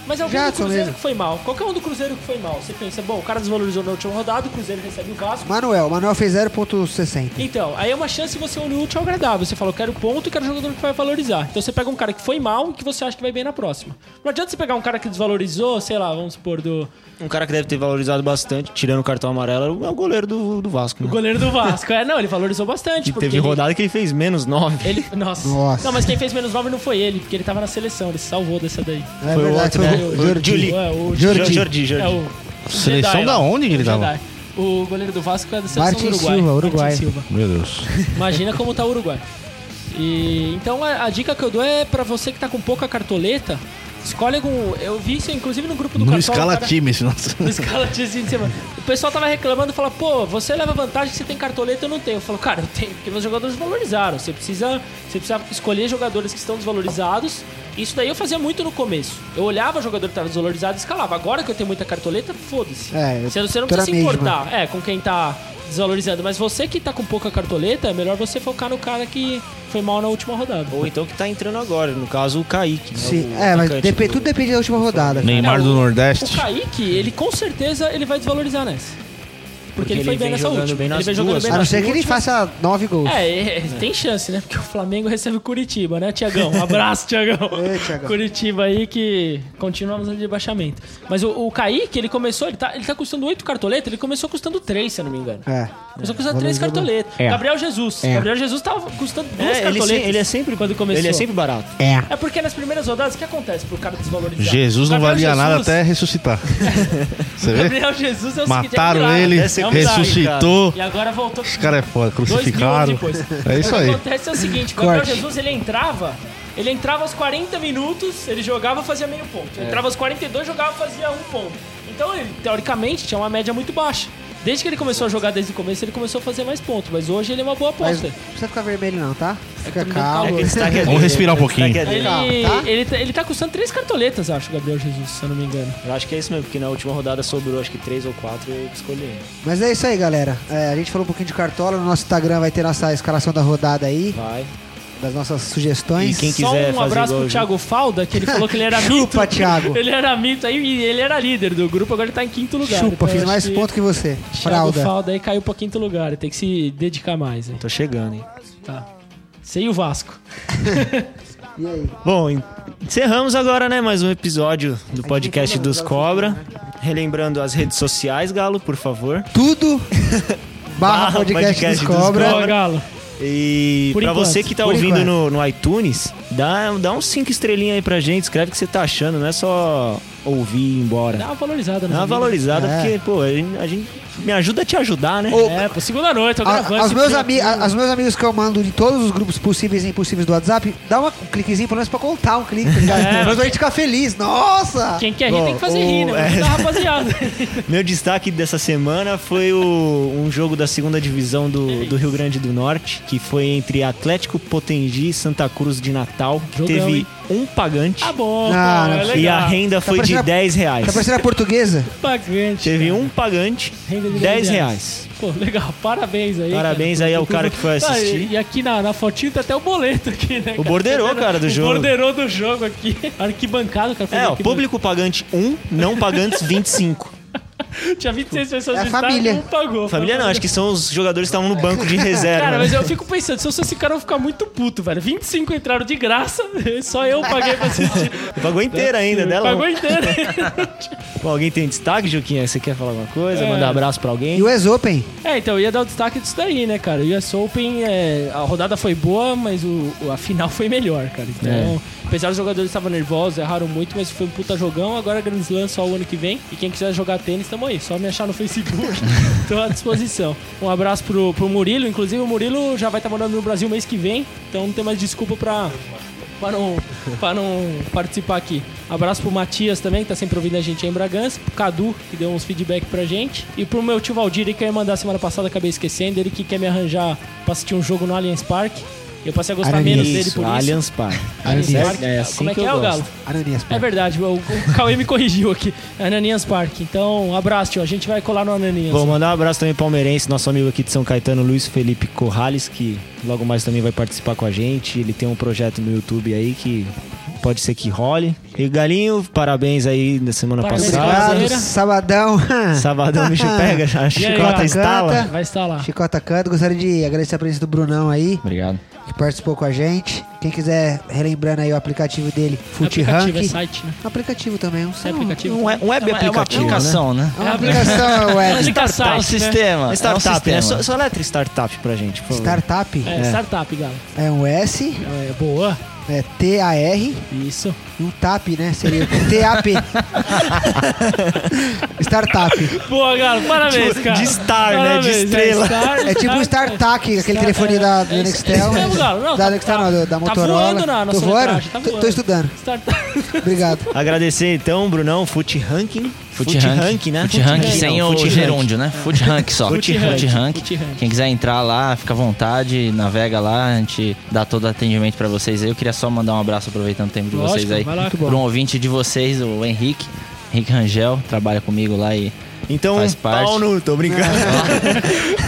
Speaker 1: Mas algum do
Speaker 3: Jadson
Speaker 1: Cruzeiro
Speaker 3: mesmo.
Speaker 1: que foi mal. Qualquer um do Cruzeiro que foi mal. Você pensa, bom, o cara desvalorizou na última rodada, o Cruzeiro recebe o Vasco.
Speaker 3: Manuel. Manuel fez 0.60.
Speaker 1: Então, aí é uma chance de você unir o útil ao agradável. Você fala, eu quero ponto e quero jogador que vai valorizar. Então você pega um cara que foi mal e que você acha que vai bem na próxima. Não adianta você pegar um cara que desvalorizou, sei lá, vamos supor, do
Speaker 2: Um cara que deve ter valorizado bastante, tirando o cartão amarelo, é o goleiro do, do Vasco. Né?
Speaker 1: goleiro do Vasco. É, não, ele valorizou bastante.
Speaker 2: Que
Speaker 1: porque
Speaker 2: teve
Speaker 1: ele-
Speaker 2: rodada que ele fez menos 9.
Speaker 1: Ele, nossa.
Speaker 3: Nossa.
Speaker 1: Não, mas quem fez menos 9 não foi ele, porque ele tava na seleção, ele se salvou dessa daí.
Speaker 3: É
Speaker 2: Foi o
Speaker 3: verdade,
Speaker 2: outro,
Speaker 3: foi
Speaker 2: né? Foi
Speaker 3: o
Speaker 2: o
Speaker 3: Jordi.
Speaker 2: Juli.
Speaker 1: É, o
Speaker 3: Jordi.
Speaker 2: Jordi, Jordi.
Speaker 1: É o o
Speaker 4: Seleção
Speaker 1: Jedi
Speaker 4: da
Speaker 1: lá.
Speaker 4: onde que ele
Speaker 1: O
Speaker 4: tava?
Speaker 1: Jedi. O goleiro do Vasco é da seleção
Speaker 3: Martin
Speaker 1: do Uruguai.
Speaker 3: Silva,
Speaker 1: Martin
Speaker 3: Uruguai.
Speaker 1: Silva.
Speaker 4: Meu Deus.
Speaker 1: Imagina como tá o Uruguai. E então a, a dica que eu dou é pra você que tá com pouca cartoleta, escolhe algum, eu vi isso inclusive no grupo do
Speaker 4: Não
Speaker 1: Cartola,
Speaker 4: escala
Speaker 1: tá o cara-
Speaker 4: time esse nosso.
Speaker 1: no escala de fim de semana. assim O pessoal tava reclamando, fala, pô, você leva vantagem que você tem cartoleta, eu não tenho. Eu falo, cara, eu tenho, porque meus jogadores valorizaram. Você precisa, você precisa escolher jogadores que estão desvalorizados. Isso daí eu fazia muito no começo. Eu olhava o jogador que estava desvalorizado e escalava. Agora que eu tenho muita cartoleta, foda-se.
Speaker 3: É, eu
Speaker 1: você, você não
Speaker 3: tô na
Speaker 1: precisa se
Speaker 3: mesma.
Speaker 1: importar é, com quem tá desvalorizando. Mas você que tá com pouca cartoleta, é melhor você focar no cara que foi mal na última rodada.
Speaker 2: Ou então que tá entrando agora, no caso o Kaique. né?
Speaker 3: Sim,
Speaker 2: O
Speaker 3: é, mas
Speaker 2: atacante
Speaker 3: dep-
Speaker 2: do-
Speaker 3: tudo depende da última rodada.
Speaker 4: Neymar do
Speaker 1: O
Speaker 4: Nordeste.
Speaker 1: Kaique, ele com certeza ele vai desvalorizar nessa. Porque,
Speaker 2: Porque
Speaker 1: ele foi bem
Speaker 2: ele vem
Speaker 1: nessa
Speaker 2: jogando
Speaker 1: última.
Speaker 2: bem
Speaker 1: ele
Speaker 2: nas
Speaker 1: vem jogando
Speaker 2: duas.
Speaker 1: bem
Speaker 3: A não
Speaker 1: nas
Speaker 3: ser que ele
Speaker 1: últimas.
Speaker 3: faça 9 gols.
Speaker 1: É, é, é, tem chance, né? Porque o Flamengo recebe o Curitiba, né, Tiagão? Um abraço, Tiagão.
Speaker 3: Ei, Tiagão.
Speaker 1: Curitiba aí que continuamos no debaixamento. Mas o, o Kaique, ele começou, ele tá, ele tá custando 8 cartoletas, ele começou custando 3, se eu não me engano.
Speaker 3: É.
Speaker 1: Começou custando 3 cartoletas.
Speaker 2: É.
Speaker 1: Gabriel Jesus.
Speaker 3: É.
Speaker 1: Gabriel Jesus tava custando duas
Speaker 2: É, ele,
Speaker 1: cartoletas.
Speaker 2: se- ele é sempre
Speaker 1: quando começou.
Speaker 2: Ele é sempre barato.
Speaker 3: É.
Speaker 1: É porque nas primeiras rodadas, o que acontece pro cara desvalorizar?
Speaker 4: Jesus não
Speaker 1: Gabriel
Speaker 4: valia nada
Speaker 1: Jesus-
Speaker 4: até ressuscitar. Você vê?
Speaker 1: Gabriel Jesus é o seguinte, é um
Speaker 4: Mataram
Speaker 1: milagre.
Speaker 4: ele,
Speaker 2: É um milagre,
Speaker 4: ressuscitou.
Speaker 1: E agora voltou. Os
Speaker 4: Esse cara é foda, crucificaram. É isso
Speaker 1: o que
Speaker 4: aí.
Speaker 1: acontece é o seguinte: o Gabriel
Speaker 3: Corte.
Speaker 1: Jesus ele entrava, ele entrava aos 40 minutos, ele jogava fazia meio ponto.
Speaker 3: É.
Speaker 1: Entrava aos 42, jogava fazia um ponto. Então ele, teoricamente, tinha uma média muito baixa. Desde que ele começou a jogar desde o começo, ele começou a fazer mais pontos, mas hoje ele é uma boa
Speaker 3: Mas
Speaker 1: aposta.
Speaker 3: não precisa ficar vermelho não, tá? Fica
Speaker 1: que tá
Speaker 3: calmo.
Speaker 1: muito
Speaker 2: Destaque é
Speaker 4: Vamos
Speaker 2: dele,
Speaker 4: respirar um
Speaker 2: né? Destaque
Speaker 4: pouquinho.
Speaker 2: é dele.
Speaker 1: Ele,
Speaker 3: calma, tá?
Speaker 1: ele, tá- ele tá custando três cartoletas, acho, o Gabriel Jesus, se eu não me engano.
Speaker 2: Eu acho que é isso mesmo, porque na última rodada sobrou acho que três ou quatro e eu escolhi. ele.
Speaker 3: Mas é isso aí, galera. É, a gente falou um pouquinho de cartola. No nosso Instagram vai ter nossa escalação da rodada aí,
Speaker 2: Vai.
Speaker 3: das nossas sugestões.
Speaker 2: E quem que-
Speaker 1: Só
Speaker 2: quiser
Speaker 1: um
Speaker 2: fazer
Speaker 1: abraço
Speaker 2: igual
Speaker 1: pro
Speaker 2: o
Speaker 1: Thiago Falda, que ele falou que ele era mito.
Speaker 3: Chupa, Thiago.
Speaker 1: Ele era mito aí e ele era líder do grupo, agora ele tá em quinto lugar.
Speaker 3: Chupa,
Speaker 1: Então,
Speaker 3: fiz
Speaker 1: acho
Speaker 3: mais
Speaker 1: que
Speaker 3: ponto que você.
Speaker 1: Thiago
Speaker 3: Fralda.
Speaker 1: Falda aí caiu pra quinto lugar, ele tem que se dedicar mais. Hein?
Speaker 2: Tô chegando, hein?
Speaker 1: Tá. Sei o Vasco.
Speaker 3: E aí?
Speaker 2: Bom, en- encerramos agora, né, mais um episódio do podcast dos Cobra.
Speaker 1: né?
Speaker 2: Relembrando as redes sociais, Galo, por favor.
Speaker 3: Tudo barra podcast,
Speaker 2: podcast
Speaker 3: dos
Speaker 2: dos
Speaker 3: Cobra.
Speaker 2: Cobra.
Speaker 1: Boa, Galo.
Speaker 2: E
Speaker 1: Por
Speaker 2: pra
Speaker 1: enquanto,
Speaker 2: você que tá
Speaker 3: por
Speaker 2: ouvindo
Speaker 3: enquanto.
Speaker 2: no, no iTunes, dá, dá uns cinco estrelinhas aí pra gente, escreve o que você tá achando, não é só ouvir e ir embora.
Speaker 1: Dá uma valorizada,
Speaker 2: Dá
Speaker 1: nos
Speaker 2: uma
Speaker 1: amigos.
Speaker 2: valorizada,
Speaker 3: É.
Speaker 2: porque, pô, a gente, a gente- me ajuda a te ajudar, né?
Speaker 1: É, pô, segunda noite, eu
Speaker 3: A-
Speaker 1: gravando.
Speaker 3: aos,
Speaker 1: esse
Speaker 3: meus
Speaker 1: filme
Speaker 3: ami-
Speaker 1: aqui.
Speaker 3: a- aos meus amigos que eu mando de todos os grupos possíveis e impossíveis do WhatsApp, dá uma- um cliquezinho pelo menos pra contar um clique, tá ligado?
Speaker 1: É.
Speaker 3: Pelo menos pra gente ficar feliz. Nossa!
Speaker 1: Quem quer rir tem que fazer
Speaker 2: Bom,
Speaker 1: rir, né?
Speaker 2: o-
Speaker 1: Vamos
Speaker 2: é.
Speaker 1: dar rapaziada.
Speaker 2: Meu destaque dessa semana foi o- um jogo da segunda divisão do, do Rio Grande do Norte, que foi entre Atlético Potengi e Santa Cruz de Natal, que
Speaker 1: Jogão,
Speaker 2: teve
Speaker 1: hein?
Speaker 2: um pagante
Speaker 1: Tá bom,
Speaker 3: Não,
Speaker 1: cara, é
Speaker 3: não.
Speaker 1: legal.
Speaker 2: e a renda foi de
Speaker 3: parecendo-
Speaker 2: 10 reais.
Speaker 1: é?
Speaker 3: Tá parecendo a portuguesa?
Speaker 1: Pagante,
Speaker 2: Teve
Speaker 1: cara.
Speaker 2: um pagante,
Speaker 1: Renda de 10
Speaker 2: 10 reais.
Speaker 1: Pô, legal, parabéns aí.
Speaker 2: Parabéns aí ao cara que foi
Speaker 1: Ah,
Speaker 2: assistir.
Speaker 1: e, e aqui na, na fotinho tá até o boleto aqui, né?
Speaker 2: O borderô, cara, do
Speaker 1: o
Speaker 2: jogo.
Speaker 1: borderô do jogo aqui. Arquibancada, cara. foi
Speaker 2: É, ó,
Speaker 1: arquibancada.
Speaker 2: público pagante 1, não pagantes 25.
Speaker 1: Tinha 26 pessoas
Speaker 3: É a
Speaker 1: no estádio,
Speaker 3: família.
Speaker 1: não pagou.
Speaker 2: Família não, é acho que são os jogadores que estavam no banco de reserva.
Speaker 1: Cara,
Speaker 2: né?
Speaker 1: mas eu fico pensando, se eu sou esse cara, eu vou ficar muito puto, velho. 25 entraram de graça, só eu paguei pra assistir.
Speaker 2: Pagou inteira ainda dela.
Speaker 1: Pagou inteiro.
Speaker 2: Pô, alguém tem destaque, Juquinha? Você quer falar alguma coisa?
Speaker 1: É.
Speaker 2: Mandar abraço pra
Speaker 3: E
Speaker 2: alguém?
Speaker 3: o ex-open?
Speaker 1: É, então, eu ia dar o destaque disso daí, né, cara? O US Open, é, a rodada foi boa, mas o, o- a final foi melhor, cara. Então,
Speaker 2: É.
Speaker 1: apesar dos jogadores estavam nervosos, erraram muito, mas foi um puta jogão. Agora Grand Slam só o ano que vem. E quem quiser jogar tênis, tamo aí. Só me achar no Facebook, tô à disposição. Um abraço pro, pro Murilo. Inclusive, o Murilo já vai estar morando no Brasil mês que vem, então não tem mais desculpa pra, para não, pra não participar aqui. Abraço pro Matias também, que tá sempre ouvindo a gente aí em Bragança. Pro Cadu, que deu uns feedback pra gente. E pro meu tio Valdir, que eu ia mandar semana passada, acabei esquecendo. Ele que quer me arranjar pra assistir um jogo no Allianz Parque. Eu passei a gostar
Speaker 3: Aranias.
Speaker 1: menos dele por isso.
Speaker 2: Allianz Parque.
Speaker 1: Allianz
Speaker 3: Aranias.
Speaker 1: Parque.
Speaker 2: É assim
Speaker 1: Como é
Speaker 2: que
Speaker 1: que,
Speaker 2: eu
Speaker 1: é o
Speaker 2: gosto.
Speaker 1: Galo?
Speaker 3: Ananias. pô.
Speaker 1: É verdade, o, o Cauê me corrigiu aqui. Ananias Park. Então, um abraço, tio. A gente vai colar no Ananias.
Speaker 2: Vou mandar um abraço também pro palmeirense, nosso amigo aqui de São Caetano, Luiz Felipe Corrales, que logo mais também vai participar com a gente. Ele tem um projeto no YouTube aí que pode ser que role. E Galinho, parabéns aí da semana
Speaker 1: Parabéns,
Speaker 2: passada.
Speaker 3: Sábado,
Speaker 1: é Brasileira.
Speaker 3: sabadão.
Speaker 2: Sabadão, bicho pega, a chicota
Speaker 1: Gata?
Speaker 2: instala.
Speaker 1: Vai estar lá.
Speaker 3: Chicota Canto, gostaria de agradecer a presença do Brunão aí,
Speaker 5: Obrigado.
Speaker 3: que participou com a gente. Quem quiser, relembrando aí o aplicativo dele, Fute Rank.
Speaker 1: aplicativo, é site, né?
Speaker 3: Aplicativo também, um
Speaker 1: É aplicativo.
Speaker 2: Um web, um
Speaker 5: É
Speaker 2: web
Speaker 5: uma, é uma
Speaker 2: aplicativo, né?
Speaker 5: aplicação, né?
Speaker 3: É uma aplicação web.
Speaker 1: Aplica
Speaker 5: É um
Speaker 1: site, né?
Speaker 5: sistema. é um
Speaker 2: Startup,
Speaker 5: sistema.
Speaker 2: né? Só, só letra startup pra gente, por favor.
Speaker 3: Startup
Speaker 1: É, startup, Galo.
Speaker 3: é um S,
Speaker 1: É, boa.
Speaker 3: é T-A-R,
Speaker 1: Isso.
Speaker 3: e um TAP, né? Seria T-A-P. startup.
Speaker 1: Boa, Galo. Parabéns,
Speaker 2: Tipo,
Speaker 1: cara.
Speaker 2: de star, né? De
Speaker 1: Parabéns.
Speaker 2: estrela.
Speaker 1: É, star,
Speaker 3: É tipo o StarTAC, aquele telefoninho da, do
Speaker 1: é isso- é
Speaker 3: Nextel.
Speaker 1: isso mesmo, cara. Não,
Speaker 3: da
Speaker 1: tá-
Speaker 3: Nextel,
Speaker 1: tá-
Speaker 3: não, da
Speaker 1: tá
Speaker 3: Motorola.
Speaker 1: voando na nossa
Speaker 3: Tô voando?
Speaker 1: metragem, tá
Speaker 3: Tô- Tô
Speaker 1: voando.
Speaker 3: estudando.
Speaker 1: Startup.
Speaker 3: Obrigado.
Speaker 2: Agradecer então, Brunão, Fute Ranking.
Speaker 5: Foot Rank,
Speaker 2: né?
Speaker 5: Foot Rank
Speaker 2: Não,
Speaker 5: sem o
Speaker 2: Foot Rank.
Speaker 5: gerúndio, né? Foot Rank só.
Speaker 2: Foot
Speaker 5: Foot
Speaker 2: Rank.
Speaker 5: Rank.
Speaker 1: Foot Rank.
Speaker 5: Quem quiser entrar lá, fica à vontade, navega lá, a gente dá todo atendimento pra vocês aí. Eu queria só mandar um abraço aproveitando o tempo de
Speaker 1: Lógico,
Speaker 5: vocês aí.
Speaker 1: vai lá. Muito
Speaker 5: Pra um ouvinte de vocês, o Henrique. Henrique Rangel, trabalha comigo lá e
Speaker 2: Então,
Speaker 5: Faz parte.
Speaker 2: pau no... Tô brincando.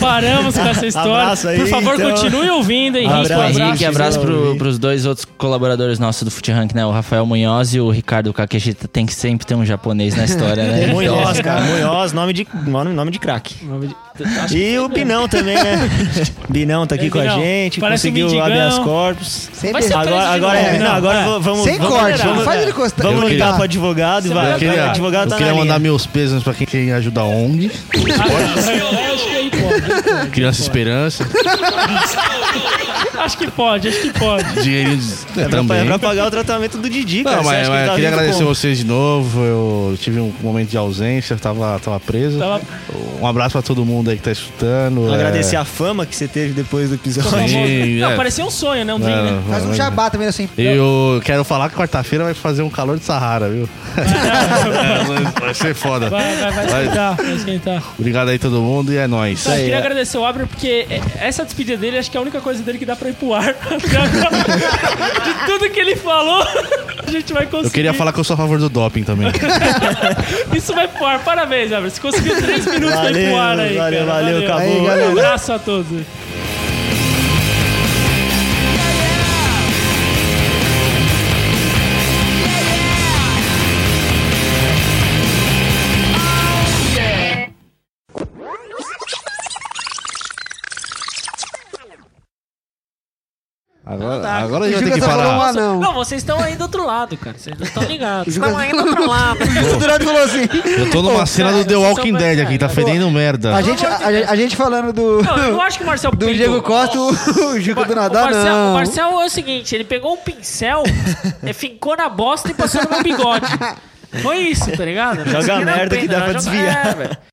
Speaker 1: Paramos com essa
Speaker 2: Abraço
Speaker 1: história.
Speaker 2: aí,
Speaker 1: Por favor,
Speaker 2: então.
Speaker 1: continue ouvindo, Henrique. um
Speaker 5: abraço pro Henrique e abraço
Speaker 2: Henrique.
Speaker 5: pro, pros dois outros colaboradores nossos do Foot Rank, né? O Rafael Munhoz e o Ricardo Kakeshita. Tem que sempre ter um japonês na história, né? Então,
Speaker 2: Munhoz, cara. Munhoz, nome de, nome, nome de craque.
Speaker 1: Acho
Speaker 2: E o Binão também, né? Binão tá aqui
Speaker 1: É,
Speaker 2: com
Speaker 1: Binão.
Speaker 2: a gente,
Speaker 1: Parece um
Speaker 2: conseguiu
Speaker 1: mendigão.
Speaker 2: habeas corpus.
Speaker 3: Sempre.
Speaker 1: ser-
Speaker 2: Agora,
Speaker 1: preso de
Speaker 2: agora,
Speaker 1: novo,
Speaker 2: é, não,
Speaker 1: Binão,
Speaker 2: agora
Speaker 1: é.
Speaker 2: vamos, vamos...
Speaker 3: Sem
Speaker 2: vamos-
Speaker 3: corte,
Speaker 2: vamos-
Speaker 3: não faz ele encostar.
Speaker 2: Vamos
Speaker 4: Eu
Speaker 2: ligar
Speaker 4: queria-
Speaker 2: pro advogado e vai.
Speaker 4: Eu queria,
Speaker 2: o advogado tá
Speaker 4: eu
Speaker 2: na
Speaker 4: queria
Speaker 2: linha.
Speaker 4: mandar meus pesos pra quem, quem ajuda a ONG,
Speaker 1: que aí pode.
Speaker 4: Criança Esperança,
Speaker 1: Acho que pode, acho que pode.
Speaker 4: dinheirinho
Speaker 2: É pra,
Speaker 4: também.
Speaker 2: é pra pagar o tratamento do Didi, cara.
Speaker 4: Não,
Speaker 2: Você acha
Speaker 4: mas,
Speaker 2: que
Speaker 4: mas
Speaker 2: ele tá
Speaker 4: queria
Speaker 2: vivo
Speaker 4: agradecer
Speaker 2: como?
Speaker 4: vocês de novo. Eu tive um momento de ausência, tava, tava preso.
Speaker 1: Tava-
Speaker 4: Um abraço pra todo mundo aí que tá escutando.
Speaker 2: Agradecer
Speaker 4: é...
Speaker 2: a fama que você teve depois do episódio.
Speaker 4: Sim,
Speaker 1: Não,
Speaker 4: é.
Speaker 1: parecia um sonho, né? Um dream, né?
Speaker 4: Mano,
Speaker 3: Faz um
Speaker 4: mano.
Speaker 3: jabá também, assim.
Speaker 4: Eu quero falar que quarta-feira vai fazer um calor de Sahara, viu? É, vai- vai ser foda.
Speaker 1: Vai, vai, vai
Speaker 4: Vai.
Speaker 1: esquentar, vai esquentar.
Speaker 4: Obrigado aí todo mundo e é nóis.
Speaker 1: Cara, eu queria agradecer o Abner, porque é- essa despedida dele, acho que é a única coisa dele que dá pra ir pro ar. Até agora. De tudo que ele falou, a gente vai conseguir.
Speaker 4: Eu queria falar que eu sou a favor do doping também.
Speaker 1: Isso vai pro ar. Parabéns, Abner. Você conseguiu três minutos pra ir
Speaker 2: Valeu,
Speaker 1: pro ar aí. cara.
Speaker 2: valeu, valeu, acabou.
Speaker 3: Aí, galera.
Speaker 1: Um abraço a todos.
Speaker 4: Agora, agora a gente
Speaker 3: O
Speaker 4: vai
Speaker 3: Juca
Speaker 4: ter que
Speaker 3: só falou um
Speaker 4: parar.
Speaker 3: anão.
Speaker 1: Não, vocês estão aí do outro lado, cara. Vocês não estão
Speaker 3: O
Speaker 1: ligados.
Speaker 3: Juca-
Speaker 4: Pô.
Speaker 3: O Durante falou assim.
Speaker 4: Eu tô numa cena do The
Speaker 1: vocês
Speaker 4: Walking
Speaker 1: são
Speaker 4: Dead
Speaker 1: bacana.
Speaker 4: aqui, tá fedendo merda.
Speaker 3: A gente, a, a- a gente falando do,
Speaker 1: Não, eu acho que o Marcel
Speaker 3: do
Speaker 1: peidou.
Speaker 3: Diego Costa, o Juca do
Speaker 1: o,
Speaker 3: Nadal,
Speaker 1: Marcel, o
Speaker 3: não.
Speaker 1: é, Marcel é o seguinte, ele pegou um pincel, eh, fincou na bosta e passou no meu bigode. Foi isso, tá ligado?
Speaker 2: Joga a merda que dá pra
Speaker 1: joga-
Speaker 2: desviar.
Speaker 1: É, velho.